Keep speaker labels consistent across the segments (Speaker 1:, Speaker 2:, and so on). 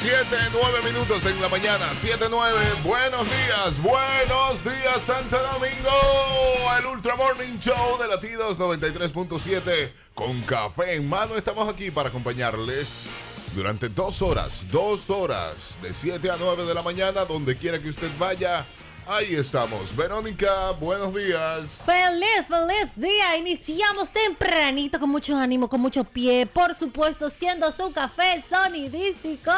Speaker 1: 7, 9 minutos en la mañana. 7, 9. Buenos días, buenos días, Santo Domingo. El Ultra Morning Show de Latidos 93.7. Con café en mano, estamos aquí para acompañarles durante dos horas, dos horas, de 7 a 9 de la mañana, donde quiera que usted vaya. Ahí estamos. Verónica, buenos días.
Speaker 2: Feliz, feliz día. Iniciamos tempranito con mucho ánimo, con mucho pie. Por supuesto, siendo su café sonidístico.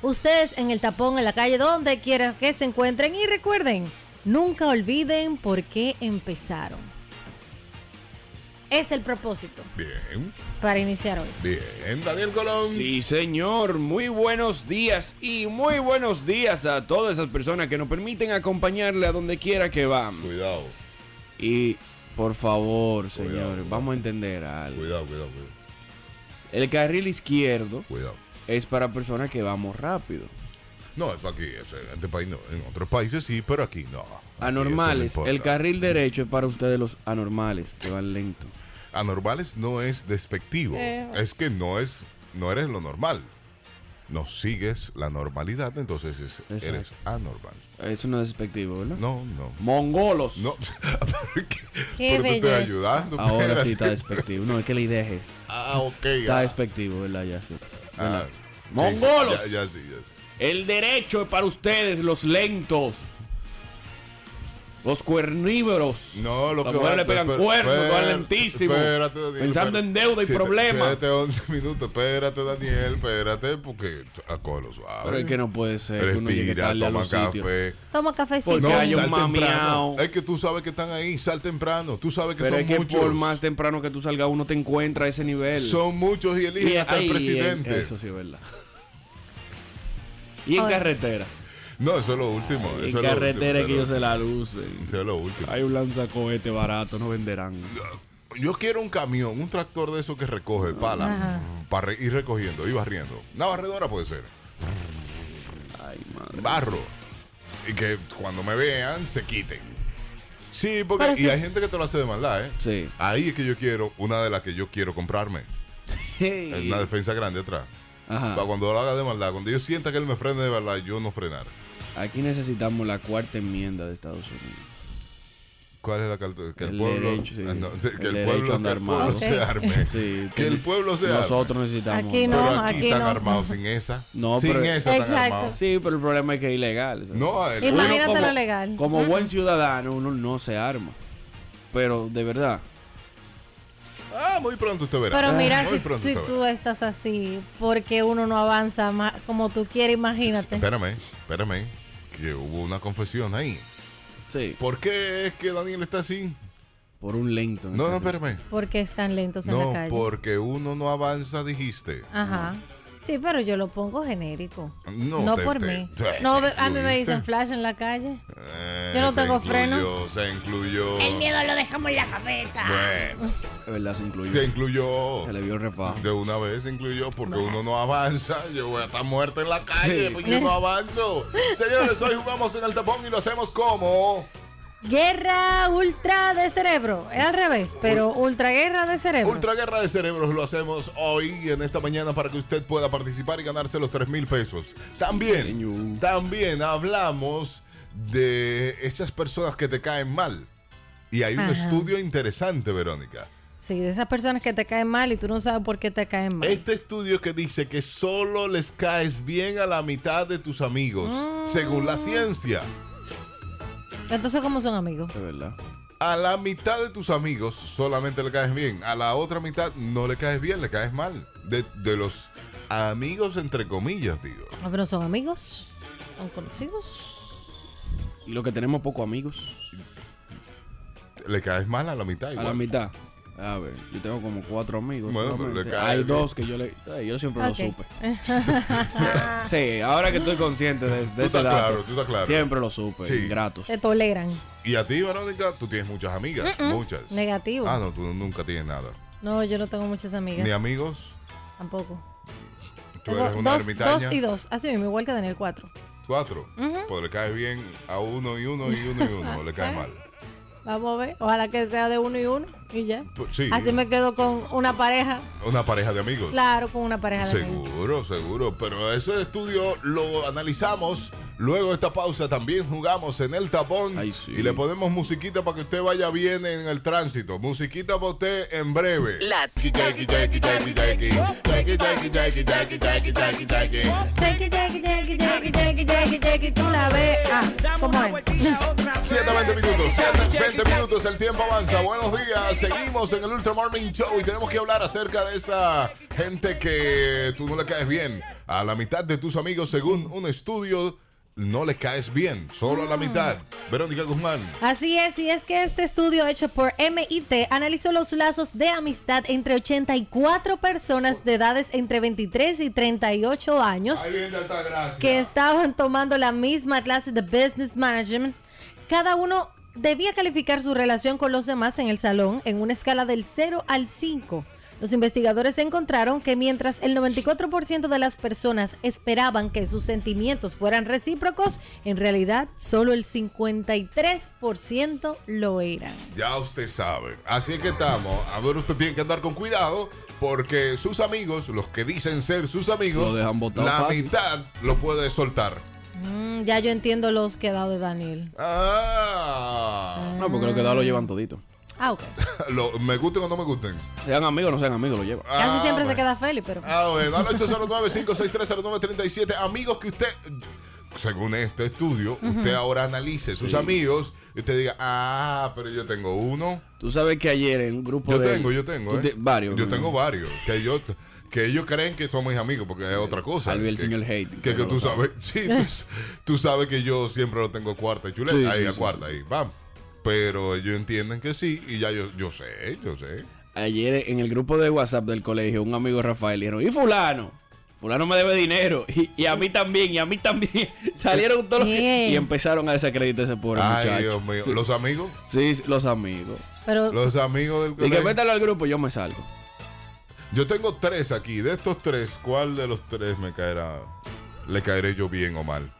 Speaker 2: Ustedes en el tapón, en la calle, donde quiera que se encuentren. Y recuerden, nunca olviden por qué empezaron. Es el propósito
Speaker 1: Bien,
Speaker 2: para iniciar hoy.
Speaker 1: bien. Daniel Colón.
Speaker 3: Sí, señor. Muy buenos días y muy buenos días a todas esas personas que nos permiten acompañarle a donde quiera que van.
Speaker 1: Cuidado,
Speaker 3: Y por favor,
Speaker 1: Cuidado,
Speaker 3: señores,
Speaker 1: cuidado.
Speaker 3: vamos a entender algo.
Speaker 1: cuidado, cuidado, cuidado.
Speaker 3: El carril izquierdo
Speaker 1: cuidado.
Speaker 3: es para personas que vamos rápido.
Speaker 1: No, eso aquí, eso en este país no. En otros países sí, pero aquí no. Aquí
Speaker 3: Anormales.
Speaker 1: eso no
Speaker 3: El
Speaker 1: importa.
Speaker 3: carril derecho es para ustedes los anormales que van lento.
Speaker 1: Anormales no es despectivo.
Speaker 2: Eh.
Speaker 1: Es que no es, no eres lo normal. No sigues la normalidad, entonces es-
Speaker 3: Exacto.
Speaker 1: eres anormal.
Speaker 3: Eso no es despectivo, ¿verdad?
Speaker 1: No, no.
Speaker 3: Mongolos.
Speaker 1: No, pero que-
Speaker 2: Qué
Speaker 1: pero te estoy
Speaker 2: belleza.
Speaker 1: ayudando.
Speaker 3: Ahora sí
Speaker 1: espérate.
Speaker 3: está despectivo. No, es que la idea es.
Speaker 1: Ah, ok.
Speaker 3: Está
Speaker 1: ah,
Speaker 3: despectivo, ¿verdad? Ya sí.
Speaker 1: ah,
Speaker 3: ¡Mongolos!
Speaker 1: sí, Ya, ya sí, ya sí.
Speaker 3: El derecho es para ustedes, los lentos. Los cuernívoros.
Speaker 1: No, lo
Speaker 3: Las
Speaker 1: que
Speaker 3: mujeres
Speaker 1: va-
Speaker 3: le pegan
Speaker 1: espera-
Speaker 3: cuernos,
Speaker 1: espera-
Speaker 3: van lentísimo.
Speaker 1: espérate, Daniel,
Speaker 3: Pensando en deuda y
Speaker 1: Siete-
Speaker 3: problemas.
Speaker 1: siete, 11 minutos. Espérate, Daniel, espérate, porque a colo suave.
Speaker 3: Pero es que no puede ser que uno llegue
Speaker 1: Respira,
Speaker 3: tarde a
Speaker 1: toma
Speaker 3: los sitios.
Speaker 1: café.
Speaker 2: Toma cafecito.
Speaker 3: Porque No, hay un
Speaker 1: sal
Speaker 3: mamiao.
Speaker 1: temprano. Es que tú sabes que están ahí, sal temprano. Tú sabes que
Speaker 3: Pero
Speaker 1: son
Speaker 3: es que
Speaker 1: muchos.
Speaker 3: por más temprano que tú salgas, uno te encuentra a ese nivel.
Speaker 1: son muchos y eligen hasta
Speaker 3: ay,
Speaker 1: el presidente.
Speaker 3: Eso sí, es verdad. Y en
Speaker 2: Ahora.
Speaker 3: carretera.
Speaker 1: No, eso es lo último. eso es
Speaker 3: En
Speaker 1: lo
Speaker 3: carretera es que
Speaker 1: último,
Speaker 3: ellos se la lucen.
Speaker 1: eso es lo último.
Speaker 3: Hay un lanzacohete barato, no venderán.
Speaker 1: Yo quiero un camión, un tractor de esos que recoge pala
Speaker 2: Ajá.
Speaker 1: para re- ir recogiendo, ir barriendo. Una barredora puede ser.
Speaker 3: Ay, madre.
Speaker 1: barro y que cuando me vean se quiten. Sí, porque
Speaker 2: Pero
Speaker 1: y
Speaker 2: sí.
Speaker 1: hay gente que te lo hace de maldad, ¿eh?
Speaker 3: Sí.
Speaker 1: Ahí es que yo quiero una de las que yo quiero comprarme. Es una defensa grande atrás.
Speaker 3: Ajá.
Speaker 1: Para cuando lo haga de maldad, cuando yo sienta que él me frene de verdad, yo no frenar.
Speaker 3: Aquí necesitamos la cuarta enmienda de Estados Unidos.
Speaker 1: ¿Cuál es la carta? Que el,
Speaker 3: El
Speaker 1: pueblo,
Speaker 3: derecho, sí.
Speaker 1: ah, no, sí, que
Speaker 3: El
Speaker 1: el,
Speaker 3: derecho
Speaker 1: pueblo,
Speaker 3: anda
Speaker 1: que el pueblo
Speaker 3: armado.
Speaker 1: se
Speaker 2: Ok.
Speaker 1: arme.
Speaker 3: Sí,
Speaker 1: Pues, que el pueblo se
Speaker 3: Nosotros necesitamos.
Speaker 2: Aquí
Speaker 1: arme.
Speaker 2: no.
Speaker 1: Pero aquí,
Speaker 2: aquí
Speaker 1: están
Speaker 2: no.
Speaker 1: armados sin esa.
Speaker 3: No,
Speaker 1: sin
Speaker 3: pero-
Speaker 1: esa están
Speaker 2: Exacto.
Speaker 1: armados.
Speaker 3: Sí, pero el problema es que es ilegal. o sea.
Speaker 1: No, el-
Speaker 3: Uno
Speaker 2: Imagínate
Speaker 3: como-
Speaker 2: lo legal.
Speaker 3: Como
Speaker 2: Ajá.
Speaker 3: buen ciudadano, uno no se arma. Pero de verdad,
Speaker 1: Ah, muy pronto usted verá.
Speaker 2: Pero mira,
Speaker 1: muy
Speaker 2: si,
Speaker 1: pronto
Speaker 2: si
Speaker 1: usted verá.
Speaker 2: tú estás así, porque uno no avanza más como tú quieres, imagínate.
Speaker 1: Espérame, espérame. Que hubo una confesión ahí.
Speaker 3: sí,
Speaker 1: ¿Por qué es que Daniel está así?
Speaker 3: por un lento. en
Speaker 1: No, no,
Speaker 3: este caso.
Speaker 1: espérame.
Speaker 2: Porque están lentos en la
Speaker 1: No,
Speaker 2: calle.
Speaker 1: porque uno no avanza, dijiste.
Speaker 2: Ajá. Sí, pero yo lo pongo genérico.
Speaker 1: No,
Speaker 2: No,
Speaker 1: te-
Speaker 2: por
Speaker 1: te-
Speaker 2: mí.
Speaker 1: te-
Speaker 2: no,
Speaker 1: te
Speaker 2: a mí me
Speaker 1: incluiste.
Speaker 2: dicen flash en la calle.
Speaker 1: Eh,
Speaker 2: Yo no
Speaker 1: se
Speaker 2: tengo
Speaker 1: incluyó,
Speaker 2: freno.
Speaker 1: Se incluyó.
Speaker 2: lo dejamos en la cabeza.
Speaker 1: Bueno,
Speaker 3: De verdad se incluyó.
Speaker 1: se
Speaker 3: Se
Speaker 1: incluyó.
Speaker 3: le vio el refajo.
Speaker 1: De una vez se incluyó porque uno no avanza. Yo voy a estar muerta en la calle porque yo no avanzo. Señores, hoy jugamos en el tapón y lo hacemos como.
Speaker 2: Guerra ultra de cerebro. Es al revés, pero ultra guerra de cerebro.
Speaker 1: Ultra Guerra de Cerebros lo hacemos hoy y en esta mañana para que usted pueda participar y ganarse los 3 mil pesos. También,
Speaker 3: Señor.
Speaker 1: también hablamos de esas personas que te caen mal. Y hay un
Speaker 2: Ajá.
Speaker 1: estudio interesante, Verónica.
Speaker 2: Sí, de esas personas que te caen mal y tú no sabes por qué te caen mal.
Speaker 1: Este estudio que dice que solo les caes bien a la mitad de tus amigos, según la ciencia.
Speaker 2: Entonces, ¿cómo son amigos?
Speaker 3: De verdad.
Speaker 1: A la mitad de tus amigos solamente le caes bien. A la otra mitad no le caes bien, le caes mal. De, de los amigos, entre comillas, digo.
Speaker 2: Ah, Pero son amigos, son conocidos.
Speaker 3: Y lo que tenemos poco amigos.
Speaker 1: Le caes mal a la mitad
Speaker 3: A
Speaker 1: igual.
Speaker 3: la mitad. A ver, yo tengo como cuatro amigos.
Speaker 1: Bueno, pero
Speaker 3: solamente.
Speaker 1: le cae
Speaker 3: Hay
Speaker 1: bien.
Speaker 3: dos que yo le. Ay, Yo siempre
Speaker 2: Ok.
Speaker 3: lo supe. Sí, ahora que estoy consciente de, de ese
Speaker 1: estás
Speaker 3: dato.
Speaker 1: claro, tú estás claro.
Speaker 3: Siempre lo supe.
Speaker 1: Sí.
Speaker 3: Ingratos.
Speaker 2: Te toleran.
Speaker 1: Y a ti, Verónica, tú tienes muchas amigas. Muchas.
Speaker 2: Negativo.
Speaker 1: Ah, no, tú nunca tienes nada.
Speaker 2: No, yo no tengo muchas amigas.
Speaker 1: Ni amigos.
Speaker 2: Tampoco.
Speaker 1: Tú
Speaker 2: Tengo
Speaker 1: eres una
Speaker 2: dos,
Speaker 1: ermitaña.
Speaker 2: dos y dos. Así mismo, igual que Daniel, cuatro.
Speaker 1: Cuatro. Pues le caes bien a uno y uno y uno y uno. le caes mal.
Speaker 2: Vamos a ver. Ojalá que sea de uno y uno y ya.
Speaker 1: Pues, sí.
Speaker 2: Así me quedo con una pareja.
Speaker 1: Una pareja de amigos.
Speaker 2: Claro, con una pareja de amigos.
Speaker 1: Seguro, seguro. Pero ese estudio lo analizamos. Luego de esta pausa también jugamos en el tapón
Speaker 3: Ay, sí.
Speaker 1: y le ponemos musiquita para que usted vaya bien en el tránsito. Musiquita para usted en breve.
Speaker 4: La-
Speaker 1: Chiqui, chiqui, chiqui, chiqui. Chiqui, chiqui, chiqui, chiqui, chiqui, chiqui, chiqui.
Speaker 2: Cheque, cheque, cheque, cheque, cheque, cheque, cheque, tú la ves. Ah, ¿cómo es?
Speaker 1: 7 20 minutos, 7 20 minutos, el tiempo avanza. Buenos días, seguimos en el Ultra Morning Show y tenemos que hablar acerca de esa gente que tú no le caes bien. A la mitad de tus amigos, según un estudio, no le caes bien, solo a la mitad. Verónica Guzmán.
Speaker 2: Así es, y es que este estudio hecho por MIT analizó los lazos de amistad entre 84 personas de edades entre 23 y 38 años
Speaker 1: viene esta gracia.
Speaker 2: que estaban tomando la misma clase de Business Management. Cada uno debía calificar su relación con los demás en el salón en una escala del 0 al 5. Los investigadores encontraron que mientras el 94% de las personas esperaban que sus sentimientos fueran recíprocos, en realidad solo el 53% lo eran.
Speaker 1: Ya usted sabe. Así es que estamos. A ver, usted tiene que andar con cuidado porque sus amigos, los que dicen ser sus amigos,
Speaker 3: Lo dejan botado
Speaker 1: la
Speaker 3: fácil.
Speaker 1: mitad lo puede soltar.
Speaker 2: Mm, ya yo entiendo los quedados de Daniel.
Speaker 1: Ah.
Speaker 3: No, porque lo que da lo llevan todito.
Speaker 2: Ah, ok.
Speaker 1: Lo- me gusten o no me gusten.
Speaker 3: Sean amigos o no sean amigos, lo llevan.
Speaker 1: Ah,
Speaker 2: Casi siempre se
Speaker 1: bueno.
Speaker 2: queda Feli, pero...
Speaker 1: Ah, bueno, al 809-56309-37. Amigos que usted, según este estudio, usted ahora analice sus amigos y usted diga, ah, pero yo tengo uno.
Speaker 3: Tú sabes que ayer en un grupo
Speaker 1: Yo
Speaker 3: de...
Speaker 1: tengo, yo
Speaker 3: Tú
Speaker 1: tengo.
Speaker 3: te-
Speaker 1: ¿eh?
Speaker 3: Varios.
Speaker 1: Yo
Speaker 3: ¿no?
Speaker 1: tengo varios. Que yo. Que ellos creen que son mis amigos, porque es otra cosa.
Speaker 3: Albiel
Speaker 1: que,
Speaker 3: sin el hate,
Speaker 1: Que,
Speaker 3: que
Speaker 1: que
Speaker 3: no
Speaker 1: tú
Speaker 3: lo
Speaker 1: sabes. Sí, tú, tú sabes que yo siempre lo tengo cuarta y chuleta.
Speaker 3: Sí,
Speaker 1: ahí
Speaker 3: sí,
Speaker 1: a
Speaker 3: sí,
Speaker 1: cuarta, ahí. Vamos. Pero ellos entienden que sí, y ya yo, yo sé, yo sé.
Speaker 3: Ayer en el grupo de WhatsApp del colegio, un amigo Rafael dijeron, ¿y fulano? Fulano me debe dinero. Y, y a mí también, y a mí también. Salieron todos los que...
Speaker 2: Bien.
Speaker 3: Y empezaron a desacreditar ese pobre
Speaker 1: Ay,
Speaker 3: muchacho.
Speaker 1: Dios mío. Los amigos,
Speaker 3: Sí, sí, los amigos.
Speaker 2: pero
Speaker 1: los amigos del
Speaker 3: Y que
Speaker 1: colegio.
Speaker 3: métalo al grupo, yo me salgo.
Speaker 1: Yo tengo tres aquí. De estos tres, ¿cuál de los tres me caerá? ¿Le caeré yo bien o mal?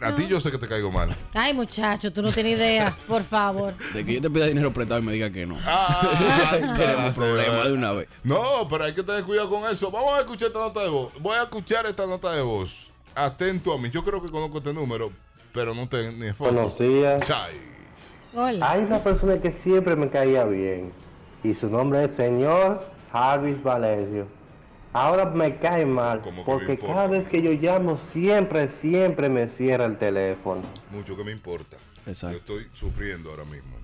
Speaker 1: A ti yo sé que te caigo mal.
Speaker 2: Ay, muchacho, tú no tienes idea, por favor.
Speaker 3: De que yo te pida dinero prestado y me diga que no.
Speaker 1: Ah,
Speaker 3: Tenemos problemas de una vez.
Speaker 1: No, pero hay que tener cuidado con eso. Vamos a escuchar esta nota de voz. Voy a escuchar esta nota de voz. Atento a mí. Yo creo que conozco este número, pero no tengo ni foto.
Speaker 5: Buenos días.
Speaker 1: Chay. Ah,
Speaker 2: Hola.
Speaker 5: Hay una persona que siempre me caía bien y su nombre es señor Jarvis Valencio. Ahora me cae mal
Speaker 1: Como que me
Speaker 5: porque
Speaker 1: importa.
Speaker 5: cada vez que yo llamo siempre, siempre me cierra el teléfono.
Speaker 1: Mucho que me importa. Yo
Speaker 3: Exacto.
Speaker 1: estoy sufriendo ahora mismo.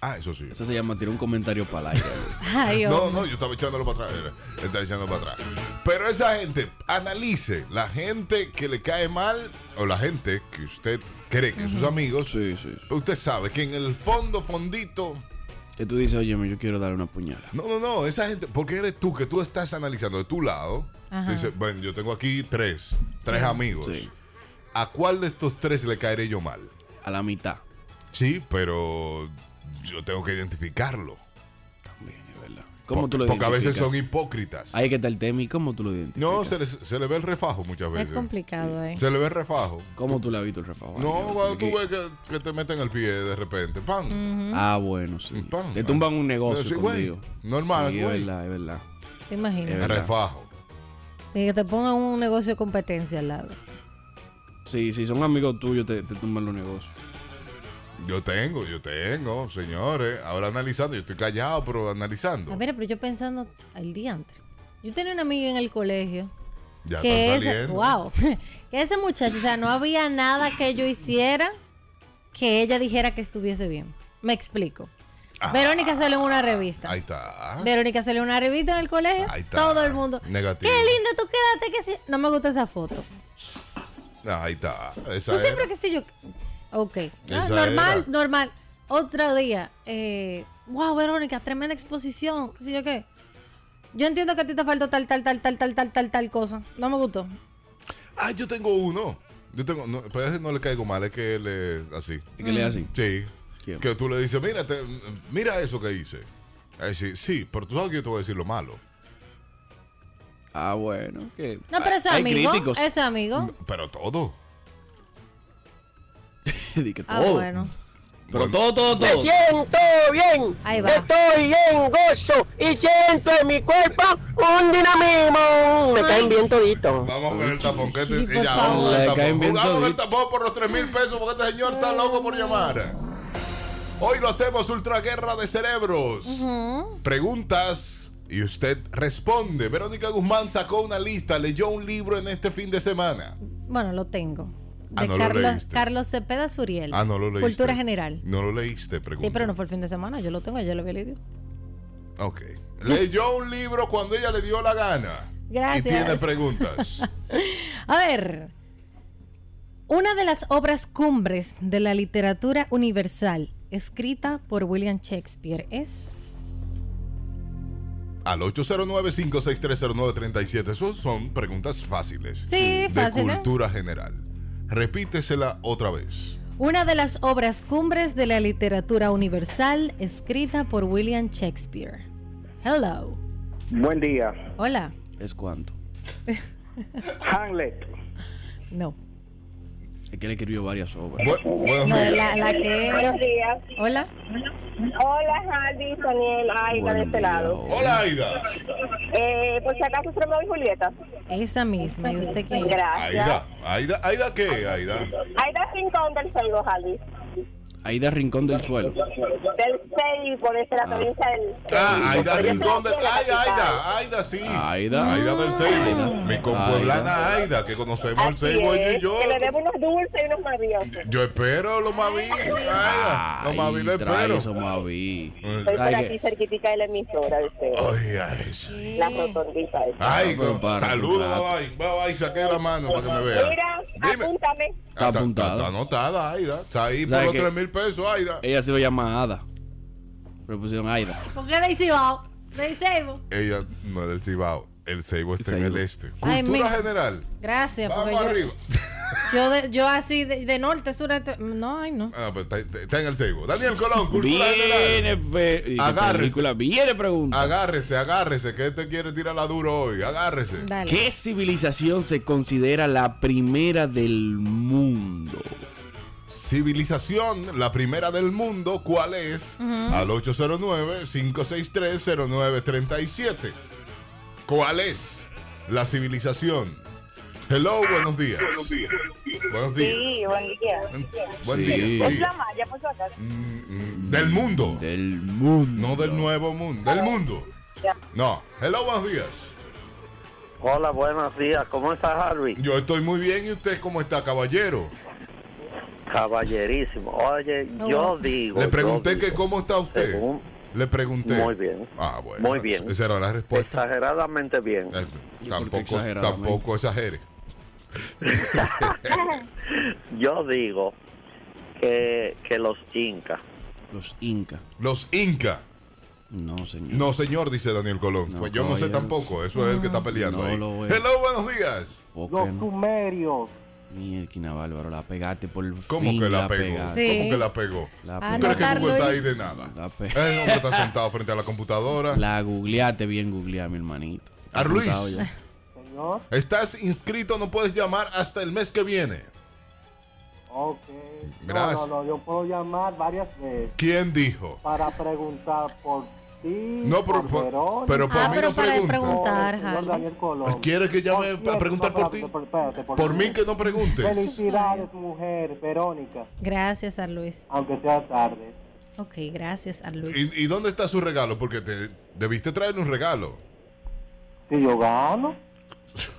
Speaker 1: Ah, eso sí.
Speaker 3: Eso se llama tirar un comentario para el aire.
Speaker 2: Ay,
Speaker 1: No,
Speaker 2: hombre.
Speaker 1: no, yo estaba echándolo para atrás. Era, Estaba echándolo para atrás. Pero esa gente, analice la gente que le cae mal o la gente que usted cree que sus amigos.
Speaker 3: Sí, sí, sí.
Speaker 1: Pero usted sabe que en el fondo, fondito.
Speaker 3: Que tú dices, oye, yo quiero dar una puñalada.
Speaker 1: No, no, no, esa gente. Porque eres tú que tú estás analizando de tu lado.
Speaker 2: Ajá.
Speaker 1: Dices, bueno, yo tengo aquí tres. Tres amigos.
Speaker 3: Sí.
Speaker 1: ¿A cuál de estos tres le caeré yo mal?
Speaker 3: A la mitad.
Speaker 1: Sí, pero yo tengo que identificarlo.
Speaker 3: También, es verdad. ¿Cómo
Speaker 1: Porque-
Speaker 3: tú lo
Speaker 1: Porque a veces
Speaker 3: identificas?
Speaker 1: son hipócritas.
Speaker 3: Ahí que está el tema y cómo tú lo identificas.
Speaker 1: No, se les- se le, ve el refajo muchas
Speaker 2: Es
Speaker 1: veces.
Speaker 2: complicado, ¿eh?
Speaker 1: Se le ve el refajo.
Speaker 3: ¿Cómo tú la has visto el refajo?
Speaker 1: No,
Speaker 3: Ay, yo-
Speaker 1: cuando tú
Speaker 3: aquí-
Speaker 1: ves que, que te meten el pie de repente, ¡pam!
Speaker 3: Ah, bueno, sí.
Speaker 1: Pan.
Speaker 3: Te tumban un negocio
Speaker 1: Sí, güey.
Speaker 3: contigo.
Speaker 1: Normal,
Speaker 3: Sí, es
Speaker 1: güey.
Speaker 3: verdad, es verdad.
Speaker 2: Te imagino.
Speaker 3: Es
Speaker 1: El
Speaker 3: verdad.
Speaker 1: refajo.
Speaker 2: Y que te pongan un negocio de competencia al lado.
Speaker 3: Sí, si son amigos tuyos, te, te tumban los negocios.
Speaker 1: Yo tengo, yo tengo, señores. Ahora analizando, yo estoy callado, pero
Speaker 2: A
Speaker 1: analizando.
Speaker 2: ver, Ah, pero yo pensando al día antes. Yo tenía una amiga en el colegio.
Speaker 1: Ya
Speaker 2: que
Speaker 1: están
Speaker 2: ese,
Speaker 1: saliendo.
Speaker 2: wow, que ese muchacho, o sea, no había nada que yo hiciera que ella dijera que estuviese bien. Me explico. Verónica salió en una revista.
Speaker 1: Ah. Ahí está.
Speaker 2: Verónica salió en una revista en el colegio.
Speaker 1: Ahí está.
Speaker 2: Todo el mundo.
Speaker 1: Negativo.
Speaker 2: Qué linda, tú quédate que sí. No me gusta esa foto.
Speaker 1: Ah, Ahí está. Esa
Speaker 2: Tú
Speaker 1: era.
Speaker 2: siempre que sí, yo. Ok. Ah,
Speaker 1: Esa
Speaker 2: normal,
Speaker 1: era.
Speaker 2: normal. Otro día. eh, wow, Verónica, tremenda exposición. ¿Qué sé yo qué? Yo entiendo que a ti te faltó tal, tal, tal, tal, tal, tal, tal, tal cosa. No me gustó.
Speaker 1: Ah, yo tengo uno. Yo tengo. No, pero ese no le caigo mal, es que él es así.
Speaker 3: ¿Y qué
Speaker 2: Mm.
Speaker 3: le hacen?
Speaker 1: Sí.
Speaker 3: ¿Quién?
Speaker 1: Que tú le dices, mira, te- mira eso que hice. Ahí sí, sí, pero tú sabes que yo te voy a decir lo malo.
Speaker 3: Ah, bueno. que-
Speaker 2: No, pero eso es
Speaker 3: Hay
Speaker 2: amigo.
Speaker 3: críticos.
Speaker 2: Eso es
Speaker 1: Mm,
Speaker 2: amigo.
Speaker 1: Pero todo.
Speaker 3: Di que
Speaker 2: Ah,
Speaker 1: oh.
Speaker 3: todo.
Speaker 2: bueno.
Speaker 3: Pero todo, todo,
Speaker 4: Me
Speaker 3: todo.
Speaker 4: siento bien.
Speaker 2: Ahí va.
Speaker 4: Estoy en gozo y siento en mi cuerpo un dinamismo. Me caen bien todito.
Speaker 1: Vamos con el tapón. Que
Speaker 2: Sí, por
Speaker 1: te, ya,
Speaker 2: favor.
Speaker 1: vamos con el
Speaker 3: Le
Speaker 1: tapón.
Speaker 3: caen bien
Speaker 1: Jugamos con el
Speaker 3: todito.
Speaker 1: tapón por los 3 mil pesos porque este señor está loco por llamar. Hoy lo hacemos Ultra Guerra de Cerebros. Preguntas y usted responde. Verónica Guzmán sacó una lista, leyó un libro en este fin de semana.
Speaker 2: Bueno, lo tengo.
Speaker 1: Ah,
Speaker 2: De
Speaker 1: no lo
Speaker 2: Carlos,
Speaker 1: leíste.
Speaker 2: Carlos Cepeda Suriel.
Speaker 1: Ah, no lo leíste.
Speaker 2: Cultura general.
Speaker 1: No lo leíste, pregunta.
Speaker 2: Sí, pero no fue el fin de semana. Yo lo tengo, yo lo había leído.
Speaker 1: Ok. Leyó un libro cuando ella le dio la gana.
Speaker 2: Gracias.
Speaker 1: Y tiene preguntas.
Speaker 2: A ver. Una de las obras cumbres de la literatura universal, escrita por William Shakespeare, es.
Speaker 1: Al 809-56309-37. Eso son preguntas fáciles.
Speaker 2: Sí,
Speaker 1: De
Speaker 2: fácil, ¿eh? ¿no?
Speaker 1: cultura general. Repítesela otra vez.
Speaker 2: Una de las obras cumbres de la literatura universal, escrita por William Shakespeare. Hello.
Speaker 6: Buen día.
Speaker 2: Hola.
Speaker 3: Es cuánto.
Speaker 6: Hamlet.
Speaker 2: No.
Speaker 3: Es que le escribió varias obras.
Speaker 1: Bu- buenos
Speaker 2: No,
Speaker 1: días.
Speaker 2: la, la que.
Speaker 7: Buenos días.
Speaker 2: Hola.
Speaker 7: Hola, Hardy, Daniel, Aida, de
Speaker 3: Buen
Speaker 7: este
Speaker 3: día,
Speaker 7: lado.
Speaker 3: obra.
Speaker 1: Hola, Aida.
Speaker 7: Eh, por si acaso, soy Romeo y Julieta.
Speaker 2: Esa misma. ¿Y usted quién es?
Speaker 7: Gracias.
Speaker 1: Aida. Aida. ¿Aida qué, Aida?
Speaker 7: Aida Rincón del Seibo, Hardy.
Speaker 3: Aida Rincón del Suelo.
Speaker 7: Del Seibo, desde la
Speaker 3: Ah.
Speaker 7: provincia del.
Speaker 1: Ah, Aida
Speaker 7: Yo
Speaker 1: Rincón
Speaker 7: estoy
Speaker 1: del...
Speaker 7: aquí en la
Speaker 1: Ay,
Speaker 7: capital.
Speaker 1: Aida. Aida, sí.
Speaker 3: Aida.
Speaker 1: Aida del Seibo.
Speaker 3: Aida.
Speaker 1: Mi compueblana Aida, que conocemos Ah, el
Speaker 7: Así
Speaker 1: Seibo ella
Speaker 7: es,
Speaker 1: y yo.
Speaker 7: Que le demos unos dulces y unos maravillosos.
Speaker 1: Yo espero los Mavi. Aida. Los Mavi lo
Speaker 3: Ay, trae
Speaker 1: espero.
Speaker 3: eso, Mavi.
Speaker 7: Estoy por
Speaker 3: Ay,
Speaker 7: aquí,
Speaker 3: que-
Speaker 7: cerquitica de la emisora de ustedes.
Speaker 1: Ay, ay.
Speaker 7: La rotondita esa.
Speaker 1: Ay,
Speaker 3: Ah, pero para,
Speaker 1: saludos,
Speaker 3: para.
Speaker 1: bye bye. Bye bye, saqué la mano para que me vea.
Speaker 7: Mira,
Speaker 1: Dime.
Speaker 7: apúntame.
Speaker 1: Ah, Está,
Speaker 3: apuntada.
Speaker 1: está anotada, Aida. Está ahí por
Speaker 3: ¿Sabe
Speaker 1: los
Speaker 3: qué? Eh.
Speaker 1: 3 mil pesos, Aida.
Speaker 3: Ella se llama Ada. Pero pusieron Aida.
Speaker 2: ¿Por qué de Cibao? De Seibo.
Speaker 1: Ella no es del Cibao. El Ceibo está en
Speaker 3: Ceibo.
Speaker 1: el este. Cultura
Speaker 2: Ay, mira.
Speaker 1: general.
Speaker 2: Gracias. porque
Speaker 1: Vamos
Speaker 2: yo-
Speaker 1: arriba.
Speaker 2: Yo, de- yo así de, de norte, sur, este- No, ay, no.
Speaker 1: Ah, pues está, está en el Ceibo. Daniel Colón, cultura general.
Speaker 3: Viene, pe- y qué
Speaker 1: Agárrese.
Speaker 3: película, viene pregunta.
Speaker 1: Agárrese, agárrese, que este quiere tirarla duro hoy. Agárrese.
Speaker 2: Dale.
Speaker 3: ¿Qué civilización se considera la primera del mundo?
Speaker 1: Civilización, la primera del mundo, ¿cuál es? Al 809-563-0937. ¿Cuál es la civilización? Hello, buenos días. Buenos días. Buenos días.
Speaker 7: Sí, buen día.
Speaker 1: Buen
Speaker 3: Sí.
Speaker 1: día.
Speaker 7: Es la malla, por si acaso.
Speaker 1: Mm, mm, Del mundo.
Speaker 3: Del mundo.
Speaker 1: No del nuevo mundo. Del mundo.
Speaker 7: Ya.
Speaker 1: No. Hello, buenos días.
Speaker 8: Hola, buenos días. ¿Cómo estás, Harvey?
Speaker 1: Yo estoy muy bien. ¿Y usted cómo está, caballero?
Speaker 8: Caballerísimo. Oye,
Speaker 2: Oh, wow.
Speaker 8: yo digo.
Speaker 1: Le
Speaker 8: yo
Speaker 1: pregunté
Speaker 8: digo,
Speaker 1: que cómo está usted.
Speaker 8: según-
Speaker 1: Le pregunté.
Speaker 8: Muy bien.
Speaker 1: Ah, bueno.
Speaker 8: Muy bien.
Speaker 1: Esa era la respuesta.
Speaker 8: Exageradamente bien.
Speaker 1: Eh,
Speaker 3: ¿Y por qué
Speaker 1: Tampoco,
Speaker 3: exageradamente?
Speaker 1: tampoco exagere.
Speaker 8: Yo digo que, que los incas.
Speaker 3: Los incas.
Speaker 1: Los Inca.
Speaker 3: No, señor.
Speaker 1: No, señor, dice Daniel Colón.
Speaker 3: No,
Speaker 1: pues yo no sé
Speaker 3: caballero.
Speaker 1: tampoco. Eso es el que está peleando
Speaker 3: No
Speaker 1: ahí.
Speaker 3: lo veo.
Speaker 1: Hello, buenos días.
Speaker 3: ¿Por qué
Speaker 5: Los
Speaker 3: no?
Speaker 5: sumerios.
Speaker 3: Mierda, Bárbaro, la pegaste por el
Speaker 1: ¿Cómo
Speaker 3: fin,
Speaker 1: que la pegó?
Speaker 3: pegaste.
Speaker 2: Sí.
Speaker 1: ¿Cómo que la pegó?
Speaker 3: La
Speaker 2: Ah,
Speaker 1: ¿Tú crees que
Speaker 2: Anotarlo
Speaker 1: Google está
Speaker 2: y-
Speaker 1: ahí de nada?
Speaker 3: La pe-
Speaker 1: El hombre está sentado frente a la computadora.
Speaker 3: La googleaste bien googleada, mi hermanito.
Speaker 1: Ah, Luis.
Speaker 3: Apuntado ya.
Speaker 5: Señor,
Speaker 1: Estás inscrito, no puedes llamar hasta el mes que viene.
Speaker 5: ok. No,
Speaker 1: Gracias.
Speaker 5: no, no, yo puedo llamar varias veces
Speaker 1: ¿Quién dijo?
Speaker 5: para preguntar por ti.
Speaker 1: No, pero,
Speaker 5: por
Speaker 1: por-
Speaker 5: Verónica,
Speaker 1: pero por
Speaker 2: Ah,
Speaker 1: mí
Speaker 2: pero
Speaker 1: no
Speaker 2: para
Speaker 1: pregunta.
Speaker 2: preguntar.
Speaker 5: por el señor
Speaker 2: Harley.
Speaker 5: Daniel Colón.
Speaker 1: ¿Quiere que llame
Speaker 5: Por cierto,
Speaker 1: a preguntar por ti?
Speaker 5: espérate, por- espérate,
Speaker 1: Por mí pues. que no preguntes.
Speaker 5: Felicidades, mujer, Verónica,
Speaker 2: Gracias, Arluis.
Speaker 5: aunque sea tarde.
Speaker 2: Ok, gracias, Arluis.
Speaker 1: ¿Y, y dónde está su regalo? Porque te debiste traer un regalo.
Speaker 5: Si yo gano,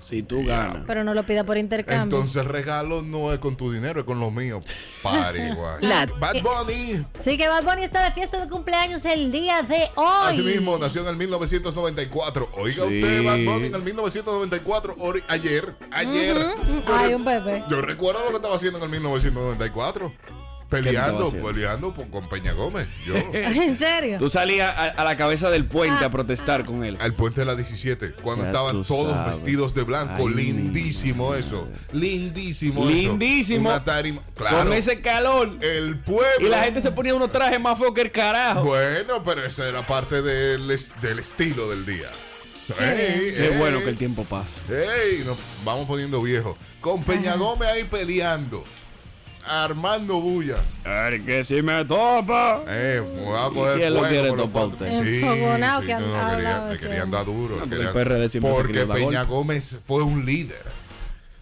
Speaker 3: Si tú ganas.
Speaker 2: Pero no lo pida por intercambio.
Speaker 1: Entonces el regalo no es con tu dinero, es con los míos. Pare, guay.
Speaker 2: eh,
Speaker 1: Bad Bunny.
Speaker 2: Sí, que Bad Bunny está de fiesta de cumpleaños el día de hoy.
Speaker 1: Así mismo, nació en el 1994. Oiga
Speaker 3: Sí.
Speaker 1: usted, Bad Bunny, en el 1994. ori- ayer, ayer.
Speaker 2: Ay, un bebé.
Speaker 1: Yo recuerdo lo que estaba haciendo en el 1994. Peleando,
Speaker 3: haciendo?
Speaker 1: peleando por- con Peña Gómez. Yo,
Speaker 2: ¿En serio?
Speaker 3: Tú salías a, a la cabeza del puente
Speaker 2: Ah.
Speaker 3: a protestar con él.
Speaker 1: al puente de la 17, cuando
Speaker 3: Ya
Speaker 1: estaban
Speaker 3: tú
Speaker 1: todos
Speaker 3: sabes.
Speaker 1: vestidos de blanco.
Speaker 3: Ay,
Speaker 1: lindísimo eso. Lindísimo eso.
Speaker 3: Lindísimo.
Speaker 1: Una tarima- Claro.
Speaker 3: Con ese calor.
Speaker 1: El pueblo.
Speaker 3: Y la gente se ponía unos trajes más feos que el carajo.
Speaker 1: Bueno, pero esa era parte del, es- del estilo del día. Ey,
Speaker 3: Qué
Speaker 1: ey,
Speaker 3: bueno que el tiempo pasa.
Speaker 1: ey, nos vamos poniendo viejos. Con Peña Gómez ahí peleando. Armando Bulla.
Speaker 3: El que si me topa.
Speaker 1: Eh, me va a coger
Speaker 3: quién lo
Speaker 1: fuego
Speaker 3: quiere
Speaker 1: con los
Speaker 3: topar
Speaker 1: potes.
Speaker 3: usted?
Speaker 1: Sí,
Speaker 2: Enfogonado
Speaker 1: sí,
Speaker 2: que
Speaker 1: no, no,
Speaker 2: ha
Speaker 1: quería-
Speaker 2: hablado
Speaker 1: le
Speaker 2: ese
Speaker 1: querían dar duro.
Speaker 3: pero
Speaker 1: querían-
Speaker 3: el PRD siempre se
Speaker 1: porque
Speaker 3: quería dar
Speaker 1: Peña
Speaker 3: golpe.
Speaker 1: Gómez fue un líder.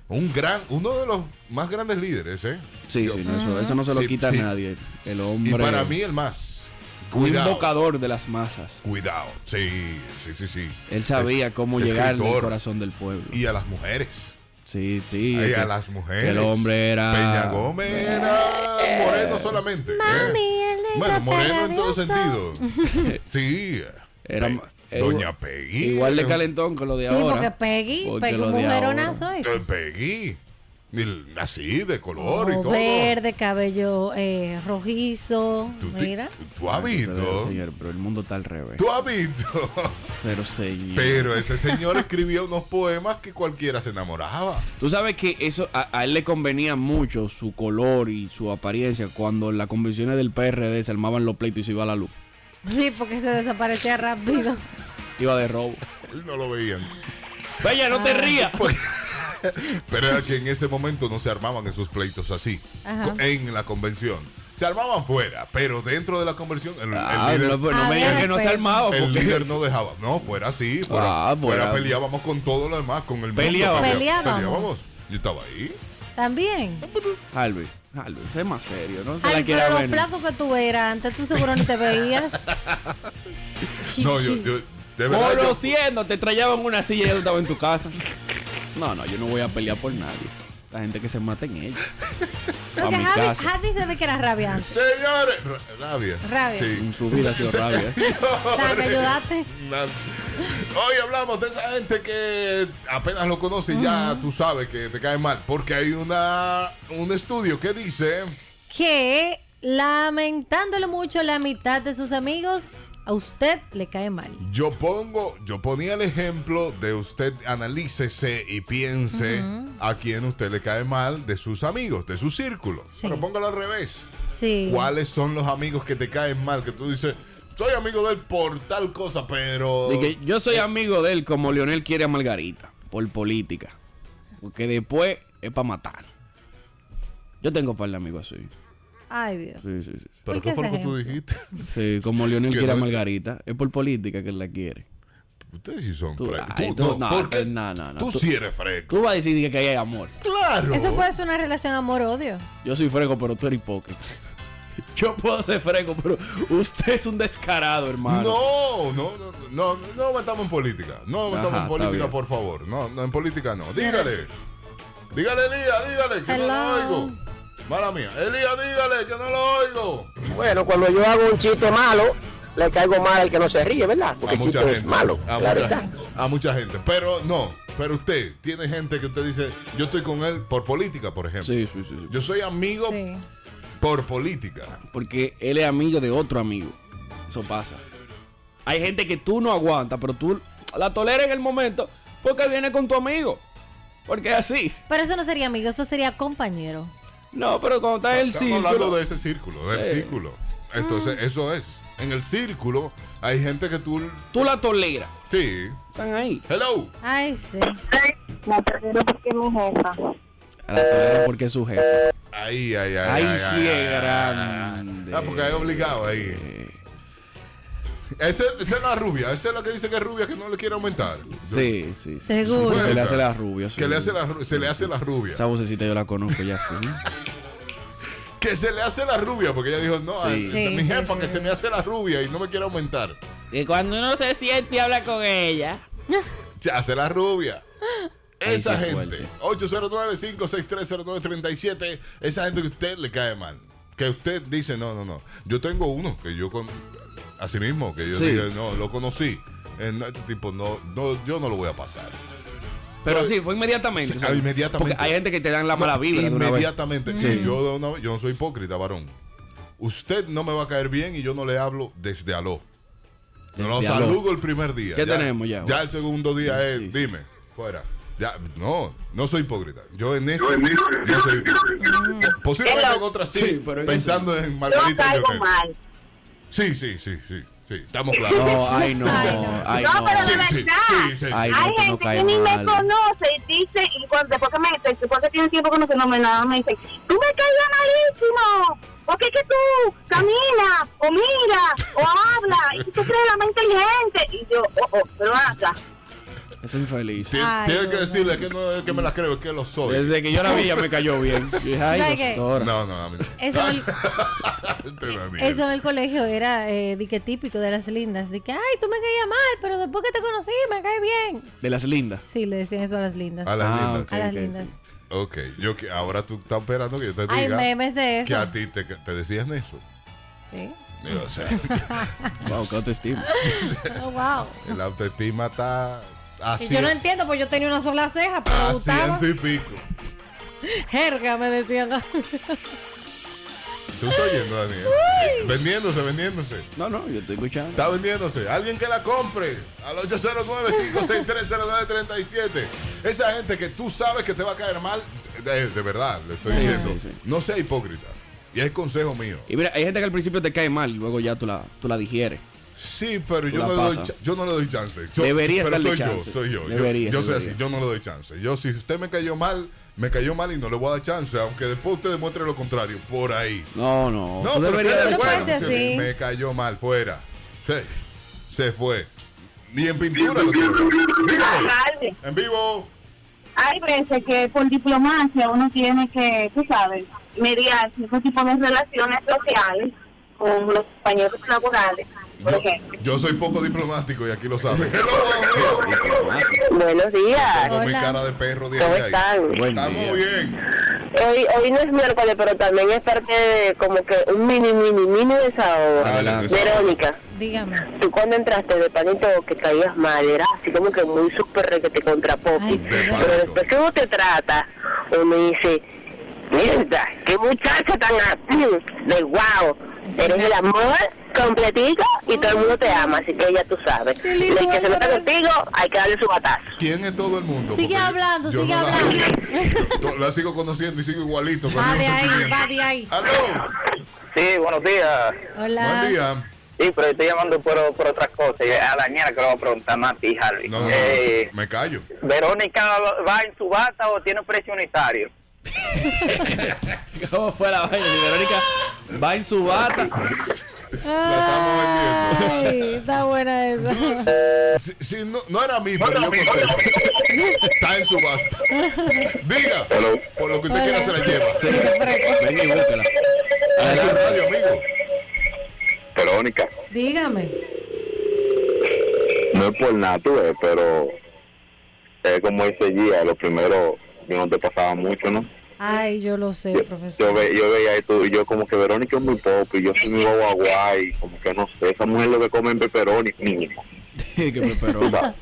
Speaker 1: Un gran, uno de los más grandes líderes, ¿eh?
Speaker 3: Sí,
Speaker 1: Yo-
Speaker 3: sí, no, eso, eso no se lo
Speaker 1: Sí,
Speaker 3: quita
Speaker 1: sí.
Speaker 3: a nadie. El
Speaker 1: Y
Speaker 3: hombre.
Speaker 1: para mí el más.
Speaker 3: un
Speaker 1: Cuidado.
Speaker 3: invocador de las masas.
Speaker 1: Cuidado. Sí, sí, sí, sí.
Speaker 3: Él sabía
Speaker 1: Es-
Speaker 3: cómo llegar al
Speaker 1: escritor.
Speaker 3: corazón del pueblo.
Speaker 1: Y a las mujeres.
Speaker 3: Sí, sí.
Speaker 1: Ay,
Speaker 3: es
Speaker 1: a
Speaker 3: que
Speaker 1: las mujeres.
Speaker 3: El hombre era.
Speaker 1: Peña Gómez era moreno solamente. ¿eh?
Speaker 2: Mami, él es
Speaker 1: Bueno, moreno en todo
Speaker 2: atarrioso.
Speaker 1: sentido. sí.
Speaker 3: Era-
Speaker 1: Pe-
Speaker 3: eh,
Speaker 1: Doña Peggy.
Speaker 3: Igual de calentón con lo de
Speaker 2: Sí,
Speaker 3: ahora.
Speaker 2: porque Peggy,
Speaker 3: Porque
Speaker 2: Peggy
Speaker 3: lo
Speaker 2: un
Speaker 3: de
Speaker 2: mujeronazo.
Speaker 3: ahora.
Speaker 2: ¿eh?
Speaker 1: Eh, Peggy. Y Así, de color y
Speaker 2: Ojo
Speaker 1: todo.
Speaker 2: Oh, verde, cabello eh, rojizo.
Speaker 1: ¿Tú, te-
Speaker 2: Mira.
Speaker 1: tú has visto.
Speaker 3: Señor, pero el mundo está al revés.
Speaker 1: Tú has visto.
Speaker 3: Pero señor.
Speaker 1: Pero ese señor escribía unos poemas que cualquiera se enamoraba.
Speaker 3: Tú sabes que eso a, a él le convenía mucho su color y su apariencia cuando en las convenciones del PRD se armaban los pleitos y se iba la luz.
Speaker 2: Sí, porque se desaparecía rápido.
Speaker 3: Iba de robo.
Speaker 1: Él no lo veían.
Speaker 3: Bella, no
Speaker 2: Ah.
Speaker 3: te rías.
Speaker 1: Pero era que en ese momento no se armaban esos pleitos así.
Speaker 2: Ajá.
Speaker 1: co- En la convención. Se armaban fuera, pero dentro de la convención el, el
Speaker 3: Ah,
Speaker 1: líder,
Speaker 3: no, pues no
Speaker 2: A
Speaker 3: me digas
Speaker 2: ver,
Speaker 3: que no se
Speaker 2: espera.
Speaker 3: armaba.
Speaker 1: el
Speaker 3: porque-
Speaker 1: líder no dejaba. No, fuera así. Fuera,
Speaker 3: Ah, fuera.
Speaker 1: fuera peleábamos con todo lo demás, con el mundo,
Speaker 3: Peleábamos.
Speaker 2: Peleábamos.
Speaker 1: peleábamos. Yo estaba ahí.
Speaker 2: También.
Speaker 3: Harvey, Harvey, sé más serio, no se
Speaker 2: Ay,
Speaker 3: la quiera
Speaker 2: pero lo
Speaker 3: ver.
Speaker 2: flaco que tú eras antes, tú seguro no te veías.
Speaker 1: No, yo, yo de verdad. yo-
Speaker 3: Conociendo, te traían una silla y yo estaba en tu casa. No, no, yo no voy a pelear por nadie. La gente que se mata en ella. A
Speaker 2: Porque
Speaker 3: mi
Speaker 2: Harvey,
Speaker 3: casa.
Speaker 2: Harvey se ve que era rabiante.
Speaker 1: Señores, ra- rabia.
Speaker 2: Rabia.
Speaker 1: Sí.
Speaker 3: En su vida ha sido rabia. ¿eh?
Speaker 2: Dame, ayudaste.
Speaker 1: Na- Hoy hablamos de esa gente que apenas lo conoce y ya tú sabes que te cae mal. Porque hay una un estudio que dice
Speaker 2: Que lamentándolo mucho, la mitad de sus amigos a usted le cae mal.
Speaker 1: Yo pongo, yo ponía el ejemplo de usted analícese y piense a quién usted le cae mal de sus amigos, de su círculo.
Speaker 2: Sí.
Speaker 1: Pero póngalo al revés.
Speaker 2: Sí.
Speaker 1: ¿Cuáles son los amigos que te caen mal? Que tú dices, soy amigo de él por tal cosa, pero.
Speaker 3: De que yo soy amigo de él como Leonel quiere a Margarita, por política. Porque después es para matar. Yo tengo un par de amigos así.
Speaker 2: Ay, Dios.
Speaker 3: Sí, sí, sí.
Speaker 1: ¿Pero
Speaker 2: ¿Por
Speaker 1: qué
Speaker 2: qué
Speaker 1: fue lo
Speaker 2: ese
Speaker 1: que tú dijiste?
Speaker 3: Sí, como Leonel
Speaker 1: Que
Speaker 3: quiere a
Speaker 1: no-
Speaker 3: Margarita, es por política que él la quiere.
Speaker 1: Ustedes sí son
Speaker 3: Tú-
Speaker 1: frescos.
Speaker 3: ay,
Speaker 1: Tú, no,
Speaker 3: tú- no,
Speaker 1: porque
Speaker 3: tú- no, no, no.
Speaker 1: tú
Speaker 3: Tú-
Speaker 1: sí eres fresco.
Speaker 3: Tú vas a decir que ahí hay amor.
Speaker 1: Claro.
Speaker 2: Eso puede ser una relación amor-odio.
Speaker 3: Yo soy fresco, pero tú eres hipócrita. Yo puedo ser fresco, pero usted es un descarado, hermano.
Speaker 1: No, no, no, no, no metamos en política. No
Speaker 3: Ajá,
Speaker 1: metamos en
Speaker 3: está
Speaker 1: política,
Speaker 3: bien.
Speaker 1: por favor. No, no, en política no. Dígale. Dígale, Elías, dígale, que no lo
Speaker 2: Hello.
Speaker 1: oigo. Mala mía. Elías, dígale, que no lo oigo.
Speaker 4: Bueno, cuando yo hago un chiste malo, le caigo mal al que no se ríe, ¿verdad? Porque el chiste es malo,
Speaker 1: a,
Speaker 4: la
Speaker 1: mucha,
Speaker 4: verdad.
Speaker 1: a mucha gente. Pero no, pero usted tiene gente que usted dice, yo estoy con él por política, por ejemplo.
Speaker 3: Sí, sí, sí, sí.
Speaker 1: Yo soy amigo
Speaker 2: Sí.
Speaker 1: por política.
Speaker 3: Porque él es amigo de otro amigo. Eso pasa. Hay gente que tú no aguantas, pero tú la toleras en el momento porque viene con tu amigo. Porque es así.
Speaker 2: Pero eso no sería amigo, eso sería compañero.
Speaker 3: No, pero cuando está en el
Speaker 1: Estamos hablando
Speaker 3: círculo...
Speaker 1: de ese círculo, del
Speaker 3: Sí.
Speaker 1: círculo. Entonces, eso es. En el círculo hay gente que tú...
Speaker 3: Tú la toleras.
Speaker 1: Sí.
Speaker 3: Están ahí.
Speaker 1: Hello.
Speaker 2: Ay, sí.
Speaker 7: La tercera porque es mi jefa.
Speaker 3: La toleras porque es su jefe.
Speaker 1: Ay, ay, ay.
Speaker 3: Ahí
Speaker 1: ay,
Speaker 3: sí
Speaker 1: ay,
Speaker 3: es
Speaker 1: ay,
Speaker 3: grande.
Speaker 1: Ah, porque hay obligado ahí. Ese- Esa es la rubia. Esa es la que dice que es rubia, que no le quiere aumentar.
Speaker 3: Sí, sí. sí.
Speaker 2: Seguro.
Speaker 3: Que se le hace la rubia. sí.
Speaker 1: Que le hace la, ru- se le hace la rubia.
Speaker 3: Esa vocecita yo la conozco ya, sí.
Speaker 1: Que se le hace la rubia, porque ella dijo, no,
Speaker 3: Sí.
Speaker 1: es- es
Speaker 2: Sí,
Speaker 1: mi
Speaker 2: sí,
Speaker 1: jefa
Speaker 2: sí,
Speaker 1: que
Speaker 2: sí.
Speaker 1: se me hace la rubia y no me quiere aumentar.
Speaker 3: Que cuando uno se siente y habla con ella.
Speaker 1: Se hace la rubia.
Speaker 3: Ay,
Speaker 1: Esa
Speaker 3: qué
Speaker 1: gente.
Speaker 3: fuerte.
Speaker 1: 809-56309-37. Esa gente que a usted le cae mal. Que usted dice, no, no, no. Yo tengo uno que yo con. Así mismo, que yo
Speaker 3: Sí.
Speaker 1: digo, no, lo conocí. Eh, no, Este tipo, no, no, yo no lo voy a pasar.
Speaker 3: Pero sí, fue inmediatamente.
Speaker 1: Pues, Sí, ah,
Speaker 3: o sea,
Speaker 1: inmediatamente.
Speaker 3: Porque hay gente que te dan la mala
Speaker 1: No,
Speaker 3: vibra de una vez.
Speaker 1: Inmediatamente. Sí, Yo, de una vez- yo no soy hipócrita, varón. Usted no me va a caer bien y yo no le hablo desde aló. Yo lo
Speaker 3: Desde aló.
Speaker 1: saludo el primer día.
Speaker 3: ¿Qué tenemos ya?
Speaker 1: Ya el segundo día es,
Speaker 3: Sí, sí.
Speaker 1: dime, fuera. Ya, no, no soy hipócrita. Yo en eso no soy hipócrita. Posiblemente en otras sí,
Speaker 3: Sí, pero en
Speaker 1: pensando en
Speaker 7: Yo
Speaker 1: Margarita.
Speaker 7: caigo
Speaker 1: Llorente.
Speaker 7: mal.
Speaker 1: Sí, sí, sí, sí. Sí, estamos claros.
Speaker 3: No, ay no,
Speaker 2: Ay, no.
Speaker 3: ay
Speaker 7: no, pero
Speaker 1: Sí, sí,
Speaker 7: de
Speaker 3: no.
Speaker 7: verdad.
Speaker 1: sí, sí, sí.
Speaker 3: Ay, no,
Speaker 7: Hay
Speaker 3: tú no
Speaker 7: gente
Speaker 3: caes
Speaker 7: que ni
Speaker 3: mal.
Speaker 7: me conoce y dice, y cuando, después que me dice, después que tiene tiempo que no se me nada, me dice, tú me caías malísimo, porque es que tú caminas, o miras, o hablas, y tú crees la más inteligente. Y yo, oh, oh, pero ven acá.
Speaker 3: Es infeliz.
Speaker 1: Tien-
Speaker 2: Ay,
Speaker 1: Tienes que
Speaker 2: Dios
Speaker 1: decirle que no es que me las creo, es que lo soy.
Speaker 3: Desde que yo la vi ya me cayó bien. Yo dije, ay,
Speaker 2: ¿Sabes qué?
Speaker 3: doctora.
Speaker 1: No, no, a mí no.
Speaker 2: Eso en el-
Speaker 1: Te la digo.
Speaker 2: Eso en el colegio era eh, de que típico de las lindas, de que, ay, tú me caías mal, pero después que te conocí, me cae bien.
Speaker 3: De las lindas.
Speaker 2: Sí, le decían eso a las lindas.
Speaker 1: A las
Speaker 3: Ah,
Speaker 1: lindas.
Speaker 2: a las
Speaker 3: ok,
Speaker 2: lindas.
Speaker 3: sí.
Speaker 1: Ok, yo que ahora tú estás esperando que yo te diga
Speaker 2: Hay memes de eso.
Speaker 1: que a ti te, que te decían eso.
Speaker 2: Sí.
Speaker 1: Y, O sea,
Speaker 3: Wow, qué autoestima.
Speaker 2: Oh, wow.
Speaker 1: el autoestima está
Speaker 2: Y
Speaker 1: así.
Speaker 2: yo no entiendo, pues yo tenía una sola ceja, pero me
Speaker 1: a
Speaker 2: gustaba.
Speaker 1: ciento y pico.
Speaker 2: Jerga, me decían.
Speaker 1: Tú estás oyendo, Daniel. Vendiéndose, vendiéndose.
Speaker 3: No, no, yo estoy escuchando.
Speaker 1: Está vendiéndose. Alguien que la compre al 809-5630937. Esa gente que tú sabes que te va a caer mal, de, de verdad, le estoy
Speaker 3: Sí,
Speaker 1: diciendo.
Speaker 3: sí, sí.
Speaker 1: No sea hipócrita. Y es consejo mío.
Speaker 3: Y mira, hay gente que al principio te cae mal y luego ya tú la, tú la digieres.
Speaker 1: Sí, pero yo
Speaker 3: la
Speaker 1: no, le doy,
Speaker 3: pasas.
Speaker 1: cha- yo no le doy chance. Yo-
Speaker 3: Deberías
Speaker 1: pero
Speaker 3: darle
Speaker 1: soy
Speaker 3: chance.
Speaker 1: Yo, soy yo. Yo-
Speaker 3: Deberías,
Speaker 1: yo soy
Speaker 3: deberías.
Speaker 1: así, yo no le doy chance. Yo, si usted me cayó mal, me cayó mal y no le voy a dar chance, aunque después usted demuestre lo contrario. Por ahí.
Speaker 3: No, no.
Speaker 1: No,
Speaker 3: tú
Speaker 1: pero
Speaker 3: deberías
Speaker 1: queda
Speaker 2: Pero
Speaker 1: bueno.
Speaker 2: puede ser
Speaker 1: Sí,
Speaker 2: así.
Speaker 1: Me cayó mal, fuera. Se, se fue. Ni en pintura lo tiene. Dígalo.
Speaker 7: Alcalde,
Speaker 1: En vivo.
Speaker 7: Hay veces que por diplomacia uno tiene que, tú sabes, mediar cierto tipo de relaciones sociales con los compañeros laborales, por
Speaker 1: Yo,
Speaker 7: ejemplo.
Speaker 1: yo soy poco diplomático y aquí lo saben.
Speaker 4: Buenos días.
Speaker 1: Con mi
Speaker 2: Hola.
Speaker 1: cara de perro de
Speaker 4: ¿Cómo
Speaker 1: ahí, ahí.
Speaker 4: están?
Speaker 3: Buen día.
Speaker 1: Estamos bien.
Speaker 4: Hoy, hoy no es miércoles, pero también es parte de como que un mini, mini, mini desahogo.
Speaker 2: Ah,
Speaker 3: Adelante.
Speaker 4: Verónica,
Speaker 2: Dígame.
Speaker 4: tú cuando entraste de panito que caías mal, era así como que muy súper que te
Speaker 2: Ay,
Speaker 4: contrapopi.
Speaker 2: sí.
Speaker 1: De
Speaker 4: Pero
Speaker 1: palito.
Speaker 4: después que uno te trata, uno dice, mierda, qué muchacha tan a- de guau. Eres el amor completito y todo el mundo te ama, así que ya tú sabes.
Speaker 2: Qué
Speaker 4: Y
Speaker 2: lindo,
Speaker 4: el que se meta
Speaker 2: Álvaro.
Speaker 4: contigo, hay que darle su batazo.
Speaker 1: ¿Quién es todo el mundo?
Speaker 2: Sigue
Speaker 1: Porque yo-
Speaker 2: hablando,
Speaker 1: yo
Speaker 2: sigue
Speaker 1: no la-
Speaker 2: hablando.
Speaker 1: to- La, sigo conociendo y sigo igualito. con el
Speaker 2: Va de
Speaker 1: mismo
Speaker 2: ahí,
Speaker 1: sentimiento.
Speaker 2: va de ahí.
Speaker 1: ¡Aló!
Speaker 6: Sí, buenos días.
Speaker 2: Hola.
Speaker 1: Buen día.
Speaker 6: Sí, pero estoy llamando por, por otras cosas. A la ñera que le voy a preguntar más a ti, Harvey.
Speaker 1: No, no, no,
Speaker 6: Eh,
Speaker 1: me callo.
Speaker 6: ¿Verónica va en su bata o tiene precio unitario?
Speaker 3: ¿Cómo fue la vaina? Y Verónica va en su bata.
Speaker 1: estamos
Speaker 2: Ay, está buena esa.
Speaker 1: Si, si no, no era a mí, pero yo contesto. Está en subasta. Diga, por lo que usted quiera se la lleva.
Speaker 3: Sí. Ven y búscala.
Speaker 1: Aquí en
Speaker 3: Adelante.
Speaker 1: radio, amigo.
Speaker 6: Verónica,
Speaker 2: Dígame.
Speaker 6: no es por nada, tú ves, pero es como dice Gia, lo primero yo no te pasaba mucho, ¿no?
Speaker 2: Ay, yo lo sé,
Speaker 6: Yo, yo,
Speaker 2: profesor.
Speaker 6: ve- yo veía esto y yo como que Verónica es muy pop y yo soy muy guaguay, como que no sé, esa mujer lo que come en pepperoni, mínimo.
Speaker 3: que me esperó.
Speaker 6: tú sabes.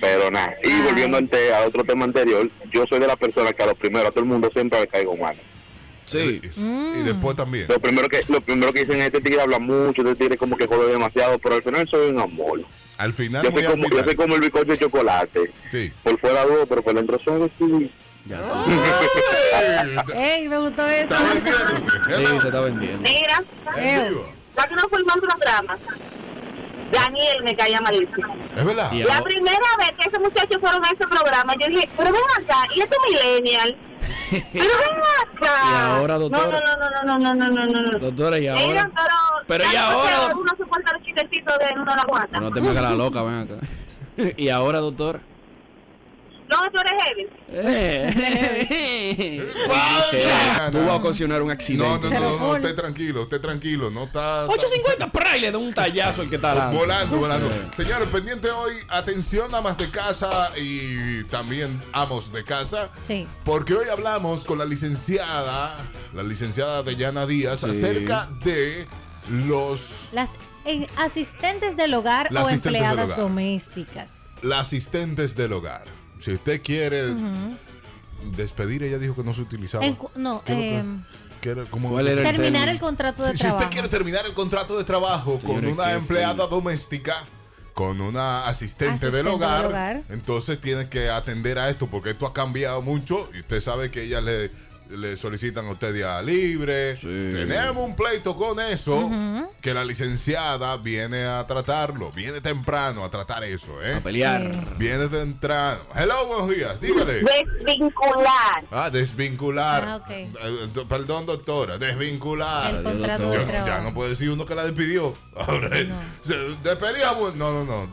Speaker 6: Pero nada, y volviendo ante- a otro tema anterior, yo soy de las personas que a lo primero a todo el mundo siempre le caigo mal.
Speaker 3: Sí.
Speaker 1: Y, y
Speaker 2: Mm.
Speaker 1: después también.
Speaker 6: Lo primero que lo primero que dicen este tigre habla mucho, este tigre como que jode demasiado, pero al final soy un amor.
Speaker 1: Al final,
Speaker 6: Yo
Speaker 1: Ah, muy
Speaker 6: soy,
Speaker 1: al
Speaker 6: como, yo soy
Speaker 1: final.
Speaker 6: como el bizcocho de chocolate.
Speaker 1: Sí.
Speaker 6: Por fuera duro, pero por dentro suave, sí.
Speaker 3: Ya.
Speaker 1: Ey,
Speaker 2: Ey, me gustó eso.
Speaker 1: Está vendiéndote.
Speaker 3: Sí, se
Speaker 1: Hello.
Speaker 3: está vendiendo.
Speaker 7: Mira,
Speaker 1: En vivo.
Speaker 7: ya que no formamos programas, Daniel me caía malísimo.
Speaker 1: Es verdad.
Speaker 3: Sí,
Speaker 7: La
Speaker 3: amor.
Speaker 7: primera vez que esos muchachos fueron a ese programa, yo dije, pero ven acá, y este millennial. Pero ven acá.
Speaker 3: Y ahora, doctora.
Speaker 7: No, no, no, no, no, no, no, no, no.
Speaker 3: Doctora, ¿y
Speaker 7: Mira,
Speaker 3: ahora?
Speaker 7: pero,
Speaker 3: Pero y
Speaker 7: ya no sé,
Speaker 3: ahora.
Speaker 7: Uno soporta el chistecito de él, uno lo aguanta.
Speaker 3: Pero no
Speaker 7: No,
Speaker 3: te me hagas la loca, ven acá. ¿Y ahora, doctora?
Speaker 7: tú eres heavy.
Speaker 3: Eh.
Speaker 1: Guau.
Speaker 3: Tú vas a ocasionar
Speaker 1: No,
Speaker 3: un
Speaker 1: no,
Speaker 3: accidente.
Speaker 1: no, no, no, esté tranquilo, esté tranquilo, no está... está-
Speaker 3: 850, ¡prá! Y le da un tallazo al que está
Speaker 1: Volando,
Speaker 3: hablando.
Speaker 1: volando, Señores, pendiente hoy, atención amas de casa y también amos de casa.
Speaker 2: Sí.
Speaker 1: Porque hoy hablamos con la licenciada, la licenciada Deyana Díaz,
Speaker 3: Sí.
Speaker 1: acerca de los
Speaker 2: Las eh, asistentes del hogar
Speaker 1: Las
Speaker 2: o
Speaker 1: asistentes del
Speaker 2: empleadas
Speaker 1: hogar.
Speaker 2: domésticas.
Speaker 1: las asistentes del hogar. Si usted quiere despedir, ella dijo que no se utilizaba.
Speaker 2: En cu- no,
Speaker 1: ¿Qué es lo que-
Speaker 2: em,
Speaker 1: qué era? ¿Cómo-
Speaker 3: ¿Cuál era el
Speaker 2: Terminar
Speaker 3: término?
Speaker 2: el contrato de
Speaker 1: Si
Speaker 2: trabajo.
Speaker 1: usted quiere terminar el contrato de trabajo con
Speaker 3: Señores,
Speaker 1: una
Speaker 3: qué
Speaker 1: empleada
Speaker 3: feo.
Speaker 1: doméstica, con una asistente,
Speaker 2: Asistente
Speaker 1: del, hogar,
Speaker 2: del hogar.
Speaker 1: entonces tiene que atender a esto porque esto ha cambiado mucho y usted sabe que ellas le le solicitan a usted día libre.
Speaker 3: Sí.
Speaker 1: Tenemos un pleito con eso, que la licenciada viene a tratarlo, viene temprano a tratar eso, ¿eh?
Speaker 3: A pelear.
Speaker 1: Viene temprano. Hello, buenos días, dígale.
Speaker 7: Desvincular.
Speaker 1: Ah, desvincular.
Speaker 2: Ah, ok.
Speaker 1: Eh, do- Perdón, doctora, desvincular.
Speaker 2: El contrato
Speaker 1: Yo-
Speaker 2: de
Speaker 1: ya,
Speaker 2: trabajo.
Speaker 1: no puede decir uno que la despidió. Ahora, se- despedí a bu- No, no, no.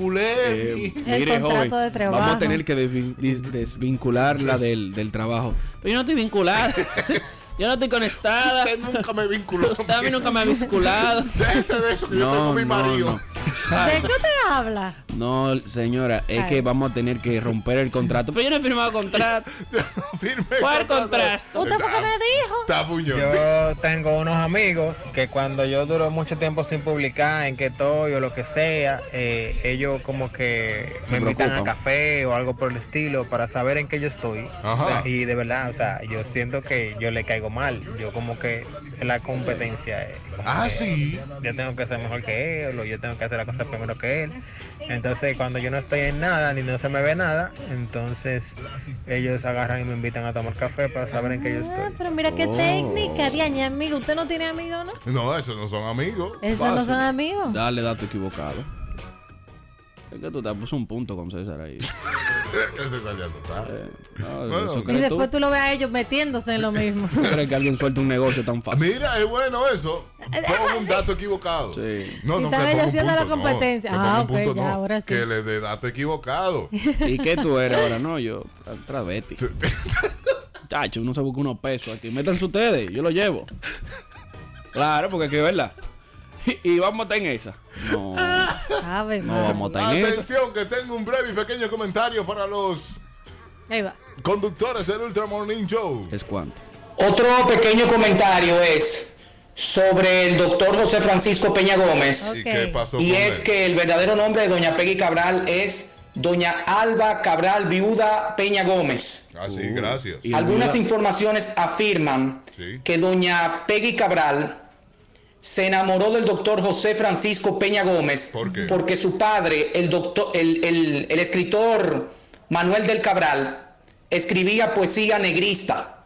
Speaker 1: Desvinculé.
Speaker 3: Eh,
Speaker 2: El
Speaker 3: mire,
Speaker 2: contrato
Speaker 3: joven,
Speaker 2: de trabajo.
Speaker 3: vamos a tener que desvi- dis- desvincularla del, del trabajo. Pero yo no estoy vinculada. yo no estoy conectada.
Speaker 1: Usted nunca me vinculó.
Speaker 3: Usted a mí nunca me ha vinculado.
Speaker 1: Déjese de eso que yo tengo
Speaker 3: No,
Speaker 1: mi
Speaker 3: no,
Speaker 1: marido.
Speaker 3: no.
Speaker 2: ¿De qué usted habla?
Speaker 3: No, señora, es
Speaker 2: Ay.
Speaker 3: que vamos a tener que romper el contrato. Pero yo no he firmado contrato.
Speaker 1: Yo no firmé
Speaker 3: ¿Cuál
Speaker 1: contrato.
Speaker 3: contraste?
Speaker 2: ¿Usted por qué
Speaker 1: Está-
Speaker 2: me dijo?
Speaker 1: Está puñón.
Speaker 9: Yo tengo unos amigos que cuando yo duro mucho tiempo sin publicar en que estoy o lo que sea, eh, ellos como que
Speaker 3: Se
Speaker 9: me invitan a
Speaker 3: preocupan.
Speaker 9: café o algo por el estilo para saber en qué yo estoy.
Speaker 1: Ajá.
Speaker 9: O sea, Y de verdad, o sea, yo siento que yo le caigo mal. Yo como que la competencia es... como
Speaker 1: Ah,
Speaker 9: que
Speaker 1: sí.
Speaker 9: Yo tengo que ser mejor que él o yo tengo que hacer la cosa primero que él. Entonces cuando yo no estoy en nada ni no se me ve nada, entonces ellos agarran y me invitan a tomar café para saber en qué yo
Speaker 2: Ah,
Speaker 9: estoy.
Speaker 2: pero mira qué
Speaker 3: Oh.
Speaker 2: técnica, Diaña, amigo. ¿Usted no tiene amigos, no?
Speaker 1: No, esos no son amigos.
Speaker 2: Esos no son
Speaker 1: Ah.
Speaker 2: amigos.
Speaker 3: Dale dato equivocado. Es que tú te puso un punto con César ahí.
Speaker 1: que se salió a notar.
Speaker 3: Eh, no,
Speaker 1: Bueno.
Speaker 3: eso
Speaker 2: Y
Speaker 3: crees tú.
Speaker 2: después tú lo ves a ellos metiéndose en lo mismo.
Speaker 3: ¿Tú crees que alguien suelta un negocio tan fácil?
Speaker 1: Mira, es bueno eso.
Speaker 2: Eh,
Speaker 1: Pongo un dato equivocado.
Speaker 3: Sí.
Speaker 1: No,
Speaker 2: Y
Speaker 1: no, que
Speaker 2: están
Speaker 1: ponga un
Speaker 2: haciendo
Speaker 1: punto,
Speaker 2: la
Speaker 1: no.
Speaker 2: competencia.
Speaker 1: Que ponga
Speaker 2: Ah,
Speaker 1: un
Speaker 2: ok,
Speaker 1: punto,
Speaker 2: ya,
Speaker 1: no.
Speaker 2: ahora sí.
Speaker 1: Que le dé dato equivocado.
Speaker 3: ¿Y qué tú eres ahora? No, yo, tra- travesti. Chacho, uno se busca unos pesos aquí. Métanse ustedes, yo lo llevo. Claro, porque aquí es verdad. Y, y vamos a estar en esa. No,
Speaker 2: Ave
Speaker 3: no
Speaker 2: madre.
Speaker 3: vamos a estar en esa.
Speaker 1: Atención, que tengo un breve y pequeño comentario para los
Speaker 2: Ahí va.
Speaker 1: conductores del Ultra Morning Show.
Speaker 3: Es cuánto.
Speaker 10: Otro pequeño comentario es sobre el doctor José Francisco Peña Gómez.
Speaker 1: ¿Y
Speaker 2: Ok.
Speaker 1: qué pasó
Speaker 10: Y
Speaker 1: con
Speaker 10: es
Speaker 1: él?
Speaker 10: que el verdadero nombre de doña Peggy Cabral es doña Alba Cabral Viuda Peña Gómez.
Speaker 1: Ah, sí, gracias.
Speaker 3: Y-
Speaker 10: Algunas
Speaker 3: viuda-
Speaker 10: informaciones afirman
Speaker 1: Sí.
Speaker 10: que doña Peggy Cabral se enamoró del doctor José Francisco Peña Gómez
Speaker 1: ¿Por qué?
Speaker 10: porque su padre, el, doctor, el, el- el escritor Manuel del Cabral, escribía poesía negrista.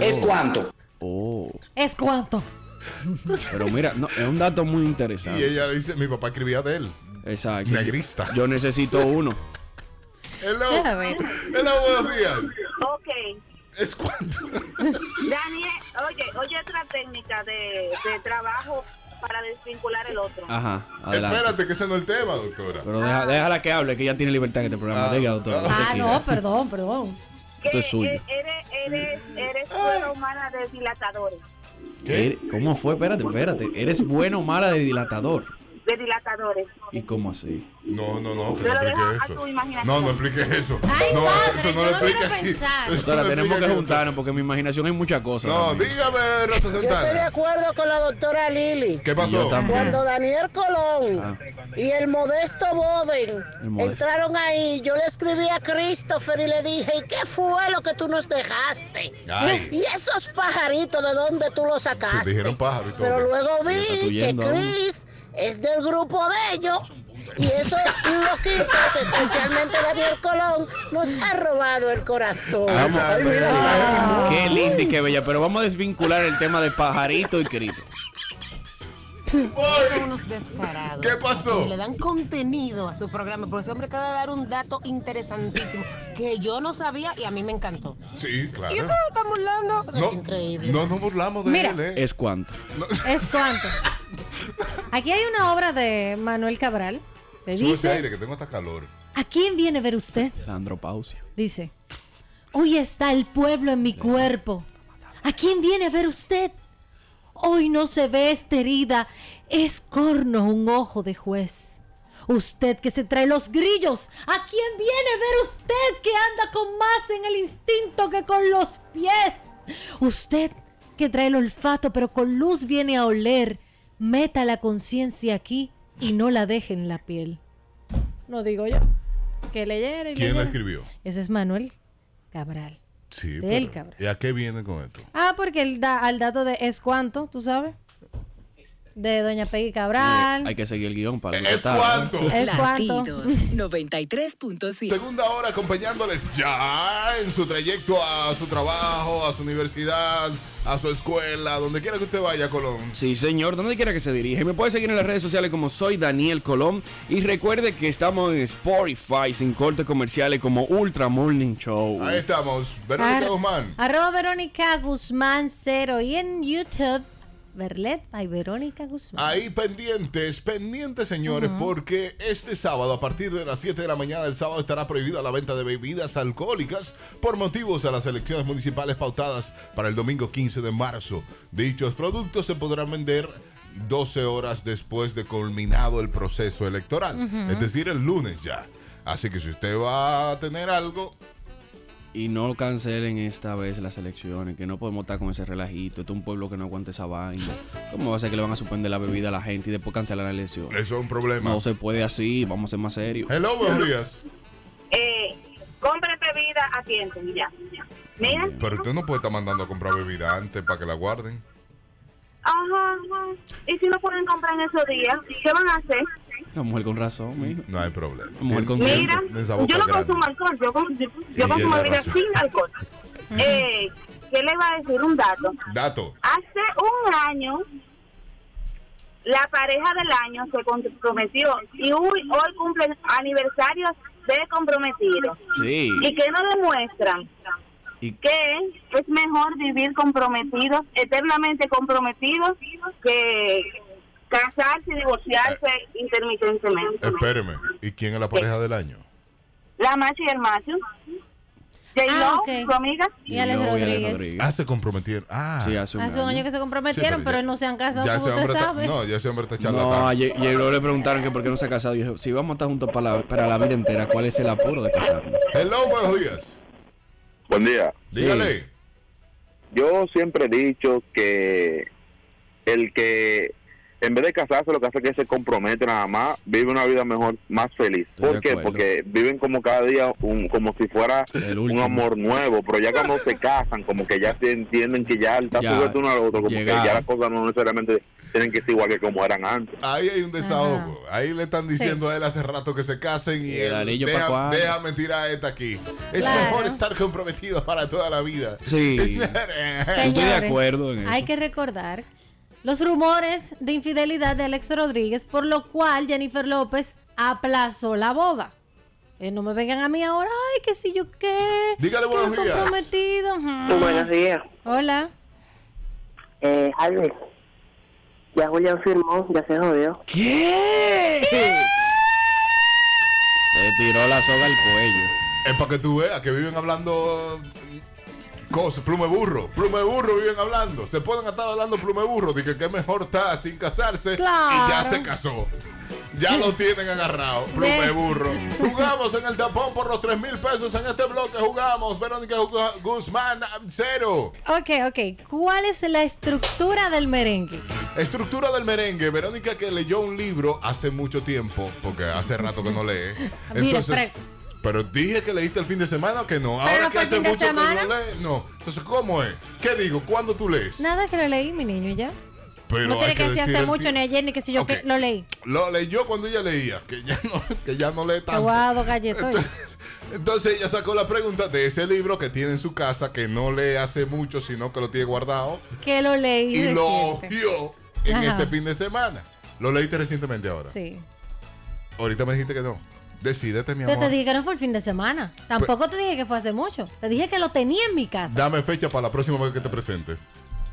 Speaker 10: Es cuanto.
Speaker 3: Oh,
Speaker 2: ¿Es cuánto?
Speaker 3: pero mira, no, es un dato muy
Speaker 1: Y
Speaker 3: interesante.
Speaker 1: ella dice, mi papá escribía de él.
Speaker 3: Exacto.
Speaker 1: Negrista.
Speaker 3: Yo necesito uno.
Speaker 1: Hello.
Speaker 2: A ver.
Speaker 1: Hello, buenos días.
Speaker 7: Ok.
Speaker 1: ¿Es cuánto?
Speaker 7: Daniel, oye, oye otra técnica de, de trabajo para desvincular el otro.
Speaker 3: Ajá, adelante.
Speaker 1: Espérate, que ese no es el tema, doctora.
Speaker 3: Pero deja- déjala que hable, que ella tiene libertad en este programa.
Speaker 1: Ah.
Speaker 3: Diga, doctor. usted
Speaker 2: Ah,
Speaker 3: quiera.
Speaker 2: no, perdón, perdón.
Speaker 3: Esto
Speaker 7: Que
Speaker 3: es suyo.
Speaker 7: e- Eres, eres, eres fuera humana de dilatadores.
Speaker 3: Er- ¿Cómo fue? Espérate, espérate. ¿Eres bueno o mala de dilatador?
Speaker 7: De dilatadores.
Speaker 3: ¿Y cómo así?
Speaker 1: No, no, no, que
Speaker 7: Pero
Speaker 1: no
Speaker 7: deja
Speaker 1: explique
Speaker 7: a
Speaker 1: eso.
Speaker 7: tu imaginación.
Speaker 1: No, no explique eso.
Speaker 2: Ay,
Speaker 1: no,
Speaker 2: padre, yo no
Speaker 1: explique
Speaker 2: quiero
Speaker 1: aquí.
Speaker 2: pensar.
Speaker 1: Eso
Speaker 3: Doctora,
Speaker 1: no
Speaker 3: tenemos
Speaker 1: explique
Speaker 3: que
Speaker 1: aquí,
Speaker 3: juntarnos porque en mi imaginación hay muchas cosas.
Speaker 1: No,
Speaker 3: también.
Speaker 1: dígame, Rosa Santana.
Speaker 4: acuerdo con la doctora Lili.
Speaker 1: ¿Qué
Speaker 3: Yo
Speaker 1: pasó?
Speaker 3: también.
Speaker 4: Cuando Daniel Colón
Speaker 3: Ah.
Speaker 4: y el modesto Boden
Speaker 3: El modesto.
Speaker 4: entraron ahí, yo le escribí a Christopher y le dije, ¿y qué fue lo que tú nos dejaste?
Speaker 1: Ay,
Speaker 4: ¿Y esos pajaritos de dónde tú los
Speaker 1: te
Speaker 4: sacaste?
Speaker 1: dijeron pájaro y
Speaker 4: Pero
Speaker 1: todo.
Speaker 4: luego
Speaker 3: Ya está
Speaker 4: vi que
Speaker 3: huyendo,
Speaker 4: Chris es del grupo de ellos y esos loquitos, especialmente Daniel Colón, nos ha robado el corazón.
Speaker 1: Vamos.
Speaker 4: Ay, mira.
Speaker 3: Qué linda y qué bella. Pero vamos a desvincular el tema de pajarito y crito.
Speaker 1: Ay,
Speaker 4: unos descarados.
Speaker 1: ¿Qué pasó?
Speaker 4: Le dan contenido a su programa, porque ese hombre acaba de dar un dato interesantísimo que yo no sabía y a mí me encantó.
Speaker 1: Sí,
Speaker 4: ¿Y
Speaker 1: claro.
Speaker 4: ustedes están burlando? Es increíble.
Speaker 1: No, no nos burlamos de
Speaker 2: Mira.
Speaker 1: él, ¿eh?
Speaker 3: Es cuánto.
Speaker 2: Es cuánto. Aquí hay una obra de Manuel Cabral. Te
Speaker 1: Sube ese
Speaker 2: dice,
Speaker 1: aire que tengo hasta calor.
Speaker 2: ¿a quién viene a ver usted?
Speaker 3: La andropausia.
Speaker 2: Dice, hoy está el pueblo en mi cuerpo. ¿A quién viene a ver usted? Hoy no se ve esta herida, es corno un ojo de juez. Usted que se trae los grillos, ¿a quién viene a ver usted que anda con más en el instinto que con los pies? Usted que trae el olfato pero con luz viene a oler, meta la conciencia aquí y no la deje en la piel. No digo yo. Que leyera y
Speaker 1: ¿Quién la
Speaker 2: leyera.
Speaker 1: escribió?
Speaker 2: Eso es Manuel Cabral.
Speaker 1: Sí,
Speaker 2: Del
Speaker 1: pero-
Speaker 2: Cabral.
Speaker 1: ¿Y a qué viene con esto?
Speaker 2: Ah, porque el da- al dato de es cuánto, ¿tú sabes? de Doña Peggy Cabral.
Speaker 3: Hay que seguir el guión para
Speaker 1: ¿Es
Speaker 3: contestar, Pues ¿no?
Speaker 1: cuánto?
Speaker 2: Es cuánto.
Speaker 11: Latidos 93.7.
Speaker 1: Segunda hora acompañándoles ya en su trayecto a su trabajo, a su universidad, a su escuela, donde quiera que usted vaya, Colón.
Speaker 3: Sí, señor, donde quiera que se dirige. Me puede seguir en las redes sociales como soy Daniel Colón. Y recuerde que estamos en Spotify sin cortes comerciales como Ultra Morning Show.
Speaker 1: Ahí estamos. Verónica
Speaker 2: Ar-
Speaker 1: Guzmán.
Speaker 2: Arroba Verónica Guzmán Cero. Y en YouTube, Verlet by Verónica Guzmán.
Speaker 1: Ahí pendientes, pendientes señores, porque este sábado a partir de las 7 de la mañana del sábado estará prohibida la venta de bebidas alcohólicas por motivos a las elecciones municipales pautadas para el domingo 15 de marzo. Dichos productos se podrán vender 12 horas después de culminado el proceso electoral,
Speaker 12: Ujú.
Speaker 1: es decir, el lunes ya. Así que si usted va a tener algo,
Speaker 3: Y no cancelen esta vez las elecciones, que no podemos estar con ese relajito. Este es un pueblo que no aguante esa vaina. ¿Cómo va a ser que le van a suspender la bebida a la gente y después cancelar la elección?
Speaker 1: Eso es un problema.
Speaker 3: No se puede así, vamos a ser más serios.
Speaker 1: Hello, buenos días.
Speaker 7: Eh, compren bebida a tiempo, y ya. ya. Mira,
Speaker 1: pero usted no puede estar mandando a comprar bebida antes para que la guarden.
Speaker 7: ajá, ajá. ¿Y si no pueden comprar en esos días? ¿Qué van a hacer?
Speaker 3: La mujer con razón, mijo.
Speaker 1: No hay problema.
Speaker 3: La mujer con
Speaker 7: Mira,
Speaker 3: tiempo.
Speaker 7: yo no consumo alcohol, yo, con- yo, yo
Speaker 3: Sí,
Speaker 7: consumo
Speaker 3: tiene
Speaker 7: bebida
Speaker 3: razón.
Speaker 7: sin alcohol. eh, ¿Qué le va a decir? Un dato.
Speaker 1: Dato.
Speaker 7: Hace un año, la pareja del año se comprometió y hoy, hoy cumplen aniversarios de comprometidos.
Speaker 3: Sí.
Speaker 7: ¿Y que nos demuestran?
Speaker 3: Y-
Speaker 7: Que es mejor vivir comprometidos, eternamente comprometidos, que casarse y divorciarse intermitentemente.
Speaker 1: Espéreme, ¿y quién es la pareja del año?
Speaker 7: La macho y el macho. J-Lo, su amiga.
Speaker 2: Y Alex Rodríguez.
Speaker 1: Ah, se comprometieron. Ah.
Speaker 3: Sí, hace un
Speaker 2: Hace un año que se
Speaker 1: Sí,
Speaker 2: comprometieron,
Speaker 1: pero
Speaker 2: pero,
Speaker 1: ya-
Speaker 2: no se han casado,
Speaker 1: Ya ese
Speaker 2: como usted
Speaker 1: hombre está,
Speaker 2: sabe.
Speaker 1: no, ya ese hombre está
Speaker 3: No, a
Speaker 1: charlatán.
Speaker 3: J- J-Lo le preguntaron que por qué no se ha casado. Y dijo, si vamos a estar juntos para la, para la vida entera, ¿cuál es el apuro de casarnos?
Speaker 1: Hello, buenos días.
Speaker 6: Buen día.
Speaker 1: Dígale.
Speaker 6: Yo siempre he dicho que el que en vez de casarse lo que hace es que se compromete nada más, vive una vida mejor, más feliz.
Speaker 3: de
Speaker 6: ¿Por qué?
Speaker 3: acuerdo.
Speaker 6: Porque viven como cada día un- como si fuera un amor nuevo, pero ya cuando se casan como que ya se entienden que ya está
Speaker 3: Ya,
Speaker 6: sujeto uno al otro, como
Speaker 3: llegaron.
Speaker 6: que ya las cosas no necesariamente tienen que ser igual que como eran antes.
Speaker 1: Ahí hay un desahogo. Ahí le están diciendo a él hace rato que se casen y él,
Speaker 3: anillo pa'
Speaker 1: deja,
Speaker 3: cuándo".
Speaker 1: deja mentir a esta aquí. Es
Speaker 2: Claro.
Speaker 1: mejor estar comprometidos para toda la vida.
Speaker 3: Sí. Estoy de
Speaker 2: Señores,
Speaker 3: acuerdo en eso.
Speaker 2: Hay que recordar los rumores de infidelidad de Alex Rodríguez, por lo cual Jennifer López aplazó la boda. Eh, no me vengan a mí ahora, ay, que si yo qué.
Speaker 4: Dígale
Speaker 2: que
Speaker 4: buenos días.
Speaker 2: comprometido. Ujú.
Speaker 4: Buenos días.
Speaker 2: Hola.
Speaker 4: Eh, Alves, ya Julián firmó, ya se jodió.
Speaker 3: ¿Qué? Se tiró la soga al cuello.
Speaker 1: Es para que tú veas que viven hablando cosas, plume burro. Plume burro viven hablando. Se pueden estar hablando plume burro. Dije que mejor está sin casarse. Y ya
Speaker 2: Claro.
Speaker 1: se casó. Ya lo tienen agarrado. Plume
Speaker 2: Ve.
Speaker 1: burro. Jugamos en el tapón por los 3 mil pesos en este bloque. Jugamos. Verónica Gu- Guzmán, cero.
Speaker 2: Ok, ok. ¿Cuál es la estructura del merengue?
Speaker 1: Estructura del merengue. Verónica que leyó un libro hace mucho tiempo, porque hace rato que no lee.
Speaker 2: Mire, Frank.
Speaker 1: pero dije que leíste el fin de semana o que no.
Speaker 2: Pero
Speaker 1: Ahora
Speaker 2: no
Speaker 1: que
Speaker 2: fue el
Speaker 1: hace
Speaker 2: fin de
Speaker 1: mucho que no
Speaker 2: semana.
Speaker 1: lees, no. Entonces, ¿cómo es? ¿Qué digo? ¿Cuándo tú lees?
Speaker 2: Nada que lo leí, mi niño, ya.
Speaker 1: Pero
Speaker 2: no tiene
Speaker 1: hay
Speaker 2: que, decir
Speaker 1: decir
Speaker 2: hace
Speaker 1: el
Speaker 2: mucho,
Speaker 1: ti-
Speaker 2: ni ayer, ni que si yo qué. Lo leí.
Speaker 1: Lo leyó cuando ella leía, que ya no, que ya no lee tanto.
Speaker 2: Aguado, galleto. oye.
Speaker 1: Entonces ella sacó la pregunta de ese libro que tiene en su casa, que no lee hace mucho, sino que lo tiene guardado,
Speaker 2: que lo leí.
Speaker 1: y lo
Speaker 2: reciente.
Speaker 1: ojeó en
Speaker 2: Ajá.
Speaker 1: este fin de semana. Lo leíste recientemente ahora.
Speaker 2: Sí.
Speaker 1: Ahorita me dijiste que no. Decídete, mi
Speaker 2: Pero te
Speaker 1: amor.
Speaker 2: dije que no fue el fin de semana. Tampoco te dije que fue hace mucho. Te dije que lo tenía en mi casa.
Speaker 1: Dame fecha para la próxima vez que te presente.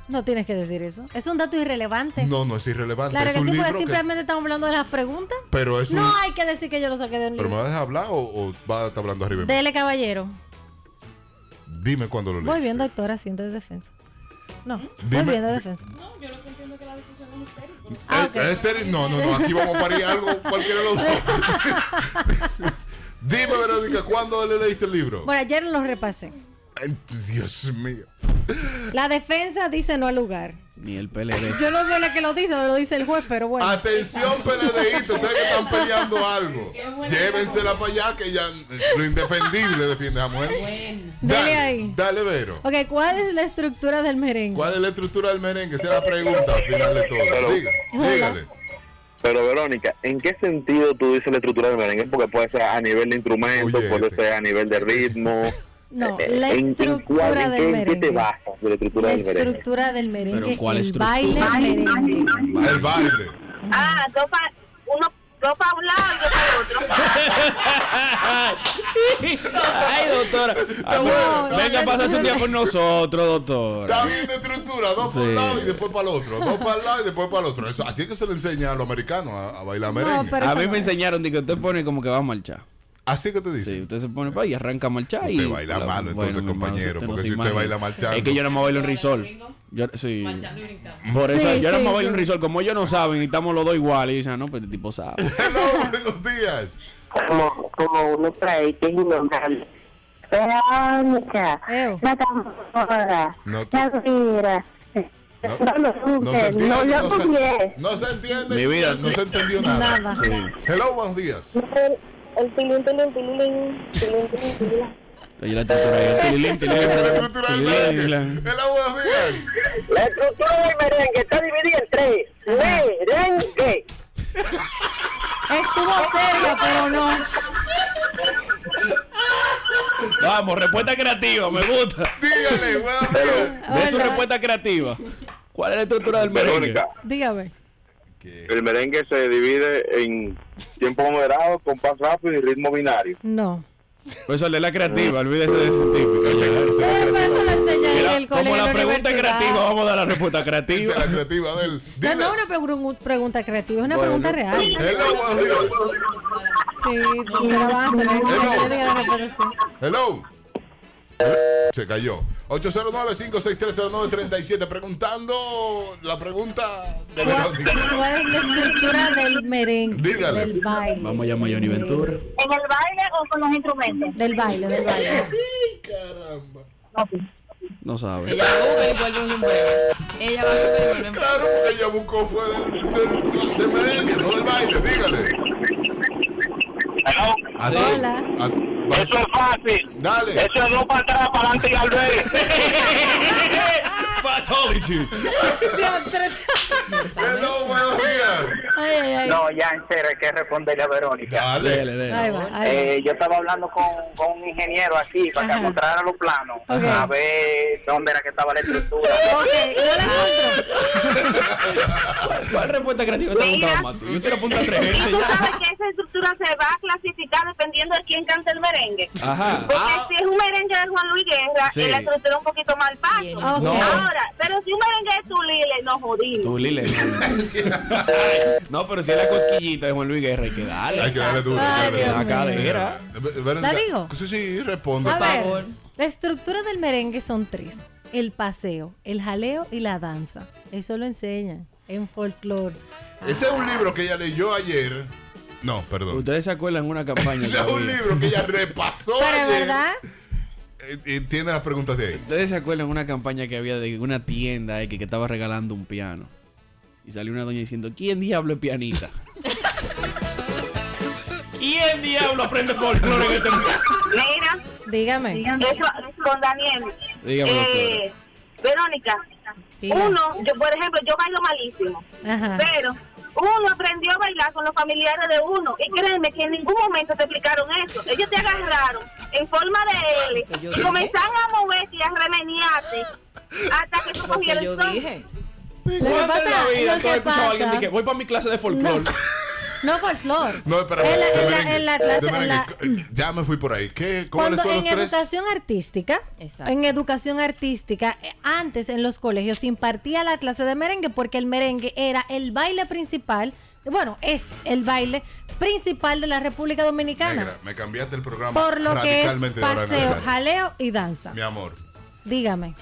Speaker 2: No tienes que decir eso. Es un dato irrelevante.
Speaker 1: No, no es irrelevante.
Speaker 2: claro
Speaker 1: es
Speaker 2: que
Speaker 1: un
Speaker 2: sí, porque
Speaker 1: libro que-
Speaker 2: simplemente estamos hablando de las preguntas.
Speaker 1: Pero es un.
Speaker 2: No hay que decir que yo lo saqué de un
Speaker 1: ¿Pero me
Speaker 2: libro.
Speaker 1: vas a dejar hablar o, o vas a estar hablando arriba? de mí?
Speaker 2: Dele, caballero.
Speaker 1: Dime cuándo lo lees.
Speaker 2: Voy bien, doctora, siendo de defensa. No, voy
Speaker 1: Dime-
Speaker 2: bien de defensa. Ah,
Speaker 1: Eh, eh, serio? No, no, no, aquí vamos a parir algo, cualquiera de los dos. Dime, Verónica, ¿cuándo le leíste el libro?
Speaker 2: Bueno, ayer lo repasé.
Speaker 1: Ay, Dios mío.
Speaker 2: La defensa dice no al lugar.
Speaker 3: Ni el PLD.
Speaker 2: Yo no soy la que lo dice, me lo dice el juez, pero bueno.
Speaker 1: Ah. Atención, peledeíto, ustedes que están peleando algo. Llévensela para allá que ya eh, lo indefendible defiende a mujer.
Speaker 2: Dale ahí.
Speaker 1: Dale, Vero.
Speaker 2: Ok, ¿cuál es la estructura del merengue?
Speaker 1: ¿Cuál es la estructura del merengue? Esa es la pregunta al final de todo. Diga, dígale.
Speaker 6: Pero Verónica, ¿en qué sentido tú dices la estructura del merengue? Porque puede ser a nivel de instrumento,
Speaker 1: este,
Speaker 6: puede ser a nivel de ritmo.
Speaker 2: No,
Speaker 6: Eh,
Speaker 2: la
Speaker 6: en- en cuál-
Speaker 2: estructura
Speaker 6: en qué- en qué
Speaker 2: del
Speaker 6: te
Speaker 2: merengue.
Speaker 6: basas de la estructura
Speaker 2: La
Speaker 6: del merengue?
Speaker 2: estructura del merengue.
Speaker 6: Pero ¿cuál
Speaker 2: el
Speaker 6: estructura?
Speaker 2: baile del merengue.
Speaker 1: El baile.
Speaker 7: Ah, dos pa- uno, dos pa' un lado y dos pa' otro.
Speaker 3: Ay, doctora. Ah,
Speaker 1: bueno,
Speaker 3: venga a pasarse un día con nosotros,
Speaker 1: Está
Speaker 3: doctora.
Speaker 1: bien de estructura, dos por
Speaker 3: Sí.
Speaker 1: un lado y después para el otro, dos para el lado y después para el otro. Eso, así es que se le enseña a los americanos a, a bailar merengue.
Speaker 3: a mí me enseñaron de que usted pone como que va a marchar.
Speaker 1: Así que te dice.
Speaker 3: Sí, usted se pone pa' y arranca a marchar y.
Speaker 1: Usted baila mal, entonces,
Speaker 3: mi hermano,
Speaker 1: compañero, porque
Speaker 3: se
Speaker 1: si usted
Speaker 3: imagina.
Speaker 1: baila marchando.
Speaker 3: Es que yo no me bailo en risol. Yo, sí. Por e-
Speaker 1: Sí,
Speaker 3: eso, yo no
Speaker 1: sí,
Speaker 3: me bailo en
Speaker 1: sí.
Speaker 3: risol. Como ellos no saben y estamos los dos iguales, y dicen, "Ah, no, pero el tipo sabe.
Speaker 1: buenos días.
Speaker 4: Como, como uno trae que es innombrable. Verónica, la tambora, la mira. No, no,
Speaker 1: No se entiende.
Speaker 4: no,
Speaker 1: no,
Speaker 4: no,
Speaker 1: se,
Speaker 4: no,
Speaker 1: no se entiende.
Speaker 3: Mi vida.
Speaker 1: No se entendió nada.
Speaker 3: Nada. Sí.
Speaker 1: Hello, buenos días.
Speaker 7: El, el tilín, tilín, tilín, tilín, tilín, tilín.
Speaker 3: Ahí la estructura ahí, el tililín, tililín, tililín, tililín.
Speaker 4: La estructura del merengue está dividida en tres. Merengue.
Speaker 2: Estuvo cerca, pero no.
Speaker 3: Vamos, respuesta creativa, me gusta.
Speaker 1: Dígale,
Speaker 3: De su respuesta creativa. ¿Cuál es la estructura del merengue?
Speaker 2: Dígame.
Speaker 6: El merengue se divide en tiempo moderado, compás rápido y ritmo binario.
Speaker 2: No.
Speaker 3: Pues eso le la creativa, olvídese de ese típico.
Speaker 2: Enseña ahí el
Speaker 3: Como
Speaker 2: colega
Speaker 3: la
Speaker 2: en la
Speaker 3: pregunta
Speaker 2: universidad.
Speaker 3: creativa, vamos a dar la respuesta creativa.
Speaker 1: la creativa del.
Speaker 2: No, no es una pregu- pregunta creativa, es una
Speaker 3: Bueno.
Speaker 2: pregunta real.
Speaker 1: Hello, buenos días.
Speaker 2: Sí, tú se la vas a saber.
Speaker 1: Hello.
Speaker 2: Yo digo la respuesta, sí.
Speaker 1: Hello. Se cayó. 809-56309-37. Preguntando la pregunta de Verónica.
Speaker 2: ¿Cuál es la estructura del merengue?
Speaker 1: Dígale.
Speaker 2: Del baile.
Speaker 3: Vamos a llamar a Johnny Ventura.
Speaker 7: ¿En el baile o con los instrumentos?
Speaker 2: Del baile, del baile.
Speaker 4: pues,
Speaker 3: No sabe.
Speaker 12: Ella busca y vuelve un breve. Ella va a buscar y vuelve un
Speaker 1: Claro, porque ella buscó fue del, del, del merengue, no del baile. Dígale. A ti.
Speaker 2: Hola.
Speaker 1: Eso
Speaker 13: es fácil.
Speaker 1: Dale.
Speaker 13: Eso es dos para atrás, para adelante y al revés.
Speaker 3: Fatality.
Speaker 1: Hello, buenos días.
Speaker 2: Ay, ay, ay.
Speaker 13: No, ya en serio, hay que responderle a Verónica.
Speaker 1: Dale,
Speaker 3: dale,
Speaker 2: Ahí va, ahí va.
Speaker 13: Eh,
Speaker 7: Eh,
Speaker 13: yo estaba hablando con, con un ingeniero aquí para que mostrara los planos. A ver dónde era que estaba la estructura.
Speaker 3: ¿Cuál respuesta creativa te gustaba más? Yo quiero apuntar tres gente
Speaker 7: Tú
Speaker 3: ya.
Speaker 7: sabes que esa estructura se va a clasificar dependiendo de quién canta el merengue.
Speaker 3: Ajá. Ah.
Speaker 7: Porque si es un merengue de Juan Luis Guerra,
Speaker 3: Sí.
Speaker 7: es la estructura un poquito mal paso.
Speaker 3: Ah, ok. No.
Speaker 7: Ahora, pero si un merengue es Tulile, nos jodimos.
Speaker 3: Tú, Lile. No, pero si es la cosquillita de Juan Luis Guerra, hay que darle.
Speaker 1: Hay que darle duro, hay que darle
Speaker 3: La
Speaker 1: duro.
Speaker 3: cadera.
Speaker 1: Verónica,
Speaker 2: ¿La digo?
Speaker 1: Sí, sí, responde.
Speaker 2: A ver, la estructura del merengue son tres: el paseo, el jaleo y la danza. Eso lo enseñan en folclore.
Speaker 1: Ese es un libro que ella leyó ayer. No, perdón.
Speaker 3: Ustedes se acuerdan una campaña.
Speaker 1: Ese es
Speaker 3: que
Speaker 1: un
Speaker 3: había?
Speaker 1: libro que ella repasó
Speaker 2: Pero
Speaker 1: ayer.
Speaker 2: verdad,
Speaker 1: Eh, eh, tiene las preguntas de ahí.
Speaker 3: ¿Ustedes se acuerdan de una campaña que había de una tienda eh, que, que estaba regalando un piano? Y salió una doña diciendo, ¿quién diablo es pianista? ¿Quién diablo aprende folclore en este mundo?
Speaker 7: Mira,
Speaker 2: dígame.
Speaker 7: eso con Daniel.
Speaker 3: Dígame,
Speaker 7: Eh, Verónica,
Speaker 2: Dígame.
Speaker 7: uno, yo por ejemplo, yo bailo malísimo,
Speaker 12: Ah.
Speaker 2: Ajá.
Speaker 7: pero uno aprendió a bailar con los familiares de uno y créeme que en ningún momento te explicaron eso. Ellos te agarraron en forma de L y comenzaron a moverte y a remeniarte hasta que tú cogieron
Speaker 12: yo
Speaker 7: son.
Speaker 12: dije.
Speaker 3: ¿Cuándo en la
Speaker 2: pasa-
Speaker 3: vida
Speaker 2: lo
Speaker 3: tú
Speaker 2: que
Speaker 3: has escuchado a alguien
Speaker 2: pasa-
Speaker 3: de que voy para mi clase de folclore?
Speaker 2: No folclore.
Speaker 1: No, espera.
Speaker 2: En la-
Speaker 1: de
Speaker 2: en la-
Speaker 1: merengue,
Speaker 2: en la
Speaker 1: de
Speaker 2: clase- en
Speaker 1: merengue. Eh, Ya me fui por ahí. ¿Qué? ¿Cuáles
Speaker 2: Cuando
Speaker 1: son
Speaker 2: en
Speaker 1: los tres?
Speaker 2: educación artística, en educación artística, eh, antes en los colegios se impartía la clase de merengue porque el merengue era el baile principal, bueno, es el baile principal de la República Dominicana.
Speaker 1: Negra, me cambiaste el programa
Speaker 2: Por lo que es
Speaker 1: radicalmente de ahora en
Speaker 2: paseo,
Speaker 1: adelante.
Speaker 2: jaleo y danza.
Speaker 1: Mi amor.
Speaker 2: Dígame.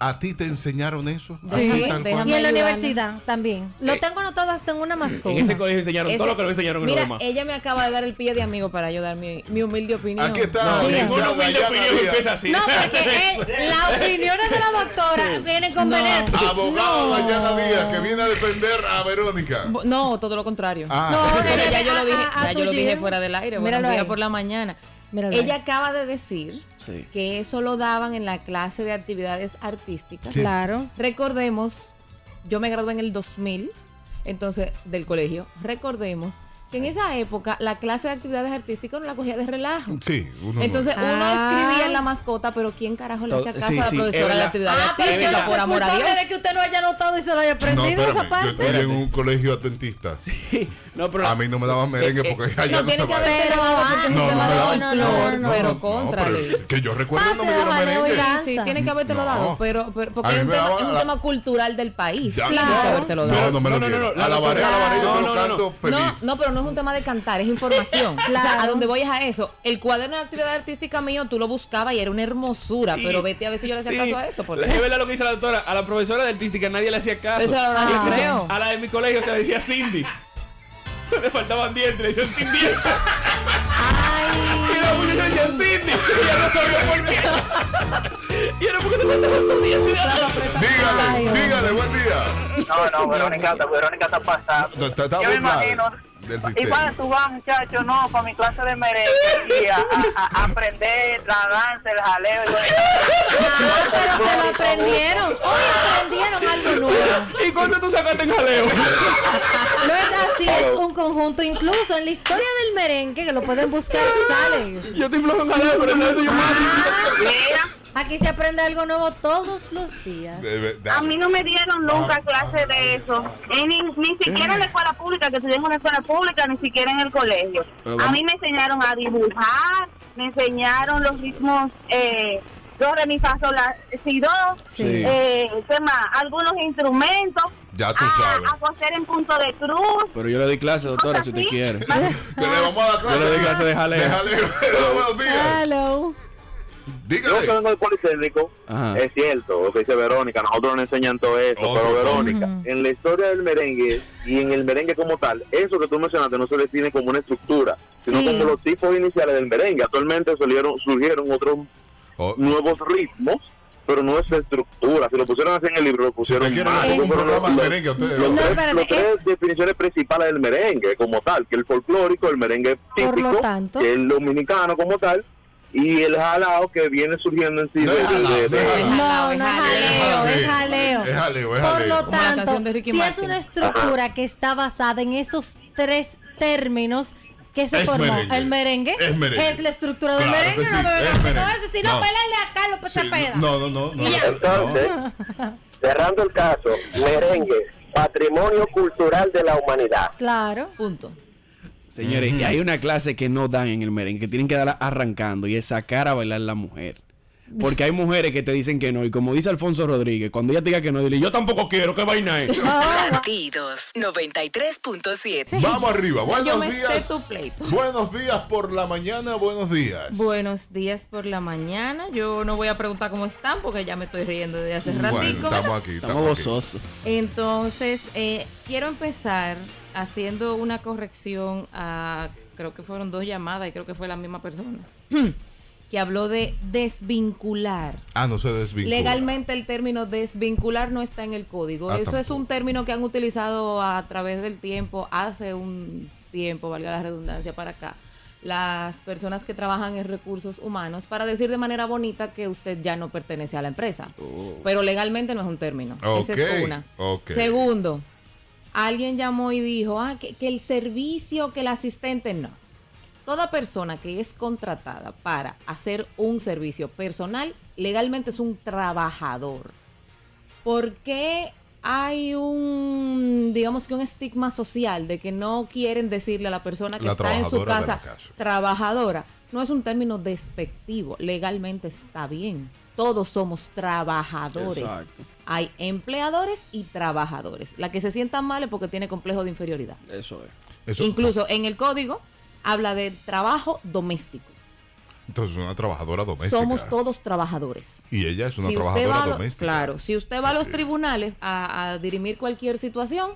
Speaker 1: ¿A ti te enseñaron eso?
Speaker 2: Sí,
Speaker 1: Así, tal
Speaker 2: y en
Speaker 1: cual.
Speaker 2: la universidad también. Lo tengo anotado hasta en una mascota.
Speaker 3: En ese colegio enseñaron todo lo que nos enseñaron en
Speaker 12: Mira,
Speaker 3: Roma.
Speaker 12: ella me acaba de dar el pie de amigo para yo dar mi, mi humilde opinión.
Speaker 1: Aquí está.
Speaker 3: No,
Speaker 1: Diga.
Speaker 3: ninguna humilde
Speaker 1: Dayana
Speaker 3: opinión
Speaker 1: Díaz.
Speaker 3: empieza así.
Speaker 2: No, porque eh, las opiniones de la doctora vienen con veneno.
Speaker 1: Abogado
Speaker 12: No.
Speaker 1: Dayana Díaz, que viene a defender a Verónica.
Speaker 12: Bo- No, todo lo contrario.
Speaker 1: Ah.
Speaker 12: No,
Speaker 1: No,
Speaker 12: porque
Speaker 2: no,
Speaker 12: ya
Speaker 2: no,
Speaker 12: yo
Speaker 2: a-
Speaker 12: lo dije,
Speaker 2: a- a
Speaker 12: ya yo lo
Speaker 2: tu
Speaker 12: dije
Speaker 2: Jim.
Speaker 12: fuera del aire. Bueno,
Speaker 2: Míralo
Speaker 12: día
Speaker 2: ahí.
Speaker 12: por la mañana.
Speaker 2: Míralo
Speaker 12: Ella
Speaker 2: ahí.
Speaker 12: acaba de decir
Speaker 3: Sí.
Speaker 12: que eso lo daban en la clase de actividades artísticas.
Speaker 2: Sí. Claro.
Speaker 12: Recordemos, yo me gradué en el 2000, entonces del colegio. Recordemos que en esa época la clase de actividades artísticas no la cogía de relajo.
Speaker 1: Sí, uno no.
Speaker 12: Entonces uno
Speaker 2: Ah.
Speaker 12: escribía en la mascota, pero ¿quién carajo le
Speaker 3: Todo-
Speaker 12: hacía caso
Speaker 3: sí,
Speaker 12: a la
Speaker 3: sí, es
Speaker 12: profesora de
Speaker 3: verdad. pues,
Speaker 12: actividades
Speaker 2: Ah, pero yo
Speaker 12: artísticas?
Speaker 2: no soy
Speaker 12: por amor a Dios.
Speaker 2: culpable de que usted no haya anotado y se lo haya
Speaker 1: No,
Speaker 2: aprendido
Speaker 1: espérame,
Speaker 2: esa
Speaker 1: yo
Speaker 2: parte.
Speaker 1: estudié en un colegio atentista.
Speaker 3: No, pero
Speaker 1: A mí no me daban merengue porque allá no,
Speaker 12: no tiene
Speaker 1: se
Speaker 12: que
Speaker 1: baila.
Speaker 12: haber
Speaker 2: No,
Speaker 12: no,
Speaker 1: no, no, me daban-
Speaker 2: no, no, no,
Speaker 12: pero
Speaker 1: no,
Speaker 12: contra
Speaker 1: pero que yo recuerdo no me
Speaker 2: Pase,
Speaker 1: dieron
Speaker 2: Dayana,
Speaker 1: merengue.
Speaker 2: oiga.
Speaker 12: Sí, tiene que habértelo
Speaker 1: No.
Speaker 12: dado, pero, pero- porque
Speaker 1: A
Speaker 12: es
Speaker 1: mí
Speaker 12: un,
Speaker 1: me
Speaker 12: tema,
Speaker 1: daba
Speaker 12: es un
Speaker 1: la-
Speaker 12: tema cultural del país.
Speaker 1: Ya,
Speaker 12: Tiene que habértelo dado.
Speaker 1: No, no me lo
Speaker 3: No, no,
Speaker 1: dieron.
Speaker 3: no, no,
Speaker 1: a la
Speaker 3: no,
Speaker 1: varela, a la varela, yo te
Speaker 3: no,
Speaker 1: lo
Speaker 3: no, no.
Speaker 1: canto feliz.
Speaker 12: No, no, pero no es un tema de cantar, es información. O sea,
Speaker 2: Claro.
Speaker 12: a donde voy es a eso. El cuaderno de actividad artística mío, tú lo buscabas y era una hermosura,
Speaker 3: Sí.
Speaker 12: Ah, pero vete a ver si yo le hacía
Speaker 3: Sí.
Speaker 12: caso a eso. por
Speaker 3: La-
Speaker 12: Dios.
Speaker 3: Es verdad lo que dice la doctora. A la profesora de artística nadie le hacía caso.
Speaker 12: Eso era lo
Speaker 3: Y
Speaker 12: que
Speaker 3: la
Speaker 12: yo
Speaker 3: cosa-
Speaker 12: creo.
Speaker 3: A la de mi colegio se le decía Cindy. Le faltaban dientes, le decían sin dientes. Y la muchacha le decían Cindy. Y ella no sabía
Speaker 1: pues,
Speaker 3: por qué. Y era porque te faltaban dos dientes.
Speaker 2: Ay,
Speaker 1: Dígale,
Speaker 2: hombre.
Speaker 1: dígale, buen día.
Speaker 13: No, no, Verónica, Verónica está pasada.
Speaker 1: Está- está- está
Speaker 13: Yo me
Speaker 1: muy mal
Speaker 13: imagino.
Speaker 1: del
Speaker 13: Y
Speaker 1: sistema.
Speaker 13: para tú vas, muchacho, no, para mi clase de merengue, y a, a- a aprender la danza, el jaleo. y todo eso.
Speaker 2: Ah, pero se lo aprendieron. Hoy aprendieron algo nuevo.
Speaker 3: ¿Y cuánto tú sacaste en jaleo?
Speaker 2: No es así, es un conjunto. Incluso en la historia del merengue, que lo pueden buscar, sale.
Speaker 3: Yo estoy flojo en jaleo, pero en eso yo
Speaker 7: Mira,
Speaker 2: Aquí se aprende algo nuevo todos los días.
Speaker 1: De verdad.
Speaker 7: a mí no me dieron
Speaker 3: Ah.
Speaker 7: nunca clase de eso. Y ni, ni siquiera en la escuela pública, que estudié en una escuela pública, ni siquiera en el colegio.
Speaker 3: Pero
Speaker 7: A
Speaker 3: vamos-
Speaker 7: mí me enseñaron a dibujar, me enseñaron los ritmos, eh, dos de mi paso, la, si do,
Speaker 2: Sí.
Speaker 7: eh, ¿qué más? algunos instrumentos,
Speaker 1: Ya
Speaker 12: Ah,
Speaker 1: tú sabes.
Speaker 7: a, a coser en punto de cruz.
Speaker 3: Pero yo le di clase, doctora, si usted quiere.
Speaker 1: Que le vamos a dar clase.
Speaker 3: Yo le di clase de jaleo.
Speaker 1: De jaleo. Buenos días.
Speaker 2: Hello.
Speaker 6: Yo
Speaker 1: Dígale.
Speaker 6: vengo del Politécnico,
Speaker 3: Ajá.
Speaker 6: es cierto, lo que dice Verónica, nosotros nos enseñan todo eso,
Speaker 1: Otro
Speaker 6: pero
Speaker 1: tema.
Speaker 6: Verónica, en la historia del merengue y en el merengue como tal, eso que tú mencionaste no se define como una estructura, sino
Speaker 2: Sí.
Speaker 6: como los tipos iniciales del merengue. Actualmente surgieron, surgieron otros
Speaker 1: Oh,
Speaker 6: nuevos ritmos, pero no es estructura. Si lo pusieron así en el libro, lo
Speaker 1: Si
Speaker 6: pusieron
Speaker 1: usted quiere,
Speaker 6: mal.
Speaker 1: le pongo un
Speaker 6: Pero
Speaker 1: programa de
Speaker 6: lo-
Speaker 1: merengue a ustedes.
Speaker 6: los
Speaker 2: No,
Speaker 6: tres,
Speaker 2: espérate,
Speaker 6: los tres
Speaker 2: es-
Speaker 6: definiciones principales del merengue como tal, que el folclórico, el merengue
Speaker 2: Por lo
Speaker 6: típico,
Speaker 2: tanto.
Speaker 6: el dominicano como tal, y el jalao que viene surgiendo en sí
Speaker 1: No
Speaker 6: de-
Speaker 1: es jalao,
Speaker 6: de- de-
Speaker 1: no es
Speaker 6: de-
Speaker 1: jalao.
Speaker 2: No, no es jaleo, es
Speaker 1: Es
Speaker 2: jaleo.
Speaker 1: jaleo, es
Speaker 2: Por
Speaker 1: jaleo.
Speaker 2: lo
Speaker 12: Como la
Speaker 2: tanto,
Speaker 12: canción de Ricky
Speaker 2: si es
Speaker 12: Martin.
Speaker 2: una estructura que está basada en esos tres términos que se
Speaker 1: Es
Speaker 2: formó
Speaker 1: merengue.
Speaker 2: el merengue,
Speaker 1: Es merengue.
Speaker 2: la estructura del
Speaker 1: Claro
Speaker 2: merengue,
Speaker 1: que
Speaker 2: no
Speaker 1: sí,
Speaker 2: me
Speaker 1: es
Speaker 2: vengas con
Speaker 1: merengue.
Speaker 2: eso, si no,
Speaker 1: No.
Speaker 2: pélale a Carlos, pues se
Speaker 1: Sí,
Speaker 2: peda.
Speaker 1: No, no, no. no.
Speaker 4: Entonces, cerrando el caso, merengue, patrimonio cultural de la humanidad.
Speaker 2: Claro.
Speaker 12: Punto.
Speaker 3: Señores, y hay una clase que no dan en el merengue, que tienen que darla arrancando y es sacar a bailar la mujer. Porque hay mujeres que te dicen que no, y como dice Alfonso Rodríguez, cuando ella te diga que no, dile, yo tampoco quiero, ¿qué vaina es?
Speaker 2: Ah.
Speaker 11: Latidos 93.7.
Speaker 1: Vamos arriba.
Speaker 12: Yo
Speaker 1: Buenos
Speaker 12: me sé
Speaker 1: días.
Speaker 12: tu pleito.
Speaker 1: Buenos días por la mañana, buenos días.
Speaker 12: Buenos días por la mañana. Yo no voy a preguntar cómo están porque ya me estoy riendo desde hace
Speaker 1: Bueno,
Speaker 12: ratico.
Speaker 1: estamos aquí,
Speaker 3: Estamos
Speaker 1: estamos aquí.
Speaker 3: gozosos.
Speaker 12: Entonces, eh, quiero empezar haciendo una corrección a, creo que fueron dos llamadas y creo que fue la misma persona, que habló de desvincular.
Speaker 1: Ah, no se desvincula.
Speaker 12: Legalmente el término desvincular no está en el código.
Speaker 1: Ah,
Speaker 12: Eso es
Speaker 1: tampoco.
Speaker 12: un término que han utilizado a través del tiempo, hace un tiempo, valga la redundancia, para acá, las personas que trabajan en recursos humanos para decir de manera bonita que usted ya no pertenece a la empresa. Pero legalmente no es un término. Esa
Speaker 1: Oh. Ok,
Speaker 12: es una.
Speaker 1: ok.
Speaker 12: Segundo, alguien llamó y dijo ah, que, que el servicio, que el asistente, no. Toda persona que es contratada para hacer un servicio personal, legalmente es un trabajador. ¿Por qué hay un, digamos que un estigma social de que no quieren decirle a la persona que
Speaker 1: La
Speaker 12: está en su
Speaker 1: trabajadora de
Speaker 12: casa
Speaker 1: la casa.
Speaker 12: trabajadora? No es un término despectivo, legalmente está bien. Todos somos trabajadores.
Speaker 3: Exacto.
Speaker 12: Hay empleadores y trabajadores. La que se sienta mal es porque tiene complejo de inferioridad.
Speaker 3: Eso es.
Speaker 1: Eso-
Speaker 12: Incluso en el código habla de trabajo doméstico.
Speaker 1: Entonces, una trabajadora doméstica.
Speaker 12: Somos todos trabajadores.
Speaker 1: Y ella es una
Speaker 12: Si usted va
Speaker 1: trabajadora
Speaker 12: a lo-
Speaker 1: doméstica.
Speaker 12: Claro, si usted va a los tribunales a, a dirimir cualquier situación,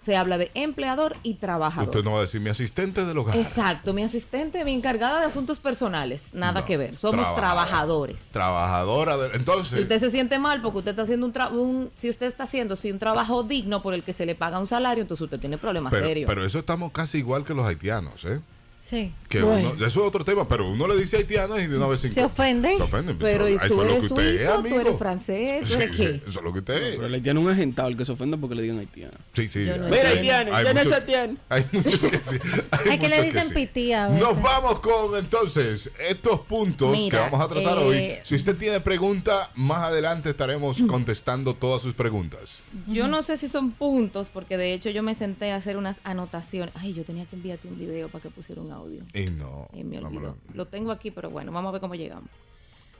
Speaker 12: se habla de empleador y trabajador.
Speaker 1: Usted no va a decir mi asistente del hogar.
Speaker 12: Exacto, mi asistente, mi encargada de asuntos personales, nada que ver, somos
Speaker 1: trabajadora.
Speaker 12: trabajadores.
Speaker 1: Trabajadora del.
Speaker 12: Y
Speaker 1: Entonces.
Speaker 12: usted se siente mal porque usted está haciendo un, tra- un- si usted está haciendo sí, un trabajo digno por el que se le paga un salario, entonces usted tiene problemas
Speaker 1: pero,
Speaker 12: serios.
Speaker 1: pero eso estamos casi igual que los haitianos, ¿eh?
Speaker 2: sí.
Speaker 1: Que
Speaker 12: Bueno.
Speaker 1: uno- eso es otro tema, pero uno le dice haitiano y de una vez
Speaker 2: Se ofenden.
Speaker 1: Se ofenden.
Speaker 12: Pero ¿y
Speaker 1: eso
Speaker 12: tú
Speaker 1: es lo
Speaker 12: eres
Speaker 1: que usted es,
Speaker 12: suizo, tú
Speaker 1: amigo.
Speaker 12: eres francés, tú eres qué?
Speaker 1: Eso es lo que usted es.
Speaker 3: Pero el haitiano es un agentado, el que se ofenda porque le digan haitiano.
Speaker 1: Sí, sí.
Speaker 3: Mira,
Speaker 1: no
Speaker 3: haitiano,
Speaker 1: Hay
Speaker 3: ya no es
Speaker 1: mucho-
Speaker 3: haitiano.
Speaker 1: Hay mucho que sí. Hay
Speaker 2: Es que le
Speaker 1: mucho
Speaker 2: dicen
Speaker 1: sí.
Speaker 2: pitía a veces.
Speaker 1: Nos vamos con entonces estos puntos
Speaker 2: Mira,
Speaker 1: que vamos a tratar
Speaker 2: eh,
Speaker 1: hoy. Si usted tiene pregunta, más adelante estaremos
Speaker 12: Mm.
Speaker 1: contestando todas sus preguntas.
Speaker 12: Yo no sé si son puntos, porque de hecho yo me senté a hacer unas anotaciones. Ay, yo tenía que enviarte un video para que pusiera un audio.
Speaker 1: Y no.
Speaker 12: Eh, me
Speaker 1: no me
Speaker 12: olvidó.
Speaker 1: lo-
Speaker 12: Lo tengo aquí, pero bueno, vamos a ver cómo llegamos.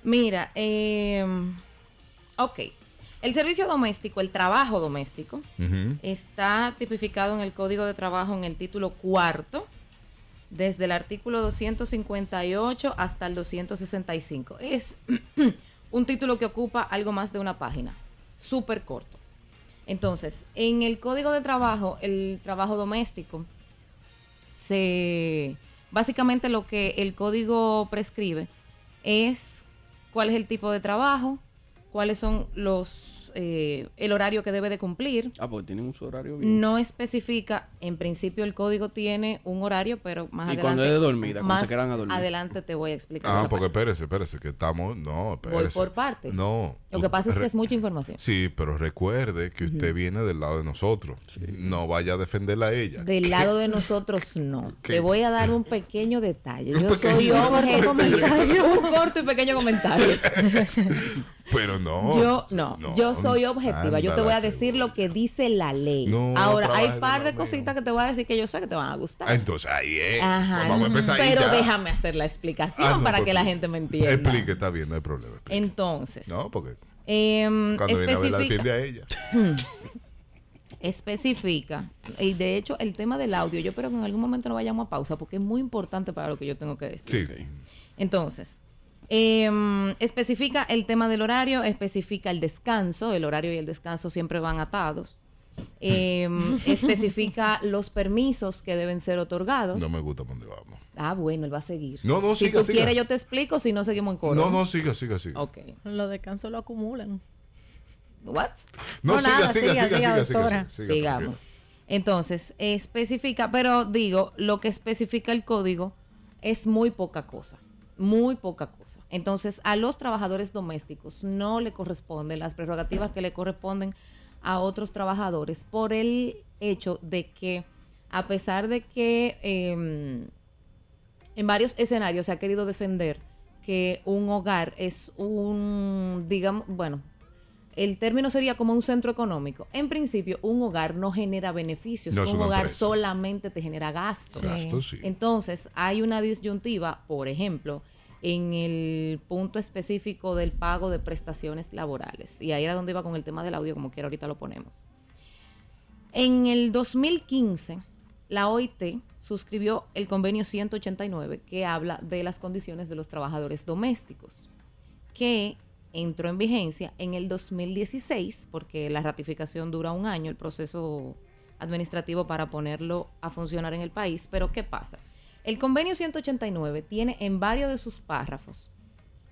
Speaker 12: Mira, eh, ok. El servicio doméstico, el trabajo doméstico,
Speaker 14: Ujú.
Speaker 12: está tipificado en el Código de Trabajo en el título cuarto, desde el artículo 258 hasta el 265. Es un título que ocupa algo más de una página, súper corto. Entonces, en el Código de Trabajo, el trabajo doméstico, se básicamente lo que el código prescribe es cuál es el tipo de trabajo, cuáles son los eh, el horario que debe de cumplir.
Speaker 3: Ah, porque tienen un su horario bien.
Speaker 12: No especifica, en principio el código tiene un horario, pero más
Speaker 3: Y
Speaker 12: adelante.
Speaker 3: cuando es de dormida, cuando
Speaker 12: más
Speaker 3: se quedan a dormir.
Speaker 12: Adelante te voy a explicar.
Speaker 1: Ah,
Speaker 12: esa
Speaker 1: porque espérese, espérese, que estamos. No,
Speaker 12: parte. voy
Speaker 1: espérese.
Speaker 12: por parte.
Speaker 1: No.
Speaker 12: Lo que pasa es que
Speaker 1: Re-
Speaker 12: es mucha información.
Speaker 1: Sí, pero recuerde que usted viene del lado de nosotros. No vaya a defenderla a ella.
Speaker 12: Del lado de nosotros no.
Speaker 1: ¿Qué?
Speaker 12: Te voy a dar un pequeño detalle.
Speaker 1: Un
Speaker 12: Yo soy
Speaker 1: pequeño
Speaker 12: hombre.
Speaker 1: comentario.
Speaker 12: Un corto y pequeño comentario.
Speaker 1: Pero no.
Speaker 12: yo no, yo soy objetiva. Yo te voy a
Speaker 1: ándala,
Speaker 12: decir lo que dice la ley.
Speaker 1: No,
Speaker 12: Ahora, hay
Speaker 1: trabajes
Speaker 12: par de cositas que te voy a decir que yo sé que te van a gustar.
Speaker 1: Ah, Entonces ahí es.
Speaker 12: Ajá.
Speaker 1: Pues vamos a empezar ahí
Speaker 12: Pero
Speaker 1: ya.
Speaker 12: déjame hacer la explicación
Speaker 1: Ah, no,
Speaker 12: para
Speaker 1: porque-
Speaker 12: que la gente me entienda.
Speaker 1: Explique, está bien, no hay problema.
Speaker 12: Entonces,
Speaker 1: No, porque
Speaker 12: em,
Speaker 1: cuando viene a ver
Speaker 12: especifica-
Speaker 1: la defiende a ella.
Speaker 12: especifica. Y de hecho, el tema del audio, yo espero que en algún momento no vayamos a pausa porque es muy importante para lo que yo tengo que decir.
Speaker 1: Sí.
Speaker 12: Entonces, em, especifica el tema del horario, especifica el descanso, el horario y el descanso siempre van atados. Em, especifica los permisos que deben ser otorgados.
Speaker 1: No me gusta por dónde vamos.
Speaker 12: Ah, bueno, él va a seguir.
Speaker 1: No, no,
Speaker 12: si
Speaker 1: siga,
Speaker 12: tú
Speaker 1: siga.
Speaker 12: quieres, yo te explico, si no, seguimos en coro.
Speaker 1: No, no, siga, siga, siga.
Speaker 12: Ok.
Speaker 2: Los descansos lo acumulan.
Speaker 12: ¿What?
Speaker 1: No, No, siga, nada, siga, siga, siga, siga, siga, doctora. siga, siga,
Speaker 12: Sigamos. Entonces, especifica, pero digo, lo que especifica el código es muy poca cosa, muy poca cosa. Entonces, a los trabajadores domésticos no le corresponden las prerrogativas que le corresponden a otros trabajadores por el hecho de que, a pesar de que em, en varios escenarios se ha querido defender que un hogar es un, digamos, bueno, el término sería como un centro económico. En principio, un hogar no genera beneficios,
Speaker 15: No es
Speaker 12: un
Speaker 15: una
Speaker 12: hogar
Speaker 15: empresa.
Speaker 12: solamente te genera gastos.
Speaker 15: Sí. Gastos, sí.
Speaker 12: Entonces, hay una disyuntiva, por ejemplo, en el punto específico del pago de prestaciones laborales. Y ahí era donde iba con el tema del audio, como quiera, ahorita lo ponemos. En el 2015, la OIT suscribió el convenio 189 que habla de las condiciones de los trabajadores domésticos, que entró en vigencia en el 2016, porque la ratificación dura un año, el proceso administrativo para ponerlo a funcionar en el país. Pero ¿qué pasa? El convenio 189 tiene en varios de sus párrafos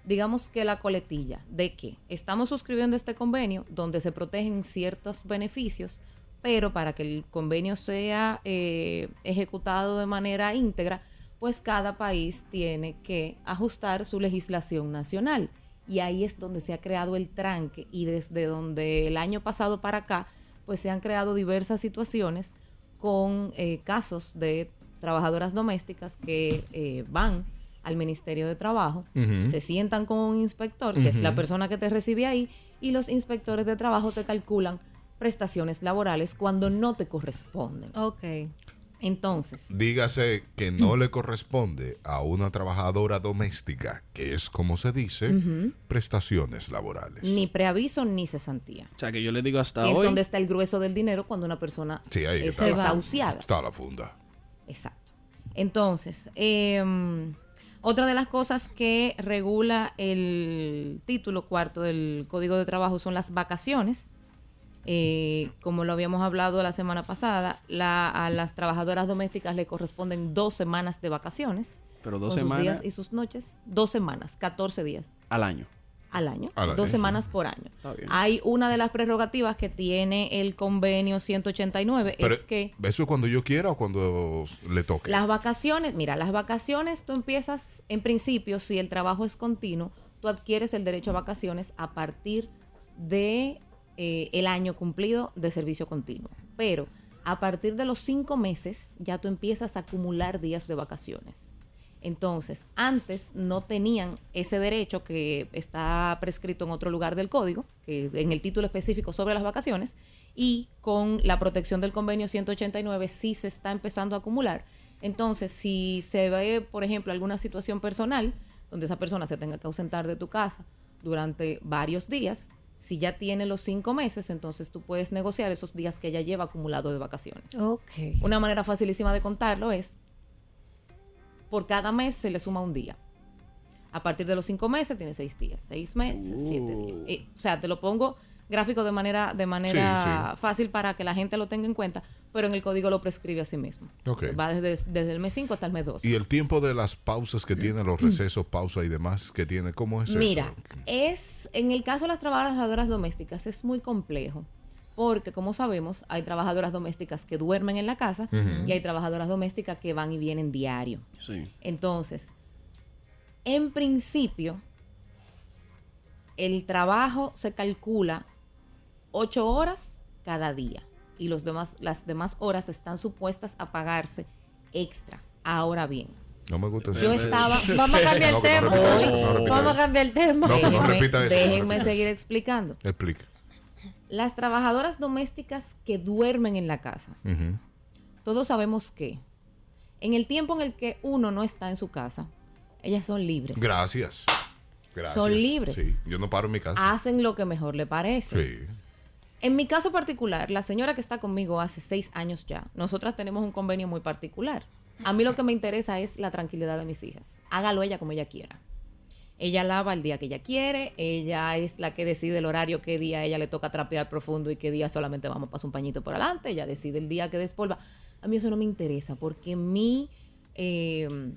Speaker 12: digamos que la coletilla de que estamos suscribiendo este convenio donde se protegen ciertos beneficios, pero para que el convenio sea eh, ejecutado de manera íntegra, pues cada país tiene que ajustar su legislación nacional. Y ahí es donde se ha creado el tranque y desde donde el año pasado para acá, pues se han creado diversas situaciones con eh, casos de trabajadoras domésticas que eh, van al Ministerio de Trabajo,
Speaker 15: Ujú.
Speaker 12: se sientan con un inspector, que es la
Speaker 15: Ujú.
Speaker 12: persona que te recibe ahí, y los inspectores de trabajo te calculan prestaciones laborales cuando no te corresponden.
Speaker 2: Ok.
Speaker 12: Entonces,
Speaker 1: Dígase que no le corresponde a una trabajadora doméstica, que es como se dice,
Speaker 12: Ujú.
Speaker 1: prestaciones laborales.
Speaker 12: ni preaviso ni cesantía.
Speaker 3: O sea, que yo le digo hasta
Speaker 12: Y es
Speaker 3: hoy.
Speaker 12: donde está el grueso del dinero cuando una persona
Speaker 1: Sí, ahí que
Speaker 12: es
Speaker 1: está la-
Speaker 12: desahuciada.
Speaker 1: Está la funda.
Speaker 12: Exacto. Entonces, eh, Otra de las cosas que regula el título cuarto del Código de Trabajo son las vacaciones. Eh, como lo habíamos hablado la semana pasada, la- a las trabajadoras domésticas le corresponden dos semanas de vacaciones.
Speaker 3: Pero dos
Speaker 12: con
Speaker 3: semanas-
Speaker 12: Sus días y sus noches. Dos semanas, 14 días
Speaker 3: al año.
Speaker 12: al año,
Speaker 3: Al año,
Speaker 12: dos
Speaker 3: sí.
Speaker 12: semanas por año.
Speaker 3: Está bien.
Speaker 12: Hay una de las prerrogativas que tiene el convenio 189
Speaker 1: Pero
Speaker 12: es que
Speaker 1: eso es cuando yo quiera o cuando le toque.
Speaker 12: las vacaciones, mira, las vacaciones tú empiezas en principio si el trabajo es continuo, tú adquieres el derecho a vacaciones a partir de eh, el año cumplido de servicio continuo, pero a partir de los cinco meses ya tú empiezas a acumular días de vacaciones. Entonces, antes no tenían ese derecho que está prescrito en otro lugar del código, que en el título específico sobre las vacaciones, y con la protección del convenio 189 sí se está empezando a acumular. Entonces, si se ve, por ejemplo, alguna situación personal donde esa persona se tenga que ausentar de tu casa durante varios días, si ya tiene los cinco meses, entonces tú puedes negociar esos días que ya lleva acumulado de vacaciones.
Speaker 2: Ok.
Speaker 12: Una manera facilísima de contarlo es por cada mes se le suma un día. A partir de los cinco meses tiene seis días, seis meses, siete días. Eh, o sea, te lo pongo gráfico de manera, de manera
Speaker 14: sí.
Speaker 12: fácil para que la gente lo tenga en cuenta, pero en el código lo prescribe a sí mismo.
Speaker 1: Ok.
Speaker 12: Va desde, desde el mes 5 hasta el mes 12.
Speaker 1: Y el tiempo de las pausas que tiene, los recesos, pausas y demás que tiene, ¿cómo es eso?
Speaker 12: Mira, es en el caso de las trabajadoras domésticas es muy complejo. Porque, como sabemos, hay trabajadoras domésticas que duermen en la casa
Speaker 3: Ujú.
Speaker 12: y hay trabajadoras domésticas que van y vienen diario.
Speaker 3: Sí.
Speaker 12: Entonces, en principio, el trabajo se calcula ocho horas cada día y los demás, las demás horas están supuestas a pagarse extra. Ahora bien,
Speaker 1: No me gusta eso.
Speaker 12: yo estaba.
Speaker 2: Vamos a cambiar el
Speaker 1: No, que no
Speaker 2: tema.
Speaker 1: repita eso, no
Speaker 2: Hoy
Speaker 1: repita
Speaker 2: vamos a
Speaker 1: eso.
Speaker 2: cambiar el tema.
Speaker 1: No, que no
Speaker 12: Déjenme-
Speaker 1: repita eso. no
Speaker 12: déjenme
Speaker 1: repita
Speaker 12: seguir
Speaker 1: eso.
Speaker 12: explicando.
Speaker 1: Explica.
Speaker 12: Las trabajadoras domésticas que duermen en la casa,
Speaker 1: Ujú.
Speaker 12: todos sabemos que en el tiempo en el que uno no está en su casa, ellas son libres.
Speaker 1: Gracias. Gracias.
Speaker 12: Son libres.
Speaker 1: Sí, yo no paro en mi casa.
Speaker 12: Hacen lo que mejor le parece.
Speaker 1: Sí.
Speaker 12: En mi caso particular, la señora que está conmigo hace seis años ya, nosotras tenemos un convenio muy particular. A mí lo que me interesa es la tranquilidad de mis hijas. Hágalo ella como ella quiera. Ella lava el día que ella quiere, ella es la que decide el horario, qué día a ella le toca trapear profundo y qué día solamente vamos a pasar un pañito por adelante, ella decide el día que despolva. A mí eso no me interesa porque mi... eh,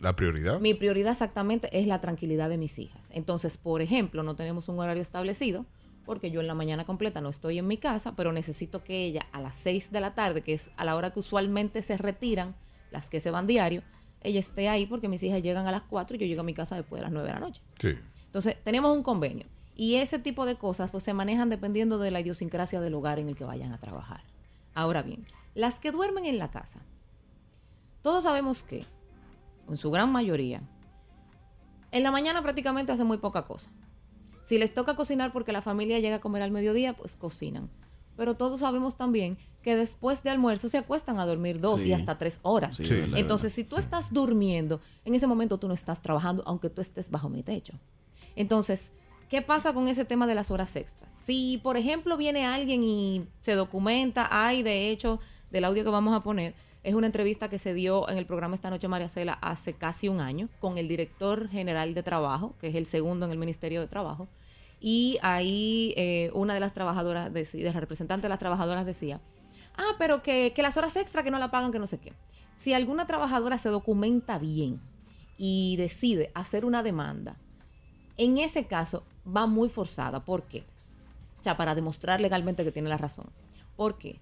Speaker 1: La prioridad.
Speaker 12: mi prioridad exactamente es la tranquilidad de mis hijas. Entonces, por ejemplo, no tenemos un horario establecido porque yo en la mañana completa no estoy en mi casa, pero necesito que ella a las 6 de la tarde, que es a la hora que usualmente se retiran las que se van diario, ella esté ahí porque mis hijas llegan a las 4 y yo llego a mi casa después de las 9 de la noche.
Speaker 1: Sí.
Speaker 12: Entonces, tenemos un convenio. Y ese tipo de cosas pues, se manejan dependiendo de la idiosincrasia del hogar en el que vayan a trabajar. Ahora bien, las que duermen en la casa, todos sabemos que, en su gran mayoría, en la mañana prácticamente hacen muy poca cosa. Si les toca cocinar porque la familia llega a comer al mediodía, pues cocinan. Pero todos sabemos también que después de almuerzo se acuestan a dormir dos
Speaker 14: Sí.
Speaker 12: y hasta tres horas.
Speaker 14: Sí, Sí. verdad,
Speaker 1: Ah,
Speaker 12: Entonces, si tú estás durmiendo, en ese momento tú no estás trabajando, aunque tú estés bajo mi techo. Entonces, ¿qué pasa con ese tema de las horas extras? Si, por ejemplo, viene alguien y se documenta, hay de hecho, del audio que vamos a poner, es una entrevista que se dio en el programa Esta Noche María Cela hace casi un año con el director general de trabajo, que es el segundo en el Ministerio de Trabajo. Y ahí eh, una de las trabajadoras, deci- de, la representante de las trabajadoras decía, ah, pero que, que las horas extra que no la pagan, que no sé qué. Si alguna trabajadora se documenta bien y decide hacer una demanda, en ese caso va muy forzada. ¿Por qué? O sea, para demostrar legalmente que tiene la razón. ¿Por qué?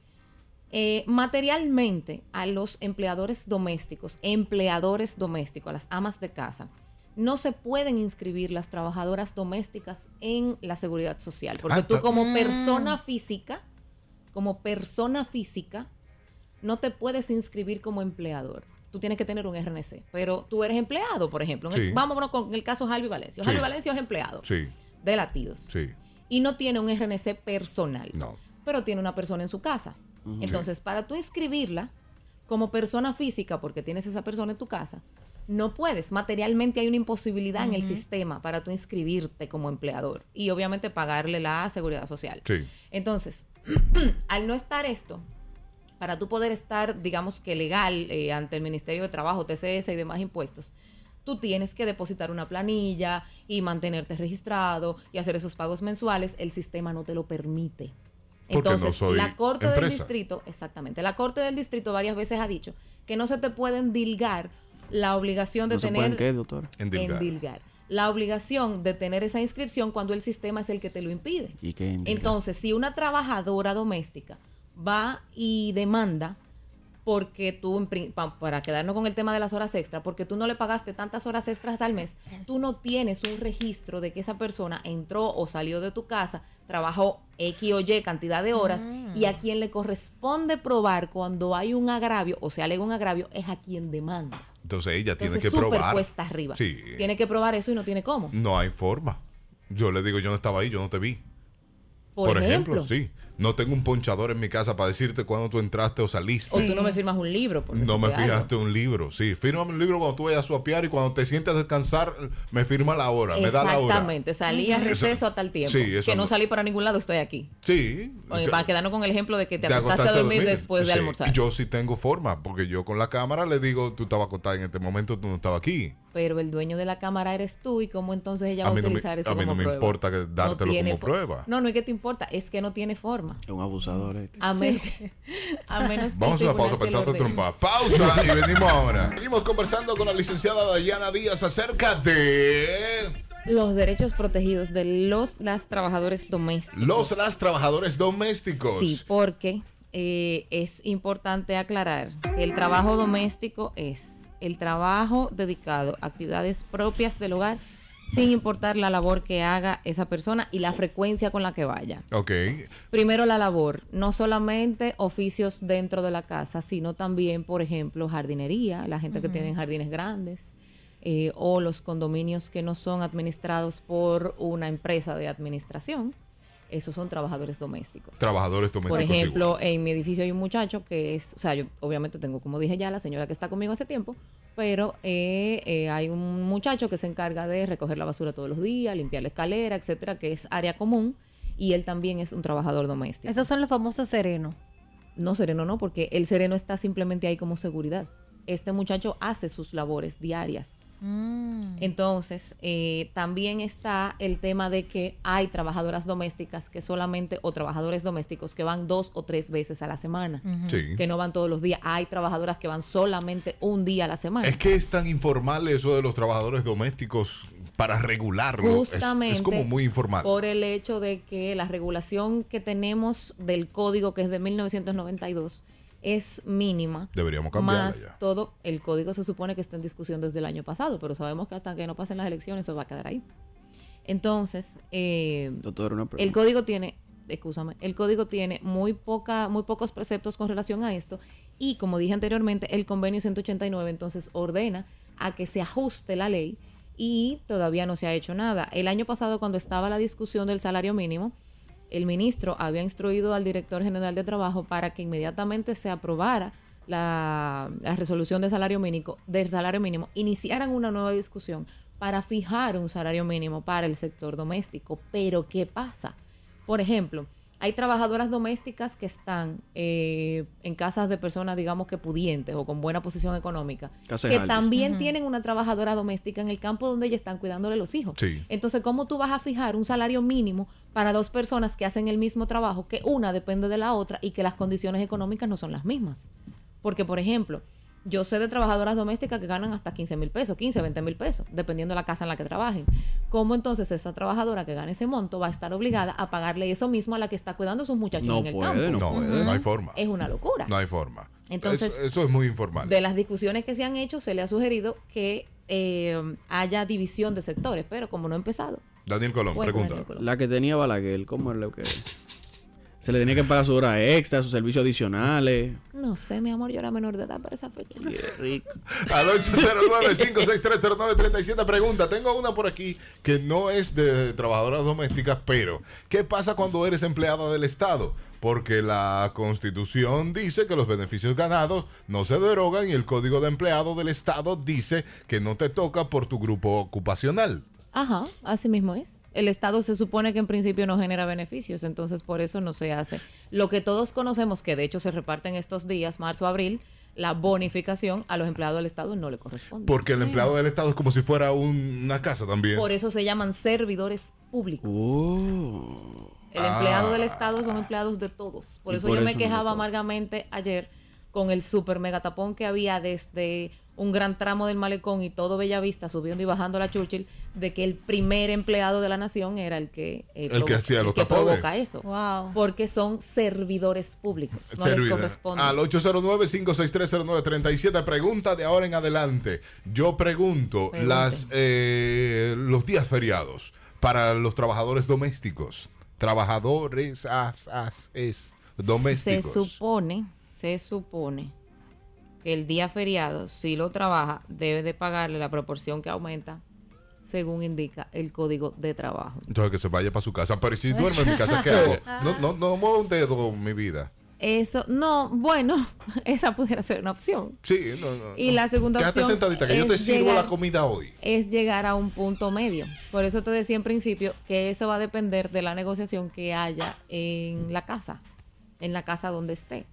Speaker 12: Eh, materialmente a los empleadores domésticos, empleadores domésticos, a las amas de casa, no se pueden inscribir las trabajadoras domésticas en la seguridad social. Porque
Speaker 14: Ah,
Speaker 12: tú
Speaker 14: ta-
Speaker 12: como
Speaker 14: Mm.
Speaker 12: persona física, como persona física, no te puedes inscribir como empleador. Tú tienes que tener un RNC, pero tú eres empleado, por ejemplo. En el-
Speaker 1: Sí.
Speaker 12: vámonos con el caso Harvey Valencio.
Speaker 1: Sí.
Speaker 12: Harvey Valencio es empleado
Speaker 1: Sí.
Speaker 12: de latidos
Speaker 1: Sí.
Speaker 12: y no tiene un RNC personal,
Speaker 1: No.
Speaker 12: pero tiene una persona en su casa.
Speaker 1: Ujú.
Speaker 12: Entonces, para tú inscribirla como persona física, porque tienes esa persona en tu casa, no puedes. Materialmente hay una imposibilidad en el
Speaker 14: Ujú.
Speaker 12: sistema para tú inscribirte como empleador y obviamente pagarle la seguridad social.
Speaker 14: Sí.
Speaker 12: Entonces, al no estar esto, para tú poder estar, digamos que legal eh, ante el Ministerio de Trabajo, TCS y demás impuestos, tú tienes que depositar una planilla y mantenerte registrado y hacer esos pagos mensuales, el sistema no te lo permite.
Speaker 1: Porque no
Speaker 12: Entonces,
Speaker 1: soy
Speaker 12: la Corte del
Speaker 1: empresa.
Speaker 12: Distrito, exactamente, la Corte del Distrito varias veces ha dicho que no se te pueden dilgar la obligación de
Speaker 3: ¿No se
Speaker 12: tener
Speaker 3: pueden qué, doctora?
Speaker 12: endilgar. La obligación de tener esa inscripción cuando el sistema es el que te lo impide.
Speaker 3: ¿Y qué endilgar?
Speaker 12: Entonces, si una trabajadora doméstica va y demanda porque tú, en prin- pa- para quedarnos con el tema de las horas extra, porque tú no le pagaste tantas horas extras al mes, tú no tienes un registro de que esa persona entró o salió de tu casa, trabajó X o Y cantidad de horas, y a quien le corresponde probar cuando hay un agravio o se alega un agravio es a quien demanda.
Speaker 1: Entonces ella tiene
Speaker 12: Entonces,
Speaker 1: que
Speaker 12: súper
Speaker 1: probar.
Speaker 12: cuesta arriba.
Speaker 1: Sí.
Speaker 12: Tiene que probar eso y no tiene cómo.
Speaker 1: No hay forma. Yo le digo, yo no estaba ahí, yo no te vi.
Speaker 12: Por, ejemplo,
Speaker 1: sí. No tengo un ponchador en mi casa para decirte cuándo tú entraste o saliste.
Speaker 12: O tú no me firmas un libro. por
Speaker 1: No
Speaker 12: decirte
Speaker 1: me
Speaker 12: algo.
Speaker 1: fijaste un libro, sí. Fírmame un libro cuando tú vayas a suapiar y cuando te sientas a descansar, me firma la hora, me da la hora.
Speaker 12: Exactamente, salí a
Speaker 1: Eso-
Speaker 12: receso a tal tiempo.
Speaker 1: sí, eso
Speaker 12: que no,
Speaker 1: no-
Speaker 12: salí para ningún lado, estoy aquí.
Speaker 1: Sí.
Speaker 12: Oye,
Speaker 1: Te-
Speaker 12: para quedarnos con el ejemplo de que te,
Speaker 1: te
Speaker 12: acostaste a dormir después de
Speaker 1: Sí,
Speaker 12: almorzar.
Speaker 1: Yo sí tengo forma, porque yo con la cámara le digo, tú estabas acostada en este momento, tú no estabas aquí.
Speaker 12: Pero el dueño de la cámara eres tú y cómo entonces ella
Speaker 1: A
Speaker 12: va a
Speaker 1: mí no me-
Speaker 12: utilizar eso
Speaker 1: a mí
Speaker 12: como
Speaker 1: no me
Speaker 12: prueba?
Speaker 1: importa que dártelo
Speaker 12: tiene
Speaker 1: como
Speaker 12: fo-
Speaker 1: prueba.
Speaker 12: No, no es que te importa, es que no tiene forma.
Speaker 3: Es un abusador este.
Speaker 12: A, men- a menos que
Speaker 1: Vamos a
Speaker 12: el
Speaker 1: una pausa
Speaker 12: tribunal
Speaker 1: para
Speaker 12: te lo
Speaker 1: entrar a
Speaker 12: ordene.
Speaker 1: trompa. Pausa y venimos ahora. Seguimos conversando con la licenciada Dayana Díaz acerca de
Speaker 12: Los derechos protegidos de los las trabajadores domésticos.
Speaker 1: los las trabajadores domésticos.
Speaker 12: Sí, porque eh, es importante aclarar que el trabajo doméstico es el trabajo dedicado a actividades propias del hogar, sin importar la labor que haga esa persona y la frecuencia con la que vaya.
Speaker 1: Ok.
Speaker 12: Primero la labor, no solamente oficios dentro de la casa, sino también, por ejemplo, jardinería, la gente que
Speaker 2: Ujú.
Speaker 12: tiene jardines grandes, eh, o los condominios que no son administrados por una empresa de administración, esos son trabajadores domésticos.
Speaker 1: Trabajadores domésticos.
Speaker 12: Por
Speaker 1: igual.
Speaker 12: ejemplo, en mi edificio hay un muchacho que es, o sea, yo obviamente tengo, como dije ya, la señora que está conmigo hace tiempo, pero eh, eh, hay un muchacho que se encarga de recoger la basura todos los días, limpiar la escalera, etcétera, que es área común, y él también es un trabajador doméstico.
Speaker 2: Esos son los famosos serenos.
Speaker 12: No, sereno no, porque el sereno está simplemente ahí como seguridad. Este muchacho hace sus labores diarias. Entonces, eh, también está el tema de que hay trabajadoras domésticas que solamente, o trabajadores domésticos que van dos o tres veces a la semana,
Speaker 1: Ujú. Sí.
Speaker 12: que no van todos los días. Hay trabajadoras que van solamente un día a la semana.
Speaker 1: Es que es tan informal eso de los trabajadores domésticos para regularlo. Es-
Speaker 12: Justamente
Speaker 1: Es, como muy informal.
Speaker 12: Por el hecho de que la regulación que tenemos del código, que es de 1992, es mínima.
Speaker 1: Deberíamos cambiarla
Speaker 12: Más
Speaker 1: ya.
Speaker 12: todo, el código se supone que está en discusión desde el año pasado, pero sabemos que hasta que no pasen las elecciones eso va a quedar ahí. Entonces, eh,
Speaker 3: Doctor, una pregunta.
Speaker 12: el código tiene, escúchame, el código tiene muy poca, muy pocos preceptos con relación a esto y como dije anteriormente, el convenio 189 entonces ordena a que se ajuste la ley y todavía no se ha hecho nada. El año pasado cuando estaba la discusión del salario mínimo, el ministro había instruido al director general de trabajo para que inmediatamente se aprobara la, la resolución de salario mínimo, del salario mínimo, iniciaran una nueva discusión para fijar un salario mínimo para el sector doméstico. Pero ¿qué pasa? Por ejemplo, hay trabajadoras domésticas que están eh, en casas de personas, digamos que pudientes o con buena posición económica,
Speaker 3: Casas
Speaker 12: que
Speaker 3: altas.
Speaker 12: también
Speaker 3: Ujú.
Speaker 12: tienen una trabajadora doméstica en el campo donde ellas están cuidándole los hijos.
Speaker 3: Sí.
Speaker 12: Entonces, ¿cómo tú vas a fijar un salario mínimo para dos personas que hacen el mismo trabajo, que una depende de la otra y que las condiciones económicas no son las mismas? Porque, por ejemplo, yo sé de trabajadoras domésticas que ganan hasta 15 mil pesos, 15, 20 mil pesos, dependiendo de la casa en la que trabajen. ¿Cómo entonces esa trabajadora que gana ese monto va a estar obligada a pagarle eso mismo a la que está cuidando a sus muchachos
Speaker 1: No
Speaker 12: en el
Speaker 1: puede,
Speaker 12: campo?
Speaker 1: no puede. No hay forma.
Speaker 12: Es una locura.
Speaker 1: No hay forma.
Speaker 12: Entonces-
Speaker 1: eso, eso es muy informal.
Speaker 12: De las discusiones que se han hecho, se le ha sugerido que eh, haya división de sectores, pero como no ha empezado,
Speaker 1: Daniel Colón,
Speaker 12: Bueno,
Speaker 1: pregunta.
Speaker 12: Daniel Colón.
Speaker 3: La que tenía Balaguer, ¿cómo era lo que era? Se le tenía que pagar sus horas extra, sus servicios adicionales.
Speaker 12: no sé, mi amor, yo era menor de edad para esa fecha.
Speaker 1: Al 809-56309-37 pregunta. Tengo una por aquí que no es de trabajadoras domésticas, pero ¿qué pasa cuando eres empleada del Estado? Porque la Constitución dice que los beneficios ganados no se derogan y el Código de Empleado del Estado dice que no te toca por tu grupo ocupacional.
Speaker 12: Ajá, así mismo es. El Estado se supone que en principio no genera beneficios, entonces por eso no se hace. Lo que todos conocemos, que de hecho se reparte en estos días, marzo, abril, la bonificación a los empleados del Estado no le corresponde.
Speaker 1: Porque el empleado del Estado es como si fuera un- una casa también.
Speaker 12: Por eso se llaman servidores públicos.
Speaker 3: Oh.
Speaker 12: El
Speaker 1: Ah,
Speaker 12: empleado del Estado son empleados de todos. Por
Speaker 2: Y
Speaker 12: eso
Speaker 2: por
Speaker 12: yo me
Speaker 2: eso no de
Speaker 12: quejaba
Speaker 2: todos.
Speaker 12: amargamente ayer con el super mega tapón que había desde un gran tramo del malecón y todo Bellavista subiendo y bajando la Churchill, de que el primer empleado de la nación era el que, eh,
Speaker 1: El que
Speaker 12: provo-
Speaker 1: hacía
Speaker 12: el
Speaker 1: los
Speaker 12: que
Speaker 1: tapones.
Speaker 12: provoca eso. Porque son servidores públicos. No les
Speaker 1: Servidor.
Speaker 12: corresponde.
Speaker 1: Al 809-56309-37. Pregunta de ahora en adelante. Yo pregunto,
Speaker 12: Pregunte.
Speaker 1: las, eh, los días feriados para los trabajadores domésticos. Trabajadores as, as, es,
Speaker 12: Se
Speaker 1: domésticos.
Speaker 12: supone, se supone que el día feriado, si lo trabaja, debe de pagarle la proporción que aumenta, según indica el código de trabajo.
Speaker 1: Entonces que se vaya para su casa. Pero ¿y si duerme en mi casa, ¿qué hago? No, no, no muevo un dedo mi vida.
Speaker 12: Eso, no, bueno, esa pudiera ser una opción.
Speaker 1: Sí, no, no.
Speaker 12: Y la segunda
Speaker 1: Quédate
Speaker 12: opción
Speaker 1: sentadita, que yo te
Speaker 12: es
Speaker 1: sirvo
Speaker 12: llegar-
Speaker 1: la comida hoy.
Speaker 12: Es llegar a un punto medio. Por eso te decía en principio que eso va a depender de la negociación que haya en la casa, en la casa donde esté.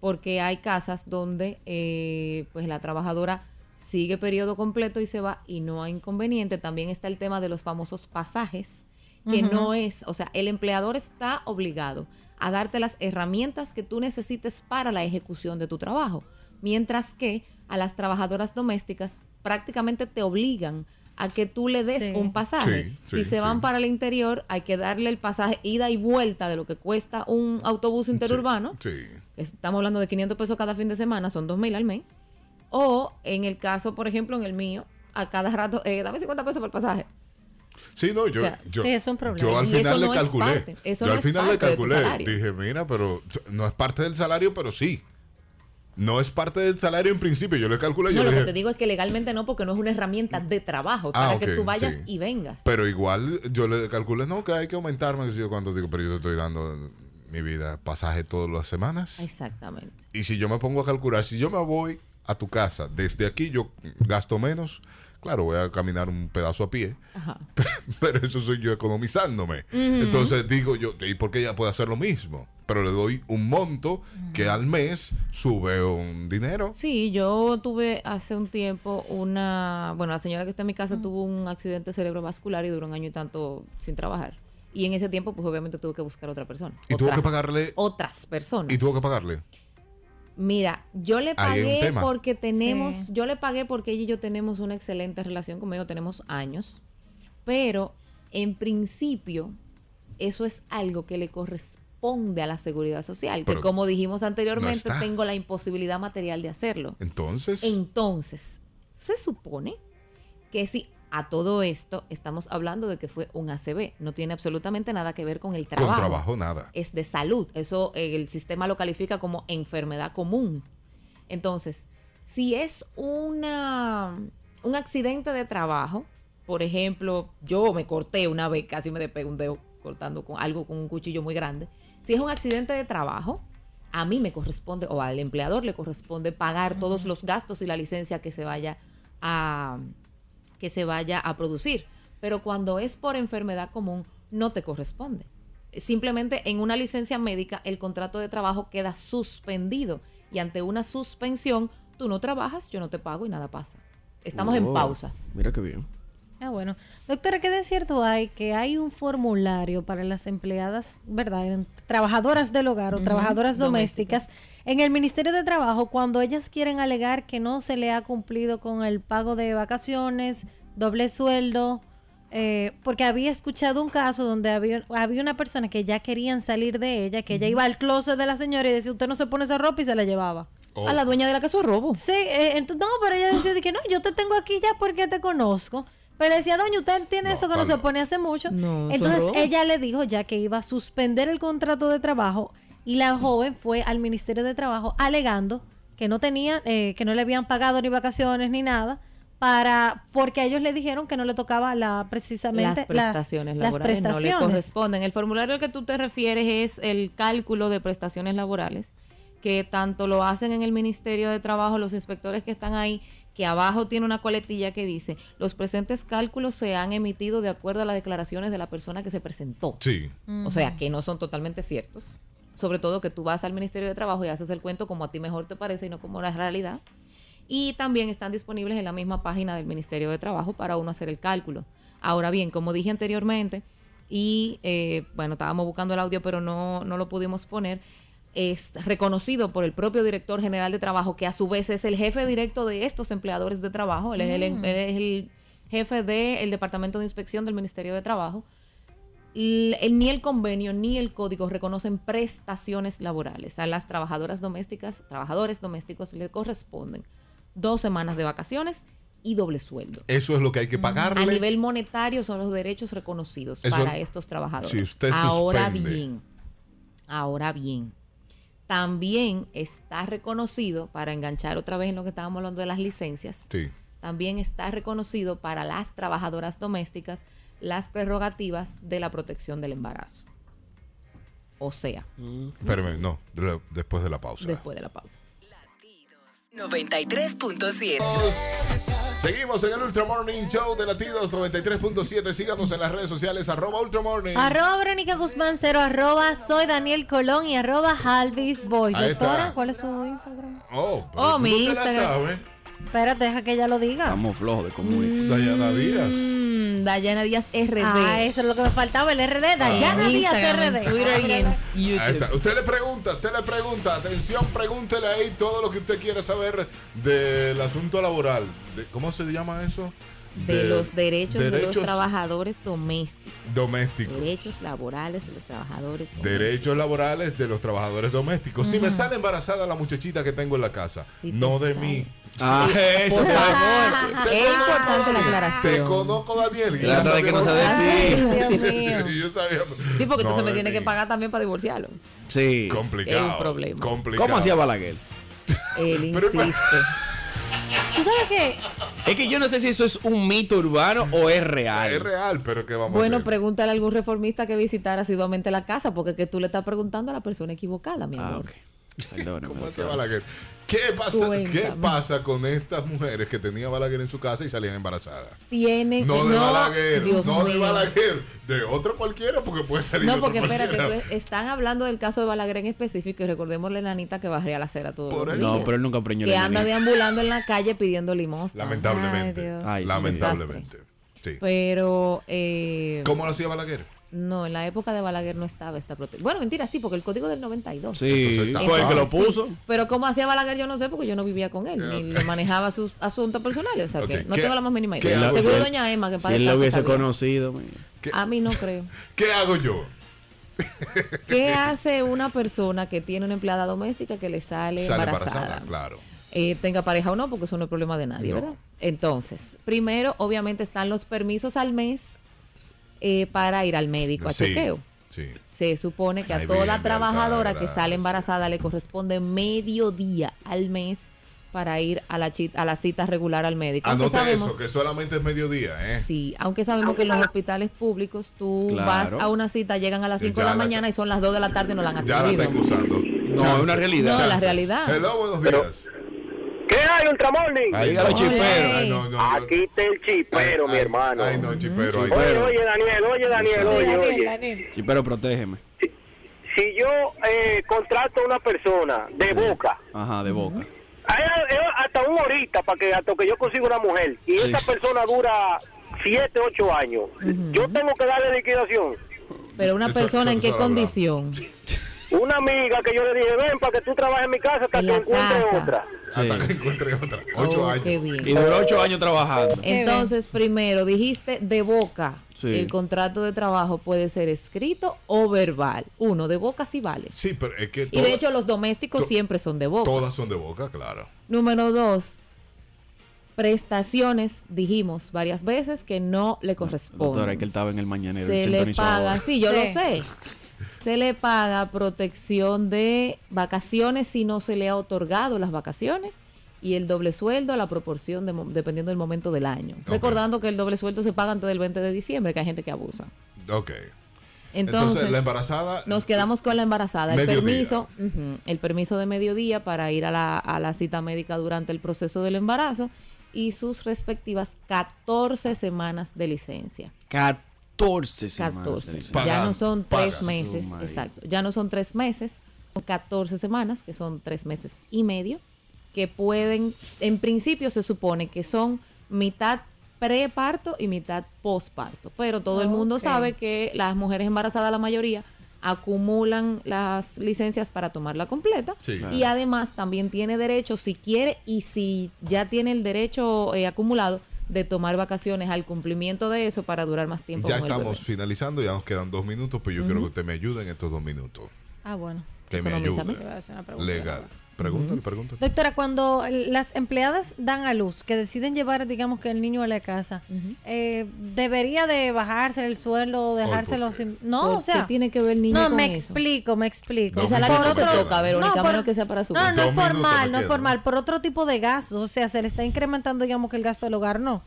Speaker 12: Porque hay casas donde eh, pues la trabajadora sigue periodo completo y se va y no hay inconveniente. También está el tema de los famosos pasajes, que
Speaker 2: Ujú.
Speaker 12: no es, o sea, el empleador está obligado a darte las herramientas que tú necesites para la ejecución de tu trabajo, mientras que a las trabajadoras domésticas prácticamente te obligan a que tú le des
Speaker 2: Sí.
Speaker 12: un pasaje.
Speaker 2: Sí,
Speaker 12: si
Speaker 2: sí,
Speaker 12: se van
Speaker 2: sí.
Speaker 12: para el interior, hay que darle el pasaje ida y vuelta de lo que cuesta un autobús interurbano.
Speaker 1: Sí.
Speaker 12: Estamos hablando de 500 pesos cada fin de semana, son 2.000 al mes. O en el caso, por ejemplo, en el mío, a cada rato, eh, dame 50 pesos por pasaje.
Speaker 1: Sí, no, yo,
Speaker 12: O sea,
Speaker 1: yo,
Speaker 12: sí, es un problema.
Speaker 1: yo al
Speaker 12: Y
Speaker 1: final
Speaker 12: eso
Speaker 1: le
Speaker 12: no es
Speaker 1: calculé.
Speaker 12: parte, eso
Speaker 1: yo
Speaker 12: no
Speaker 1: al
Speaker 12: es
Speaker 1: final le
Speaker 12: parte de tu
Speaker 1: calculé.
Speaker 12: salario.
Speaker 1: Dije, mira, pero no es parte del salario, pero sí. No es parte del salario en principio. Yo le calculé.
Speaker 12: No,
Speaker 1: yo
Speaker 12: lo
Speaker 1: dije,
Speaker 12: que te digo es que legalmente no, porque no es una herramienta de trabajo
Speaker 1: Ah,
Speaker 12: para
Speaker 1: ok,
Speaker 12: que tú vayas
Speaker 1: sí.
Speaker 12: y vengas.
Speaker 1: Pero igual yo le calculé, no, que hay que aumentarme. Que sé yo cuánto digo, pero yo te estoy dando mi vida pasaje todas las semanas.
Speaker 12: Exactamente.
Speaker 1: Y si yo me pongo a calcular, si yo me voy a tu casa desde aquí, yo gasto menos. Claro, voy a caminar un pedazo a pie,
Speaker 12: Ajá.
Speaker 1: pero eso soy yo economizándome.
Speaker 12: Ujú.
Speaker 1: Entonces digo yo, ¿y por qué ella puede hacer lo mismo? Pero le doy un monto que al mes sube un dinero.
Speaker 12: Sí, yo tuve hace un tiempo una, bueno, la señora que está en mi casa tuvo un accidente cerebrovascular y duró un año y tanto sin trabajar. Y en ese tiempo, pues obviamente tuve que buscar otra persona.
Speaker 1: Y tuvo que
Speaker 12: Otras-
Speaker 1: pagarle-
Speaker 12: Otras personas.
Speaker 1: Y tuvo que pagarle.
Speaker 12: Mira, yo le
Speaker 1: Ahí hay un
Speaker 12: pagué
Speaker 1: tema.
Speaker 12: porque tenemos, yo le pagué porque ella y yo tenemos una excelente relación conmigo, tenemos años, pero en principio eso es algo que le corresponde a la seguridad social,
Speaker 1: Pero
Speaker 12: que como dijimos anteriormente,
Speaker 1: está.
Speaker 12: tengo la imposibilidad material de hacerlo.
Speaker 1: Entonces,
Speaker 12: Entonces, se supone que si a todo esto estamos hablando de que fue un ACB, no tiene absolutamente nada que ver con el trabajo.
Speaker 1: con trabajo nada.
Speaker 12: Es de salud. Eso eh, el sistema lo califica como enfermedad común. Entonces, si es una, un accidente de trabajo, por ejemplo, yo me corté una vez, casi me despego un dedo cortando con algo con un cuchillo muy grande. Si es un accidente de trabajo, a mí me corresponde, o al empleador le corresponde pagar todos los gastos y la licencia que se vaya a que se vaya a producir. Pero cuando es por enfermedad común, no te corresponde. Simplemente en una licencia médica el contrato de trabajo queda suspendido y ante una suspensión tú no trabajas, yo no te pago y nada pasa. Estamos en
Speaker 3: Oh,
Speaker 12: pausa.
Speaker 3: Mira qué bien.
Speaker 2: Ah, bueno. Doctora, ¿qué de cierto hay que hay un formulario para las empleadas, ¿verdad? En- trabajadoras del hogar o
Speaker 12: Ujú,
Speaker 2: trabajadoras domésticas en el Ministerio de Trabajo cuando ellas quieren alegar que no se le ha cumplido con el pago de vacaciones, doble sueldo? eh, porque había escuchado un caso donde había, había una persona que ya querían salir de ella, que ella iba al closet de la señora y decía, usted no se pone esa ropa y se la llevaba.
Speaker 12: Oh. A la dueña de la casa robo.
Speaker 2: Sí, eh, ento- no, pero ella decía de que no, yo te tengo aquí ya porque te conozco. Pero decía, doña, usted tiene eso que no se pone hace mucho.
Speaker 12: No, eso
Speaker 2: Entonces
Speaker 12: no.
Speaker 2: ella le dijo ya que iba a suspender el contrato de trabajo y la joven fue al Ministerio de Trabajo alegando que no tenía, eh, que no le habían pagado ni vacaciones ni nada para porque ellos le dijeron que no le tocaba la
Speaker 12: Las
Speaker 2: precisamente
Speaker 12: prestaciones
Speaker 2: las,
Speaker 12: laborales no le
Speaker 2: prestaciones.
Speaker 12: corresponden. El formulario al que tú te refieres es el cálculo de prestaciones laborales, que tanto lo hacen en el Ministerio de Trabajo los inspectores que están ahí, que abajo tiene una coletilla que dice, los presentes cálculos se han emitido de acuerdo a las declaraciones de la persona que se presentó.
Speaker 1: Sí.
Speaker 12: O sea, que no son totalmente ciertos. sobre todo que tú vas al Ministerio de Trabajo y haces el cuento como a ti mejor te parece y no como la realidad. Y también están disponibles en la misma página del Ministerio de Trabajo para uno hacer el cálculo. Ahora bien, como dije anteriormente, y eh, bueno, estábamos buscando el audio, pero no, no lo pudimos poner, es reconocido por el propio director general de trabajo, que a su vez es el jefe directo de estos empleadores de trabajo, él es el,
Speaker 2: Mm.
Speaker 12: él es el jefe del Departamento de Inspección del Ministerio de Trabajo l- el- ni el convenio ni el código reconocen prestaciones laborales. A las trabajadoras domésticas, trabajadores domésticos le corresponden dos semanas de vacaciones y doble sueldo.
Speaker 1: Eso es lo que hay que
Speaker 12: A
Speaker 1: pagarle.
Speaker 12: nivel monetario son los derechos reconocidos
Speaker 1: Eso-
Speaker 12: para estos trabajadores.
Speaker 1: si usted
Speaker 12: ahora
Speaker 1: suspende.
Speaker 12: bien, ahora bien, también está reconocido, para enganchar otra vez en lo que estábamos hablando de las licencias,
Speaker 1: Sí.
Speaker 12: también está reconocido para las trabajadoras domésticas las prerrogativas de la protección del embarazo. O sea,
Speaker 1: Espérame, no, de- después de la pausa.
Speaker 12: después de la pausa.
Speaker 11: 93.7.
Speaker 1: Seguimos en el Ultra Morning Show de Latidos 93.7. Síganos en las redes sociales, arroba Ultra Morning.
Speaker 2: Arroba Verónica Guzmán cero, arroba soy Daniel Colón y arroba Halvis Boys.
Speaker 1: Ahí está.
Speaker 2: Doctora, ¿cuál es su Instagram?
Speaker 1: Oh, pero
Speaker 2: Oh,
Speaker 1: tú
Speaker 2: mi
Speaker 1: no te la
Speaker 2: Instagram.
Speaker 1: sabes.
Speaker 2: Espérate, deja que ella lo diga.
Speaker 3: Estamos flojos de comunicar.
Speaker 1: Dayana Díaz.
Speaker 12: Mm, Dayana Díaz RD.
Speaker 2: Ah, eso es lo que me faltaba, el RD.
Speaker 1: Ah.
Speaker 2: Dayana
Speaker 12: En
Speaker 2: Díaz
Speaker 12: Instagram, en
Speaker 2: RD.
Speaker 12: Twitter y en
Speaker 1: Ahí
Speaker 12: YouTube.
Speaker 1: está. Usted le pregunta, usted le pregunta, atención, pregúntele ahí todo lo que usted quiere saber del asunto laboral. De- ¿Cómo se llama eso?
Speaker 12: De, los derechos, de los
Speaker 1: derechos
Speaker 12: trabajadores domésticos.
Speaker 1: domésticos.
Speaker 12: Derechos laborales de los trabajadores domésticos. Mm.
Speaker 1: Derechos laborales de los trabajadores domésticos. Si me sale embarazada la muchachita que tengo en la casa, no de mí.
Speaker 3: Ah, eso
Speaker 1: Por
Speaker 3: fue.
Speaker 1: favor. Te
Speaker 12: Ah, Es
Speaker 1: conozco,
Speaker 12: importante la aclaración.
Speaker 1: Te conozco, Daniel. y yo
Speaker 3: Trata de
Speaker 1: sabía
Speaker 3: que no
Speaker 1: por-
Speaker 3: sea de ti.
Speaker 12: Ay, Dios mío.
Speaker 1: Yo sabía.
Speaker 12: Sí, porque
Speaker 1: No,
Speaker 12: entonces me
Speaker 1: de
Speaker 12: tiene
Speaker 1: mí.
Speaker 12: que pagar también para divorciarlo.
Speaker 3: Sí.
Speaker 1: Complicado.
Speaker 12: Es un problema.
Speaker 1: Complicado.
Speaker 3: ¿Cómo hacía Balaguer?
Speaker 12: Él insiste.
Speaker 2: ¿Tú sabes qué?
Speaker 3: Es que yo no sé si eso es un mito urbano o es real.
Speaker 1: Es real, pero que vamos a
Speaker 12: Bueno,
Speaker 1: hacer?
Speaker 12: pregúntale a algún reformista que visitara asiduamente la casa, porque es que tú le estás preguntando a la persona equivocada,
Speaker 1: Ah,
Speaker 12: mi
Speaker 3: Ah,
Speaker 12: amor.
Speaker 1: ¿Cómo hacía Balaguer? ¿Qué pasa,
Speaker 12: Cuéntame.
Speaker 1: ¿Qué pasa con estas mujeres que tenía Balaguer en su casa y salían embarazadas?
Speaker 12: Tiene
Speaker 1: No de
Speaker 12: Eh, no,
Speaker 1: Balaguer,
Speaker 12: Dios
Speaker 1: no de
Speaker 12: mío.
Speaker 1: Balaguer, de otro cualquiera, porque puede salir
Speaker 12: No,
Speaker 1: otro
Speaker 12: porque espérate,
Speaker 1: cualquiera.
Speaker 12: tú- están hablando del caso de Balaguer en específico y recordemos la nanita que barría la acera todo
Speaker 1: Por
Speaker 12: el
Speaker 1: eso.
Speaker 12: día.
Speaker 3: No, pero él nunca preñó
Speaker 12: que
Speaker 3: la
Speaker 12: anda
Speaker 3: nenita.
Speaker 12: deambulando en la calle pidiendo limosna.
Speaker 1: Lamentablemente.
Speaker 3: Ay, sí.
Speaker 1: lamentablemente. Sí.
Speaker 12: Pues, Pero eh,
Speaker 1: ¿Cómo lo hacía Balaguer?
Speaker 12: no, en la época de Balaguer no estaba esta protección. Bueno, mentira, sí, porque el código del 92.
Speaker 3: Sí,
Speaker 1: Entonces,
Speaker 3: fue el que lo
Speaker 12: Entonces,
Speaker 3: puso.
Speaker 12: sí, Pero cómo hacía Balaguer yo no sé porque yo no vivía con él ni le manejaba sus asuntos personales, o sea
Speaker 1: Ok,
Speaker 12: que no
Speaker 1: ¿qué-
Speaker 12: tengo la más mínima
Speaker 1: qué
Speaker 12: idea.
Speaker 1: hago
Speaker 12: Seguro
Speaker 1: si-
Speaker 12: doña Emma que en paz
Speaker 3: Si él lo
Speaker 12: descanse
Speaker 3: hubiese
Speaker 12: sabía.
Speaker 3: conocido. mira.
Speaker 12: A mí no creo.
Speaker 1: ¿Qué hago yo?
Speaker 12: ¿Qué hace una persona que tiene una empleada doméstica que le sale,
Speaker 1: Sale
Speaker 12: embarazada?
Speaker 1: embarazada, claro.
Speaker 12: Eh, tenga pareja o no, porque eso no es problema de nadie,
Speaker 1: No.
Speaker 12: ¿verdad? Entonces, primero, obviamente, están los permisos al mes eh, para ir al médico a
Speaker 1: Sí,
Speaker 12: chequeo.
Speaker 1: Sí.
Speaker 12: Se supone que a
Speaker 1: Ay,
Speaker 12: toda
Speaker 1: bien, de
Speaker 12: trabajadora
Speaker 1: alta
Speaker 12: que sale embarazada le corresponde medio día al mes para ir a la, chi- a la cita regular al médico. Aunque
Speaker 1: Anote
Speaker 12: sabemos,
Speaker 1: Ah, eso, que solamente es mediodía, ¿eh?
Speaker 12: sí, aunque sabemos que en los hospitales públicos tú
Speaker 1: Claro.
Speaker 12: vas a una cita, llegan a las
Speaker 1: Y
Speaker 12: 5 de
Speaker 1: ya
Speaker 12: la,
Speaker 1: la-
Speaker 12: mañana y son las 2 de la tarde y no la han
Speaker 1: Ya la
Speaker 12: atendido.
Speaker 1: tengo usando. No,
Speaker 3: es una realidad.
Speaker 12: No, la realidad.
Speaker 1: Hello, buenos días.
Speaker 13: ¿Qué hay, Ultramorning?
Speaker 1: Ay,
Speaker 3: Dígalo,
Speaker 1: no.
Speaker 3: chipero.
Speaker 1: Ay, no, no.
Speaker 13: Aquí está el chipero, mi hermano.
Speaker 1: Ay, no, chipero.
Speaker 13: Oye,
Speaker 1: ay,
Speaker 3: Chipero.
Speaker 13: oye, Daniel, oye, Daniel, oye, oye.
Speaker 3: Chipero, protégeme.
Speaker 13: Si yo eh, contrato a una persona de boca,
Speaker 3: Ajá, de boca.
Speaker 13: Hay- hay hasta una horita para que hasta que yo consiga una mujer y
Speaker 3: Sí.
Speaker 13: esa persona dura 7, 8 años, yo tengo que darle liquidación.
Speaker 12: Pero una
Speaker 13: Eso- eso
Speaker 12: persona en
Speaker 13: no
Speaker 12: qué
Speaker 13: se habla.
Speaker 12: condición?
Speaker 13: Una amiga que yo le dije, ven para que tú trabajes en mi casa hasta
Speaker 12: En
Speaker 13: que
Speaker 12: la
Speaker 13: encuentre
Speaker 12: casa.
Speaker 13: otra.
Speaker 1: Hasta que encuentre otra. Ocho
Speaker 12: Oh,
Speaker 1: años.
Speaker 12: qué bien.
Speaker 3: Y duró ocho años trabajando.
Speaker 12: Entonces, primero, dijiste de boca.
Speaker 3: Sí.
Speaker 12: El contrato de trabajo puede ser escrito o verbal. Uno, de boca sí vale.
Speaker 1: Sí, pero es que
Speaker 12: Y
Speaker 1: todas-
Speaker 12: de hecho, los domésticos
Speaker 1: to-
Speaker 12: siempre son de boca.
Speaker 1: todas son de boca, claro.
Speaker 12: Número dos, prestaciones, dijimos varias veces que no le
Speaker 3: Doctora, es
Speaker 12: corresponde.
Speaker 3: que él estaba en el mañanero. él
Speaker 12: Se le
Speaker 3: sintonizó
Speaker 12: paga,
Speaker 3: ahora.
Speaker 12: sí, yo lo
Speaker 2: Sí.
Speaker 12: sé. Se le paga protección de vacaciones si no se le ha otorgado las vacaciones y el doble sueldo a la proporción de mo- dependiendo del momento del año. Recordando que el doble sueldo se paga antes del 20 de diciembre, que hay gente que abusa.
Speaker 1: Ok.
Speaker 12: Entonces,
Speaker 1: la embarazada.
Speaker 12: Nos quedamos con la embarazada. El
Speaker 1: Mediodía.
Speaker 12: permiso, ujú, el permiso de mediodía para ir a la, a la cita médica durante el proceso del embarazo y sus respectivas 14 semanas de licencia.
Speaker 3: 14 semanas.
Speaker 12: 14.
Speaker 3: del
Speaker 12: Ya no
Speaker 3: Pagando.
Speaker 12: son tres
Speaker 3: Pagas.
Speaker 12: meses,
Speaker 3: Oh, my.
Speaker 12: exacto. Ya no son tres meses, son 14 semanas, que son tres meses y medio, que pueden, en principio se supone que son mitad preparto y mitad postparto. Pero todo el mundo
Speaker 2: Ok.
Speaker 12: sabe que las mujeres embarazadas, la mayoría, acumulan las licencias para tomarla completa.
Speaker 14: Sí. Claro.
Speaker 12: Y además también tiene derecho, si quiere y si ya tiene el derecho eh, acumulado, de tomar vacaciones al cumplimiento de eso para durar más tiempo.
Speaker 1: Ya
Speaker 12: con el bebé.
Speaker 1: estamos finalizando, ya nos quedan dos minutos, pero yo quiero que usted me ayude en estos dos minutos.
Speaker 2: Ah, bueno.
Speaker 1: Que me
Speaker 2: Economízame.
Speaker 1: ayude.
Speaker 2: Te voy a hacer una pregunta.
Speaker 1: Legal. Pregúntale, pregúntale.
Speaker 2: Doctora, cuando las empleadas dan a luz, que deciden llevar, digamos que el niño a la casa, eh, debería de bajarse el suelo, dejárselo sin, no,
Speaker 12: ¿Por
Speaker 2: o sea,
Speaker 12: qué tiene que ver el niño
Speaker 2: No,
Speaker 12: con
Speaker 2: me
Speaker 12: eso?
Speaker 2: explico, me explico.
Speaker 12: El salario no se toca, Verónica, a
Speaker 2: por-
Speaker 12: menos que sea para su
Speaker 2: No,
Speaker 12: cuenta.
Speaker 2: no es
Speaker 12: Dos
Speaker 2: por
Speaker 12: minutos
Speaker 2: mal,
Speaker 12: me
Speaker 2: no es por
Speaker 12: quedan.
Speaker 2: mal, por otro tipo de gastos, o sea, se le está incrementando, digamos que el gasto del hogar, no.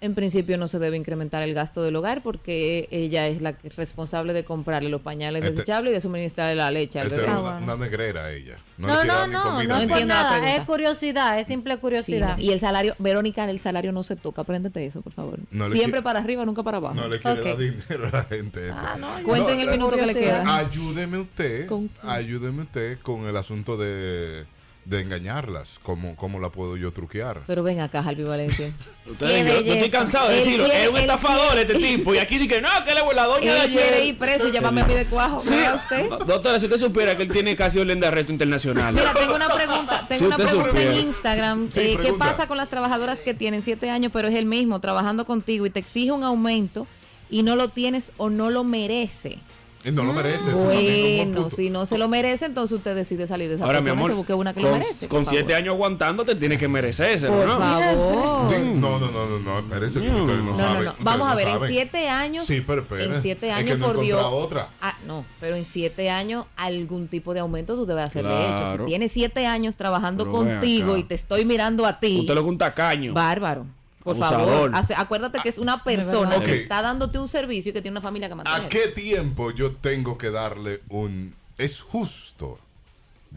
Speaker 12: En principio no se debe incrementar el gasto del hogar porque ella es la que- responsable de comprarle los pañales
Speaker 1: Este-
Speaker 12: desechables y de suministrarle la leche al
Speaker 3: este
Speaker 1: Esta
Speaker 12: bebé.
Speaker 1: era una, una negrera ella. No,
Speaker 2: No,
Speaker 1: le
Speaker 2: no,
Speaker 1: queda ni
Speaker 2: no,
Speaker 1: comida
Speaker 2: no
Speaker 1: ni
Speaker 2: es por
Speaker 1: nada.
Speaker 2: nada, es curiosidad, es simple curiosidad.
Speaker 12: Sí, y el salario, Verónica, el salario no se toca, apréndete eso, por favor.
Speaker 1: No le
Speaker 12: Siempre
Speaker 1: quiero-
Speaker 12: para arriba, nunca para abajo.
Speaker 1: No le quiere
Speaker 12: Ok.
Speaker 1: dar dinero a la gente.
Speaker 2: Ah,
Speaker 1: esta.
Speaker 12: Cuenten el
Speaker 1: la-
Speaker 12: minuto que le queda.
Speaker 1: Ayúdeme usted,
Speaker 12: Con-
Speaker 1: ayúdeme usted con el asunto de, de engañarlas. ¿Cómo, ¿Cómo la puedo yo
Speaker 3: Ah.
Speaker 1: truquear?
Speaker 12: Pero ven acá, Jalvi Valencia.
Speaker 3: Ustedes, yo, yo estoy cansado de decirlo. Es un estafador este tipo. Y aquí dije, no, que él es la doña de
Speaker 12: Él
Speaker 3: ayer.
Speaker 12: quiere ir preso, llámame a mí de cuajo.
Speaker 3: Sí.
Speaker 12: Mira usted.
Speaker 3: No, Doctora, si usted supiera que él tiene casi orden de arresto internacional.
Speaker 12: Mira, tengo una pregunta, tengo
Speaker 3: Si
Speaker 12: una
Speaker 3: usted
Speaker 12: pregunta en
Speaker 3: supiera.
Speaker 12: Instagram.
Speaker 3: Sí,
Speaker 12: eh, ¿Qué
Speaker 3: pregunta.
Speaker 12: pasa con las trabajadoras que tienen siete años, pero es el mismo, trabajando contigo y te exige un aumento y no lo tienes o no lo merece?
Speaker 1: Eh, No lo merece. eso también es un buen
Speaker 12: Bueno,
Speaker 1: punto.
Speaker 12: si no se lo merece, entonces usted decide salir de esa
Speaker 3: Ahora, mi
Speaker 12: persona y
Speaker 3: amor,
Speaker 12: se busque una que lo
Speaker 3: con,
Speaker 12: merece.
Speaker 3: con
Speaker 12: por
Speaker 3: siete años aguantando, te tienes que merecerse,
Speaker 12: Por
Speaker 3: ¿no?
Speaker 12: favor.
Speaker 1: Di- No, no, no, no, no, espérense, que ustedes no,
Speaker 12: Mm. No,
Speaker 1: saben.
Speaker 12: no, no.
Speaker 1: ustedes
Speaker 12: Vamos a ver, en
Speaker 1: saben.
Speaker 12: siete años.
Speaker 1: Sí, pero espera,
Speaker 12: En siete
Speaker 1: es
Speaker 12: años,
Speaker 1: que no he
Speaker 12: por Dios.
Speaker 1: encontrado otra.
Speaker 12: Ah, no, pero en siete años, algún tipo de aumento tú debes hacer. De hecho, si
Speaker 3: Claro.
Speaker 12: tienes siete años trabajando
Speaker 3: Pero ven
Speaker 12: contigo
Speaker 3: acá.
Speaker 12: y te estoy mirando a ti.
Speaker 3: Usted lo que un tacaño.
Speaker 12: Bárbaro. Por favor,
Speaker 3: Abusador.
Speaker 12: hace- acuérdate que es una persona
Speaker 1: verdad.
Speaker 12: que
Speaker 1: Ok.
Speaker 12: está dándote un servicio y que tiene una familia que mantener.
Speaker 1: ¿A qué tiempo yo tengo que darle un... Es justo,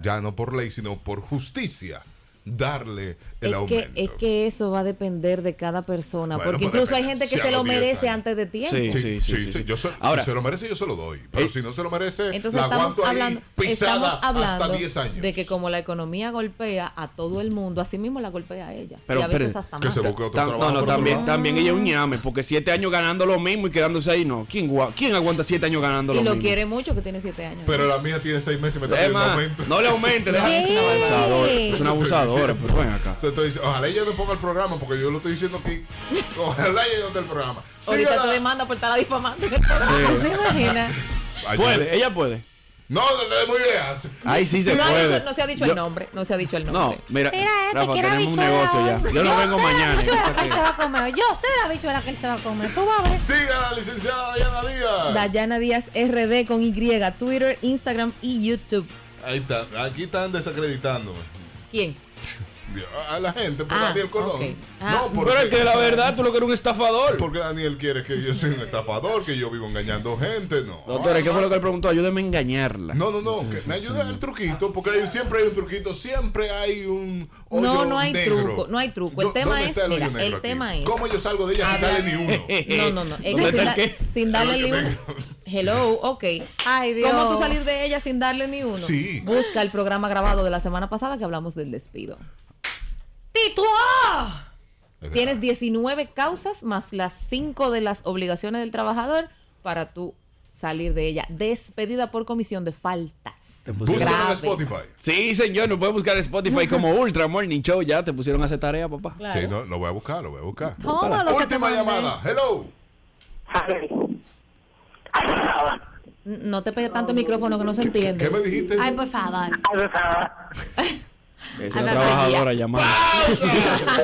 Speaker 1: ya no por ley, sino por justicia, darle
Speaker 12: es,
Speaker 1: el
Speaker 12: que,
Speaker 1: aumento.
Speaker 12: es que eso va a depender de cada persona,
Speaker 1: Bueno,
Speaker 12: porque
Speaker 1: pues
Speaker 12: incluso hay
Speaker 1: depende.
Speaker 12: gente que
Speaker 1: Si a
Speaker 12: se
Speaker 1: los
Speaker 12: lo
Speaker 1: 10
Speaker 12: merece
Speaker 1: años.
Speaker 12: antes de tiempo.
Speaker 1: Yo se-
Speaker 3: Ahora- eh,
Speaker 1: si se lo merece, yo se lo doy. Pero si no se lo merece,
Speaker 12: Entonces
Speaker 1: la
Speaker 12: estamos
Speaker 1: aguanto ahí
Speaker 12: hablando,
Speaker 1: pisada
Speaker 12: estamos hablando
Speaker 1: hasta 10 años.
Speaker 12: de que como la economía golpea a todo el mundo, así mismo la golpea a ellas. y a veces
Speaker 3: espere,
Speaker 12: hasta más.
Speaker 3: Tam- No, no, también, también ella es un ñame, porque siete años ganando lo mismo y quedándose ahí, no. ¿Quién, gua- quién aguanta siete años ganando
Speaker 12: Y
Speaker 3: lo
Speaker 12: lo
Speaker 3: mismo?
Speaker 12: quiere mucho, que tiene siete años.
Speaker 1: Pero la mía tiene 6 meses y me está pidiendo
Speaker 3: Emma,
Speaker 1: aumento.
Speaker 3: no le aumente, déjame
Speaker 12: decir una
Speaker 3: Abusador, es una abusadora, pero ven acá.
Speaker 1: Te estoy diciendo, ojalá ella no ponga el programa porque yo lo estoy diciendo aquí. Ojalá ella no esté el programa.
Speaker 12: Ahorita
Speaker 1: Sígala.
Speaker 12: te demanda por estar difamando.
Speaker 1: Sí.
Speaker 12: ¿Te imaginas?
Speaker 3: Puede, ella puede.
Speaker 1: No, no le demos ideas.
Speaker 3: Ahí sí se
Speaker 12: no, ha
Speaker 3: puede.
Speaker 12: dicho- no se ha dicho
Speaker 3: Yo-
Speaker 12: el nombre, no se ha dicho el
Speaker 3: No,
Speaker 12: nombre.
Speaker 3: mira,
Speaker 2: Mira este,
Speaker 3: Rafa,
Speaker 2: que era
Speaker 3: tenemos un
Speaker 2: bichuela
Speaker 3: negocio ya.
Speaker 2: hoy.
Speaker 3: Yo no vengo
Speaker 2: La
Speaker 3: mañana.
Speaker 2: bichuela que él se va a comer. Yo sé la bichuela que él se va a comer. Tú vas a ver.
Speaker 1: Siga la licenciada Diana Díaz.
Speaker 12: Dayana Díaz RD con Y, Twitter, Instagram y YouTube.
Speaker 1: Ahí está. Aquí están desacreditándome.
Speaker 12: ¿Quién?
Speaker 1: A la gente, por
Speaker 12: Ah,
Speaker 1: Daniel Colón.
Speaker 12: ok. Ah.
Speaker 3: Pero es que la verdad, tú lo que eres un estafador.
Speaker 1: Porque Daniel quiere que yo soy un estafador, que yo vivo engañando gente, no.
Speaker 3: Doctora, ¿qué fue lo que él preguntó? Ayúdeme a engañarla.
Speaker 1: No, no, no, que me ayuda el truquito, porque hay- siempre hay un truquito, siempre hay un hoyo
Speaker 12: No, no hay
Speaker 1: negro.
Speaker 12: truco, no hay truco.
Speaker 1: Do-
Speaker 12: El tema
Speaker 1: ¿dónde
Speaker 12: es,
Speaker 1: está el hoyo
Speaker 12: mira,
Speaker 1: negro
Speaker 12: el
Speaker 1: aquí?
Speaker 12: tema es.
Speaker 1: ¿Cómo yo salgo de ella sin darle ni uno?
Speaker 12: No, no, no. Es
Speaker 1: ¿Dónde
Speaker 12: que sin,
Speaker 1: está
Speaker 12: da-
Speaker 1: el qué?
Speaker 12: sin darle ni uno. Hello, ok. Ay,
Speaker 2: Dios.
Speaker 12: ¿Cómo tú salir de ella sin darle ni uno?
Speaker 1: Sí.
Speaker 12: Busca el programa grabado de la semana pasada que hablamos del despido.
Speaker 2: ¡Tito!
Speaker 12: Tienes 19 causas más las 5 de las obligaciones del trabajador para tú salir de ella. Despedida por comisión de faltas. Graves.
Speaker 3: Sí, señor, nos puede buscar en Spotify como Ultra Morning Show. Ya te pusieron a hacer tarea, papá.
Speaker 12: Claro.
Speaker 1: Sí, no, lo voy a buscar, lo voy a buscar.
Speaker 12: Toma lo que te
Speaker 1: Última
Speaker 12: mandé.
Speaker 1: llamada, hello.
Speaker 12: N- No te pegues tanto el micrófono que no se entiende.
Speaker 1: qué me dijiste?
Speaker 12: Ay, por favor.
Speaker 3: Esa es
Speaker 12: Habla,
Speaker 3: la trabajadora llamada.